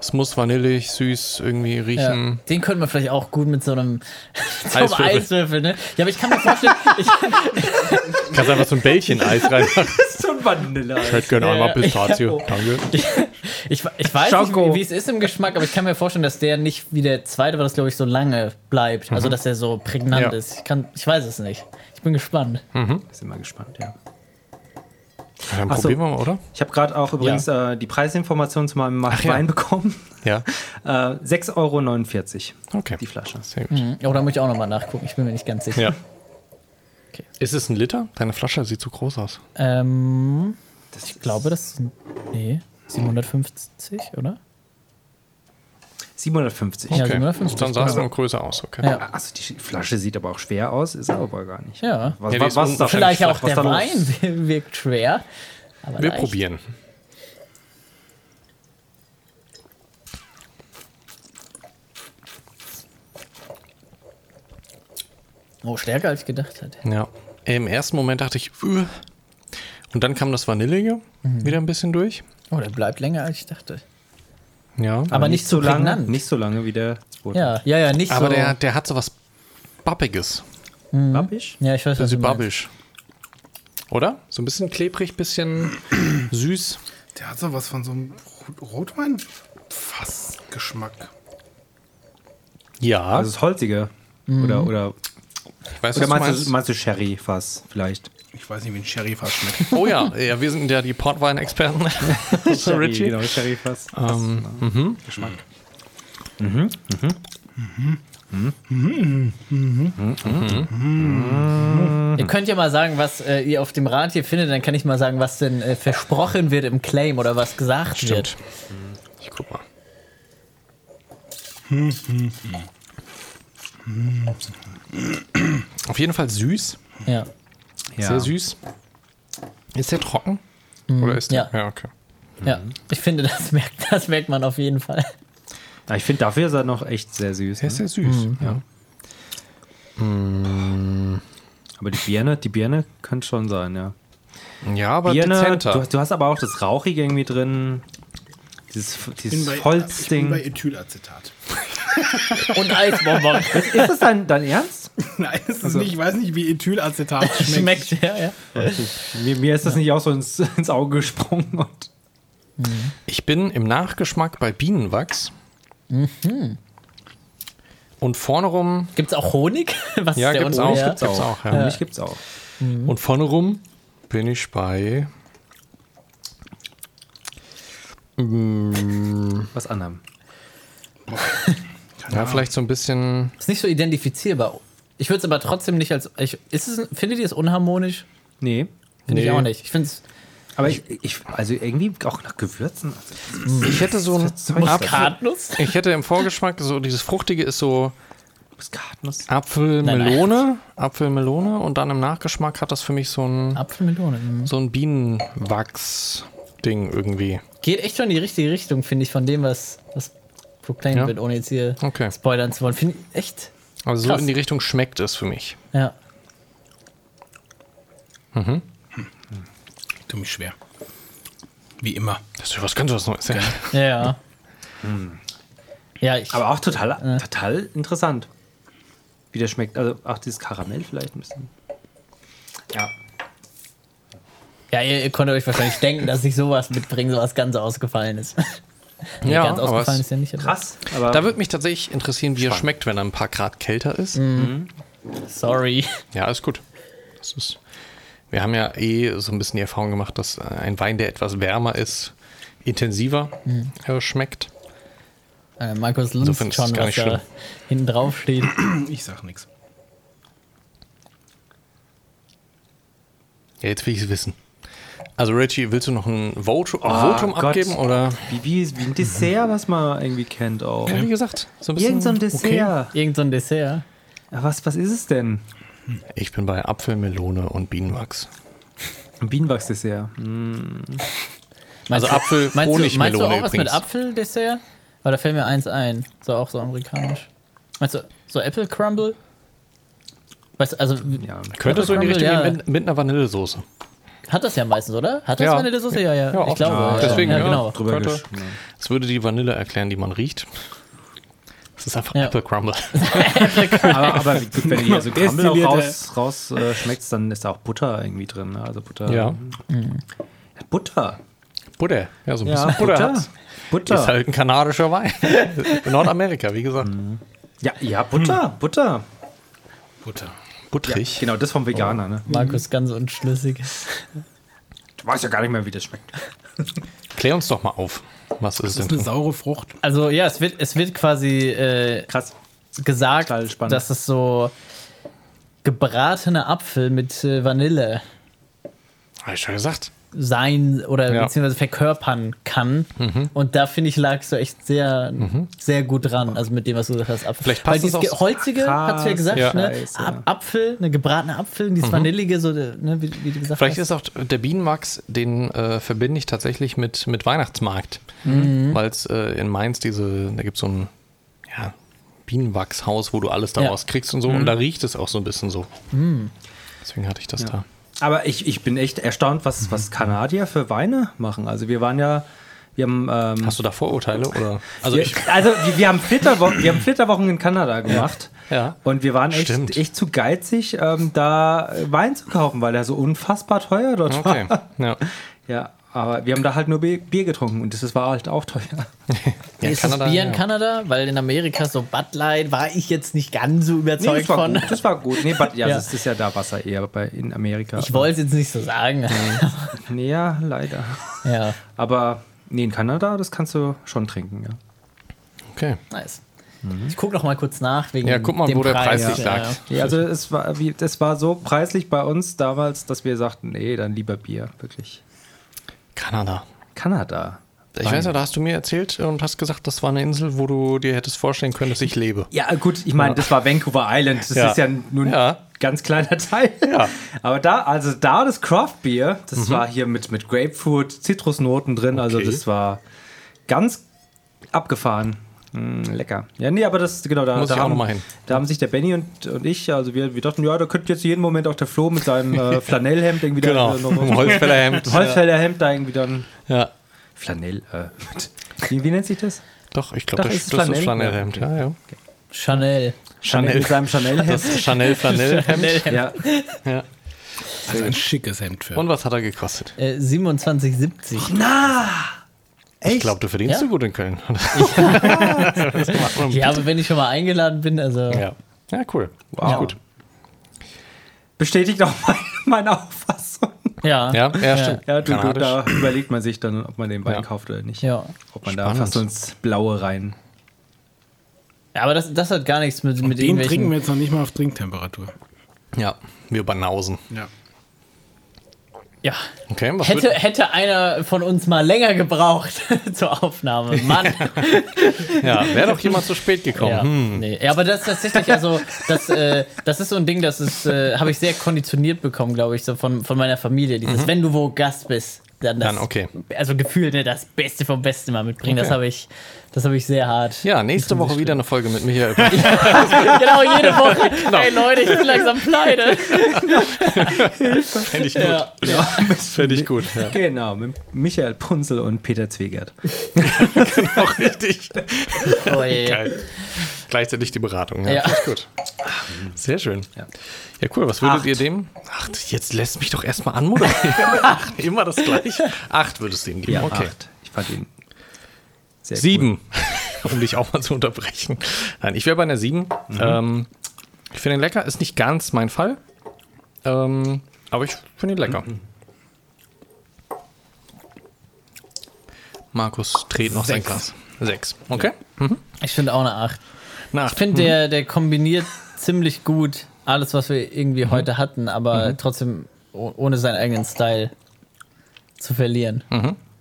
es muss vanillig, süß irgendwie Ja, riechen. den könnten wir vielleicht auch gut mit so einem, so einem Hm. Eiswürfel. Eiswürfel. ne? Ja, aber ich kann mir vorstellen, ich, Kannst einfach so ein Bällchen Eis reinmachen. So ein Vanille. Hätte gerne Ja, einmal ja. Pistazie. Ja. Danke. ich, ich weiß Schoko. nicht, wie es ist im Geschmack, aber ich kann mir vorstellen, dass der nicht wie der zweite, weil das glaube ich so lange bleibt. Also, dass der so Mhm. prägnant Ja. Mhm. ist. Ich, kann, ich weiß es nicht. Ich bin gespannt. Sind wir gespannt, ja. Ja, Dann Ach so. probieren wir mal, oder? Ich habe gerade auch übrigens äh, die Preisinformation zu meinem Markt ja. Wein bekommen. Ja. Äh, 6,49 Euro Okay. die Flasche. Sehr gut. Oh, da muss ich auch nochmal nachgucken. Ich bin mir nicht ganz sicher. Ja. Okay. Ist es ein Liter? Deine Flasche sieht zu groß aus. Ähm, Das ich glaube, das sind. Nee, 750, oder? 750. Ja, 750, Dann sah es genau. noch größer aus. Okay. Ja. Achso, die Flasche sieht aber auch schwer aus, ist aber wohl gar nicht. Ja. Was, Ja, die was, ist was un- da Vielleicht auch was der da los? Wein wirkt schwer. Aber Wir leicht. probieren. Oh, stärker als ich gedacht hatte. Ja. Im ersten Moment dachte ich, "Üh." und dann kam das Vanillige wieder ein bisschen durch. Oh, der bleibt länger als ich dachte. Ja. Aber nicht so lange. prägnant. Nicht so lange wie der zweite. Ja, ja, ja, nicht Aber so. der, der hat so was Babbiges. Babbisch? ja, ich weiß was Also du meinst. babbisch. Oder? So ein bisschen klebrig, bisschen süß. Der hat so was von so einem Rot- Rotwein. Fassgeschmack. Ja. Also das Holzige. Mhm. Oder, oder, ich weiß, was du oder meinst, du, meinst. meinst du Sherry-Fass vielleicht? Ich weiß nicht, wie ein Sherry fast schmeckt. Oh ja, ja, wir sind ja die Portwein-Experten. So, Richie. Genau, Sherry-Fass. Geschmack. Ihr könnt ja mal sagen, was äh, ihr auf dem Rad hier findet, dann kann ich mal sagen, was denn äh, versprochen wird im Claim oder was gesagt Stimmt. wird. Ich guck mal. Auf jeden Fall süß. Ja. Ja. Mhm. Sehr süß. Ist der trocken? Oder ist der? Ja. okay. ja. Mhm. Ich finde, das merkt, das merkt man auf jeden Fall. Aber ich finde, dafür ist er noch echt sehr süß. Der ist Ne? sehr süß. Ja. Aber die Birne, die Birne könnte schon sein, ja. ja, aber Birne, dezenter. du, du hast aber auch das Rauchige irgendwie drin. Dieses, bin dieses bei, Ich bin bei Holzding. Ethylacetat. Und Eisbonbon. Ist das dein, dein Ernst? Nein, es ist nicht, ich weiß nicht, wie Ethylacetat schmeckt. Schmeckt, ja, ja. Mir, mir ist das nicht auch so ins, ins Auge gesprungen. Und Ich bin im Nachgeschmack bei Bienenwachs. Mhm. Und vorne rum, Gibt's auch Honig? Was ja, gibt's auch, Ja. gibt's auch. Ja. Mich gibt's auch. Mhm. Und vorne rum bin ich bei Was anderem. ja, vielleicht so ein bisschen Ist nicht so identifizierbar. Ich würde es aber trotzdem nicht als. Ich, ist es, findet ihr es unharmonisch? Nee. Finde Nee. ich auch nicht. Ich finde es Aber ich, ich, also irgendwie auch nach Gewürzen. Also ich hätte so ein Zeug da. Apfel, Muskatnuss. ich hätte im Vorgeschmack so dieses fruchtige ist so Muskatnuss. Apfelmelone, Nein, Melone, Apfelmelone und dann im Nachgeschmack hat das für mich so ein Apfelmelone. mhm. so ein Bienenwachs Ding irgendwie. Geht echt schon in die richtige Richtung, finde ich, von dem, was, was proclaimed Ja. wird, ohne jetzt hier Okay. spoilern zu wollen. Finde ich echt. Also so Krass. in die Richtung schmeckt es für mich. Ja. Tu mich schwer. Wie immer. Das ist ja was ganz was Neues. Ja. Ja. Ja, Hm. ja ich. Aber auch total, total interessant. Wie der schmeckt. Also auch dieses Karamell vielleicht ein bisschen. Ja. Ja, ihr, ihr konntet euch wahrscheinlich denken, dass ich sowas mitbringe, sowas ganz ausgefallen ist. Nee, Ja, ganz aber ausgefallen es- ist ja nicht. aber- Krass. Aber Da würde mich tatsächlich interessieren, wie er schmeckt, wenn er ein paar Grad kälter ist. Sorry. Ja, ist gut. Das ist, wir haben ja eh so ein bisschen die Erfahrung gemacht, dass äh, ein Wein, der etwas wärmer ist, intensiver äh, schmeckt. Äh, Markus Lunz Insofern ist es schon, gar was nicht da schlimm. hinten drauf steht. Ich sag nichts. Ja, jetzt will ich es wissen. Also, Reggie, willst du noch ein Votum, Ah, Votum Gott. abgeben? Oder? wie, wie, wie ein Dessert, was man irgendwie kennt auch. Ja, wie gesagt, so ein bisschen. Irgend so ein Dessert. Irgend so ein Dessert. Ja, Was, was ist es denn? Ich bin bei Apfel, Melone und Bienenwachs. Ein Bienenwachsdessert. Hm. Also du- Apfel, meinst du, meinst du Honigmelone auch was mit übrigens. Apfeldessert? Weil da fällt mir eins ein. So auch so amerikanisch. Meinst du, so Apple Crumble? Weißt du, also Ja. Könnte so in die Richtung Ja. gehen mit, mit einer Vanillesoße. hat das ja meistens, oder? Hat das Ja. Vanillesoße? Ja, ja, Ich oft. glaube. Ah, ja. Deswegen, ja, ja, genau. Drüber Könnte. gesch- ja. Das würde die Vanille erklären, die man riecht. Das ist einfach Ja. Apple Crumble. Aber, aber wenn ihr hier so Crumble auch Destillierte- raus, raus äh, schmeckt, dann ist da auch Butter irgendwie drin. Ne? Also Butter. Ja. Butter. Butter. Ja, so ein Ja, bisschen Butter. Butter. hat's. Ist Butter. halt ein kanadischer Wein. In Nordamerika, wie gesagt. ja, ja, Butter. Hm. Butter. Butter. Butterig. Genau, das vom Veganer. Ne? Markus ganz unschlüssig. Ich weiß ja gar nicht mehr, wie das schmeckt. Klär uns doch mal auf. Was ist Das denn ist eine drin? saure Frucht. Also ja, es wird, es wird quasi äh, Krass. gesagt, Total spannend. dass es so gebratener Apfel mit äh, Vanille Hab ich schon gesagt. sein oder Ja. Mhm. beziehungsweise verkörpern kann. Und da finde ich, lagst du echt sehr, sehr gut dran. Also mit dem, was du gesagt hast, Apfel. Vielleicht passt Weil dieses es auch Ge- Holzige, krass, hast du ja gesagt, ja. Mhm. ne? Scheiße. Ap- Apfel, eine gebratene Apfel, dieses Vanillige, so, ne? wie, wie du gesagt Vielleicht hast. ist auch der Bienenwachs, den äh, verbinde ich tatsächlich mit, mit Weihnachtsmarkt. Weil es äh, in Mainz diese, da gibt es so ein ja, Bienenwachshaus, wo du alles daraus Ja. kriegst und so. Und da riecht es auch so ein bisschen so. Deswegen hatte ich das da. Aber ich, ich bin echt erstaunt, was, was Kanadier für Weine machen. Also wir waren ja, wir haben, ähm, Hast du da Vorurteile? Oder? Also wir, ich, also wir, wir haben Flitterwochen, wir haben Flitterwochen in Kanada gemacht. Ja. Und wir waren Stimmt. echt, echt zu geizig, ähm, da Wein zu kaufen, weil er so unfassbar teuer dort okay. war. Ja. Ja, aber wir haben da halt nur Bier, Bier getrunken und das war halt auch teuer. Ja, ist das Bier in ja. Kanada? Weil in Amerika so Bud Light war ich jetzt nicht ganz so überzeugt das, war von. gut, das war gut. Nee, but, ja, Ja. das ist ja da Wasser eher bei, in Amerika. Ich wollte es jetzt nicht so sagen. Mhm. Nee, ja, leider. ja, Aber nee, in Kanada, das kannst du schon trinken, ja. Okay. nice. Mhm. Ich guck noch mal kurz nach wegen Ja, guck mal, dem wo der Preis, preislich lag. Ja, also es war, wie, das war so preislich bei uns damals, dass wir sagten, nee, dann lieber Bier, wirklich. Kanada. Kanada. Ich Wein. weiß ja, da hast du mir erzählt und hast gesagt, das war eine Insel, wo du dir hättest vorstellen können, dass ich lebe. Ja, gut, ich meine, das war Vancouver Island. Das Ja. ist ja nun Ja. ganz kleiner Teil. Ja. Mhm. Aber da, also da das Craft Beer, das war hier mit, mit Grapefruit, Zitrusnoten drin, also Okay. das war ganz abgefahren. Mm, lecker. Ja, nee, aber das, genau, da, Muss da ich auch haben, noch mal hin. Da haben sich der Benny und, und ich, also wir, wir dachten, ja, da könnte jetzt jeden Moment auch der Flo mit seinem äh, Flanellhemd irgendwie Genau, da mit dem Holzfällerhemd. Holzfällerhemd da irgendwie dann. ja. Flanell, äh, wie, wie nennt sich das? Doch, ich Doch, glaube, das, ist es ist das ist Flanell? Flanellhemd. Ja, ja. Chanel. Mit seinem Chanel-Hemd. Das Chanel Flanellhemd. Ja, ja. Also ein schickes Hemd für. Und was hat er gekostet? Äh, 27,70. Ich glaube, du verdienst Ja? so gut in Köln. Ja, aber wenn ich schon mal eingeladen bin, also. ja. ja, cool. Wow. Gut. bestätigt auch meine, meine Auffassung. Ja. Ja, ja, stimmt. Ja, du, du, Kanadisch. da überlegt man sich dann, ob man den Wein Ja. kauft oder nicht. Ja. Ob man da Spannend. fast ins Blaue rein. Ja, Aber das, das hat gar nichts mit, mit Den trinken irgendwelchen. wir jetzt noch nicht mal auf Trinktemperatur. Ja, wir banausen. Ja. Ja. Okay, was Hätte, wird, hätte einer von uns mal länger gebraucht zur Aufnahme. Mann. ja, wäre doch jemand zu spät gekommen. Ja, Hm. nee. ja aber das ist tatsächlich, also, das, äh, das ist so ein Ding, das ist, äh, habe ich sehr konditioniert bekommen, glaube ich, so von, von meiner Familie. Dieses, wenn du wo Gast bist, dann das. Mhm. Dann okay. Also gefühlt, ne, das Beste vom Besten mal mitbringen. Das Okay. habe ich, das habe ich sehr hart. Ja, nächste Woche wieder eine Folge mit Michael. Pech. Genau, jede Woche. Hey Leute, ich bin langsam pleite. Fände ich gut. Ja. Fände ich gut. Ja. Genau, mit Michael Punzel und Peter Zwegert. Auch richtig. Oh, je. Geil. Gleichzeitig die Beratung. Ja, Ja. Finde ich gut. Sehr schön. Ja, cool. Was würdet ihr dem? Ach, jetzt lässt mich doch erstmal anmoderieren. Ach, Immer das Gleiche. Acht würdest du ihm geben. Ja, okay. acht. Ich fand ihn sehr Sieben, um dich auch mal zu unterbrechen. Nein, ich wäre bei einer sieben. Ähm, ich finde ihn lecker, ist nicht ganz mein Fall. Ähm, aber ich finde ihn lecker. Markus dreht noch sein Sechs. Glas. Sechs. Okay. Ich finde auch eine 8. Na, Ich finde, Mhm. der, der kombiniert ziemlich gut alles, was wir Mhm. irgendwie heute hatten, aber trotzdem oh- ohne seinen eigenen Style zu verlieren.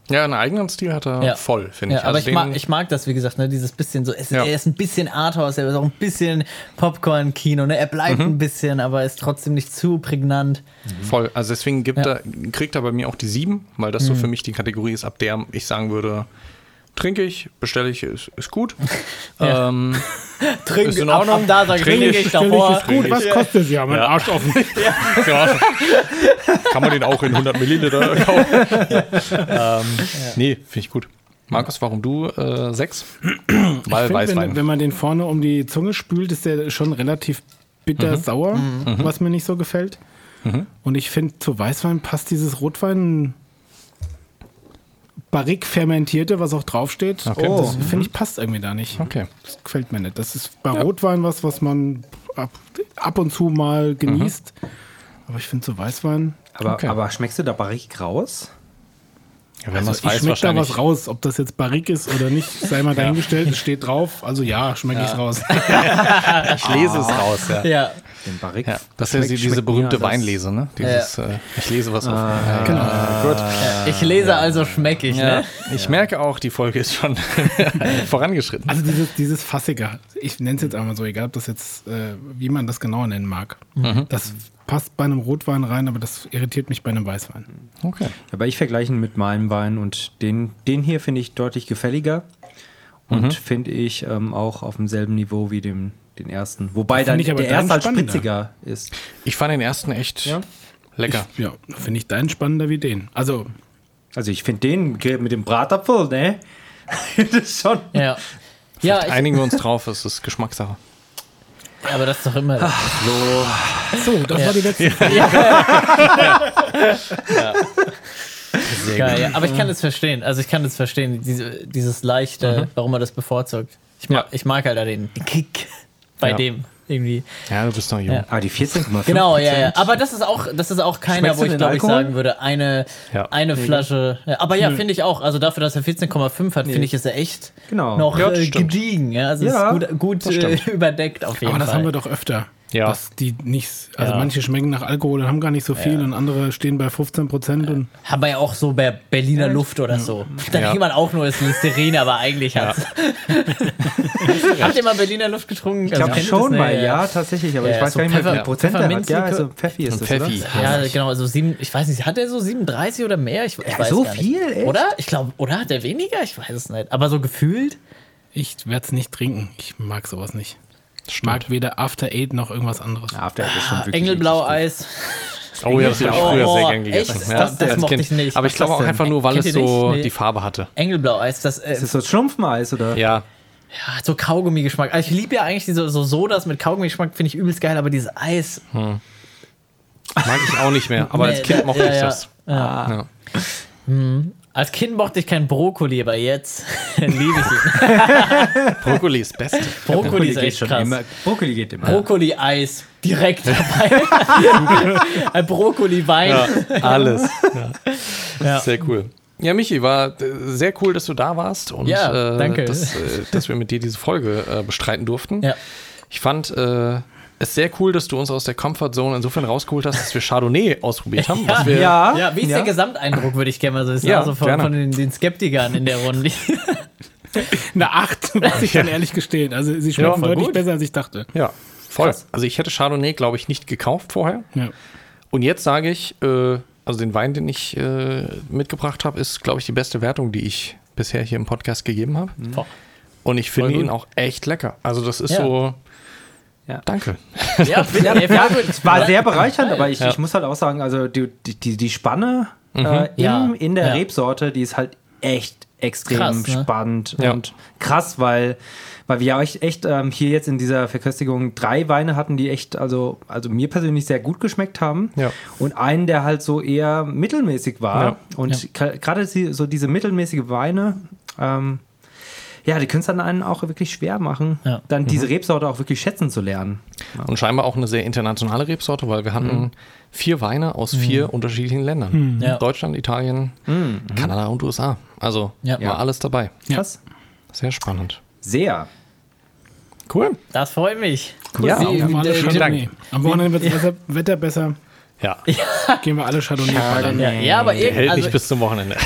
Ja, einen eigenen Stil hat er Ja. voll, finde Ja, ich. aber Also ich, mag, den- ich mag das, wie gesagt, ne, dieses bisschen so, es, Ja. er ist ein bisschen Arthouse, er ist auch ein bisschen Popcorn-Kino, ne? er bleibt Mhm. ein bisschen, aber ist trotzdem nicht zu prägnant. Voll. Also deswegen gibt Ja. er, kriegt er bei mir auch die 7, weil das so für mich die Kategorie ist, ab der ich sagen würde, trinke ich, bestelle ich, ist, ist gut. Ja. Ähm, Trink, Ist in Ordnung. Ab, ab da sag ich, Trink trinke ich, ich Stell dich davor. ist gut, was kostet sie? Ja, mein Arsch offen. ja. Kann man den auch in 100 Milliliter kaufen? ähm, Nee, finde ich gut. Markus, warum du 6? weil Ich find, wenn, Äh, Weißwein. wenn man den vorne um die Zunge spült, ist der schon relativ bitter sauer, was mir nicht so gefällt. Und ich finde, zu Weißwein passt dieses Rotwein barrik fermentierte, was auch draufsteht. Okay. Oh. Das finde ich passt irgendwie da nicht. Okay. Das gefällt mir nicht. Das ist bei Rotwein was, was man ab, ab und zu mal genießt. Aber ich finde zu Weißwein, gut. Aber, Okay. aber schmeckst du da Barrique raus? Ja, wenn also man's ich schmecke da was raus. Ob das jetzt barrik ist oder nicht, sei mal dahingestellt. Es steht drauf. Also ja, schmecke ich raus. Ich lese es raus, ja. Ja, Den Barrique. Ja, das ist ja schmeckt- diese schmeckt berühmte mir anders. Weinlese, ne? Dieses, äh, ich lese was auf. Ja, Genau. Gut. ich lese also schmeck ich. Ja, Ne? ich merke auch, die Folge ist schon vorangeschritten. Also dieses, dieses Fassige, ich nenne es jetzt einmal so, egal ob das jetzt, äh, wie man das genau nennen mag. Das passt bei einem Rotwein rein, aber das irritiert mich bei einem Weißwein. Okay. Aber ich vergleiche ihn mit meinem Wein und den, den hier finde ich deutlich gefälliger und finde ich ähm, auch auf demselben Niveau wie dem, den ersten. Wobei dann ich der aber erste halt spannender. spitziger ist. Ich fand den ersten echt lecker. Ich, ja, finde ich deinen spannender wie den. Also, Also ich finde den mit dem Bratapfel, ne? das ist schon. Ja, ja ich, Einigen wir uns drauf, es ist Geschmackssache. aber das ist doch immer. so, das war die letzte. Geil, ja. Aber ich kann es verstehen. Also ich kann es verstehen, diese, dieses leichte, warum er das bevorzugt. Ich mag, ich mag halt da den, den Kick bei Ja. dem irgendwie. Ja, du bist noch jung. Ja. Ah, die 14,5. Genau, ja, ja. Aber das ist auch, das ist auch keiner, Schmeckst wo du ich den glaube ich Alkohol? sagen würde, eine, Ja. eine Flasche. Ja, aber ja, finde ich auch. Also dafür, dass er 14,5 hat, finde ich, ist er echt Genau. noch Ja, das äh, stimmt. gediegen. Ja, also Ja, ist gut, gut äh, überdeckt auf jeden aber das Fall. haben wir doch öfter. Ja. dass die nicht, also Ja. manche schmecken nach Alkohol und haben gar nicht so viel und andere stehen bei 15 Prozent und Haben wir ja auch so bei Berliner Luft oder so. Da Ja. denkt man auch nur, es ist Listerine, aber eigentlich hat's. Habt ihr mal Berliner Luft getrunken? Also Ich glaube schon mal, ja, tatsächlich, aber Ja, ich weiß so gar nicht mehr, wie viel Pfeffer- Prozent er hat. Ja, Pfefferminzlikör- also Pfeffi ist das, Pfeffi. oder? Ja, genau, also sieben, ich weiß nicht, hat er so 37 oder mehr? Ich, ich weiß so gar nicht. viel, echt? Oder? Ich glaube, oder hat er weniger? Ich weiß es nicht. Aber so gefühlt? ich werde es nicht trinken. Ich mag sowas nicht. Ich mag weder After Eight noch irgendwas anderes. Ja, After Eight ist schon Ah, wirklich Engelblau richtig Eis. Oh ja, das habe ich Oh, früher sehr oh, gern gegessen. echt? Ja, Das- das als mochte Kind. ich nicht. Aber ich Was glaube ist auch das denn? einfach nur, weil Kennt es ihr nicht? so Nee. die Farbe hatte. Engelblau-Eis, das äh, gut. Ist das so Schlumpfeneis oder? Ja, hat so Kaugummi-Geschmack. Also ich liebe ja eigentlich diese so Sodas mit Kaugummi-Geschmack, finde ich übelst geil, aber dieses Eis. mag ich auch nicht mehr. Aber als Nee, Kind da- mochte ja, ich ja. das. Ja. Als Kind mochte ich keinen Brokkoli, aber jetzt liebe ich ihn. Brokkoli ist best. Brokkoli ist echt schon krass. immer. Brokkoli geht immer. Brokkoli-Eis direkt dabei. Ein Brokkoli-Wein. Ja, alles. Ja. Sehr cool. Ja, Michi, war äh, sehr cool, dass du da warst und Ja, äh, danke. Dass, äh, dass wir mit dir diese Folge äh, bestreiten durften. Ja. Ich fand äh, es sehr cool, dass du uns aus der Comfort Zone insofern rausgeholt hast, dass wir Chardonnay ausprobiert haben. was wir, Ah? Ja, Ja, wie ist der Gesamteindruck, würde ich gerne mal so wissen. Ja, also von, gerne. von den, den Skeptikern in der Runde. Eine 8, muss ich dann ehrlich gestehen. Also sie schmecken voll deutlich gut. besser, als ich dachte. ja voll. Also ich hätte Chardonnay, glaube ich, nicht gekauft vorher. Ja. Und jetzt sage ich, äh, also den Wein, den ich äh, mitgebracht habe, ist, glaube ich, die beste Wertung, die ich bisher hier im Podcast gegeben habe. Mhm. Boah. Und ich finde gut. ihn auch echt lecker. Also das ist Ja. so. Ja. Danke. ja, bitte, ey, Ja, voll gut. es war sehr bereichernd, aber ich, Ja. ich muss halt auch sagen, also die, die- die, die Spanne äh, im, Ja. in der Ja. Rebsorte, die ist halt echt extrem Krass, ne? spannend Ja. und krass, weil, weil wir ja echt, echt ähm, hier jetzt in dieser Verköstigung drei Weine hatten, die echt, also, also mir persönlich sehr gut geschmeckt haben Ja. und einen, der halt so eher mittelmäßig war Ja. und gra- gerade die- so diese mittelmäßige Weine, ähm, ja, die können es dann einen auch wirklich schwer machen, Ja. dann diese Rebsorte auch wirklich schätzen zu lernen. Und scheinbar auch eine sehr internationale Rebsorte, weil wir hatten Mhm. vier Weine aus vier unterschiedlichen Ländern. Ja. Deutschland, Italien, Kanada und USA. Also Mhm. Ja. war alles dabei. Krass. Sehr spannend. Sehr. Cool. Das freut mich. Ja, Sie- auf jeden Wir haben alle der- Vielen Dank. Chardonnay. Am Wochenende wird das Wetter besser. Ja. Gehen wir alle Chardonnay. ballern. ja, ja, aber irgend, Hält also, nicht bis zum Wochenende.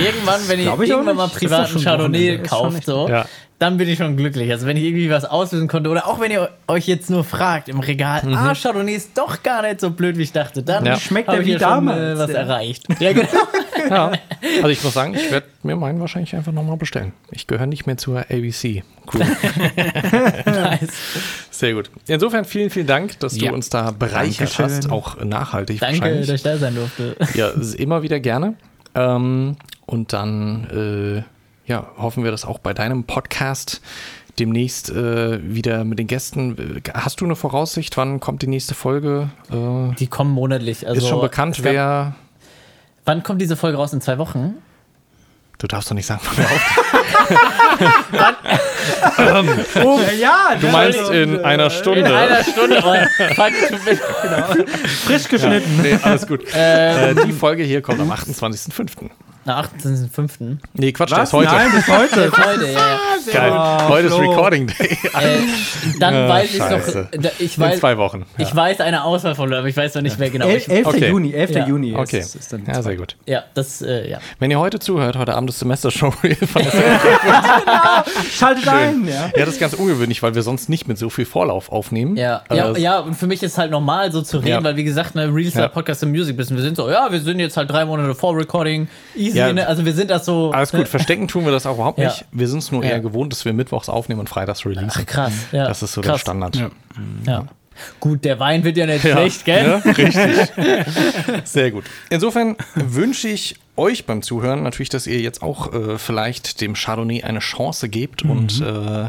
irgendwann, wenn ich, Glaub ich auch irgendwann nicht. mal Ist doch privaten schon Chardonnay Wochenende. Ist schon kauft, echt- so, Ja. dann bin ich schon glücklich. Also wenn ich irgendwie was auslösen konnte oder auch wenn ihr euch jetzt nur fragt im Regal, ah, Chardonnay ist doch gar nicht so blöd, wie ich dachte, dann Ja. Mhm. Schmeckt hab er ich wie hier schon, damals, äh, was ja. erreicht. Ja, genau. Ja. Also ich muss sagen, ich werde mir meinen wahrscheinlich einfach nochmal bestellen. Ich gehöre nicht mehr zur ABC. Cool. nice. Sehr gut. Insofern vielen, vielen Dank, dass Ja. du uns da bereichert Dankeschön. hast, auch nachhaltig Danke, wahrscheinlich. dass ich da sein durfte. Ja, s- immer wieder gerne. Ähm, und dann äh, ja, hoffen wir, dass auch bei deinem Podcast demnächst äh, wieder mit den Gästen. äh, Hast du eine Voraussicht, wann kommt die nächste Folge? Äh, Die kommen monatlich. Also ist schon bekannt, es gab- wer. Wann kommt diese Folge raus? In zwei Wochen? Du darfst doch nicht sagen, wann wir auf- Ja, Ähm, Oh. Du meinst in einer Stunde. In einer Stunde. Oh, fuck, du bist- frisch geschnitten. Nee, alles gut. äh, die Folge hier kommt am 28.05. Na, 18.05. Nee, Quatsch, das ist heute. Nein, bis Äh, heute. Heute, ja, ja. Geil. heute ist Flo. Recording Day. Äh, dann Ah, weiß ich Scheiße. noch. da- Ich In weiß, zwei Wochen. Ja. ich weiß eine Auswahl von Leuten, aber ich weiß noch nicht mehr genau. Ich, 11. Okay. Juni, 11. Ja. Juni. ist- Okay, Ist, dann ja, sehr gut. ja, das, äh, ja. Wenn ihr heute zuhört, heute Abend ist Semester-Show von der Schaltet ein, ja. Ja, das ist ganz ungewöhnlich, weil wir sonst nicht mit so viel Vorlauf aufnehmen. Ja, Äh, ja, ja, und für mich ist halt normal so zu reden, Ja. weil wie gesagt, ne, Real Star Ja. Podcast im Music Business, wir sind so, ja, wir sind jetzt halt drei Monate vor Recording, easy, Ja. ne? also wir sind das so. Alles gut, verstecken tun wir das auch überhaupt Ja. nicht. Wir sind es nur Ja. eher gewohnt, dass wir mittwochs aufnehmen und freitags releasen. Krass, ja. das ist so der krass, Standard. Ja. Ja. Gut, der Wein wird ja nicht Ja, schlecht, gell? ne? Richtig. Sehr gut. Insofern wünsche ich euch beim Zuhören natürlich, dass ihr jetzt auch äh, vielleicht dem Chardonnay eine Chance gebt und äh,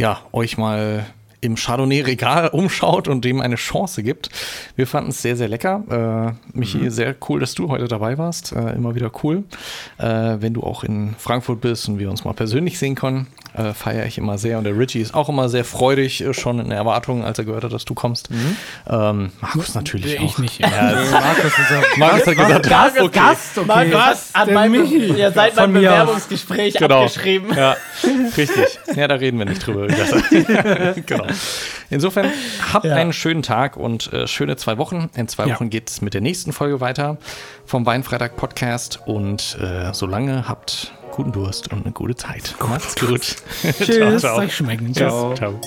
ja, euch mal im Chardonnay-Regal umschaut und dem eine Chance gibt. Wir fanden es sehr, sehr lecker. Äh, Michi, sehr cool, dass du heute dabei warst. Äh, immer wieder cool. Äh, wenn du auch in Frankfurt bist und wir uns mal persönlich sehen können, äh, feiere ich immer sehr. Und der Richie ist auch immer sehr freudig, äh, schon in Erwartungen, als er gehört hat, dass du kommst. Ähm, Markus natürlich auch. Ich nicht. Ja. Markus ist Markus hat gesagt, Gast, okay. Gast, Mein, okay. was? An denn, meinem, Michi? ihr seid Von beim mir aus. Bewerbungsgespräch Genau. abgeschrieben. Ja, richtig. Ja, da reden wir nicht drüber. genau. Insofern habt Ja. einen schönen Tag und äh, schöne zwei Wochen. In zwei Ja. Wochen geht es mit der nächsten Folge weiter vom Weinfreitag Podcast. Und äh, solange habt guten Durst und eine gute Zeit. Macht's gut. Tschüss. Ciao, ciao. Euch schmecken. Tschüss. Ciao. Ciao.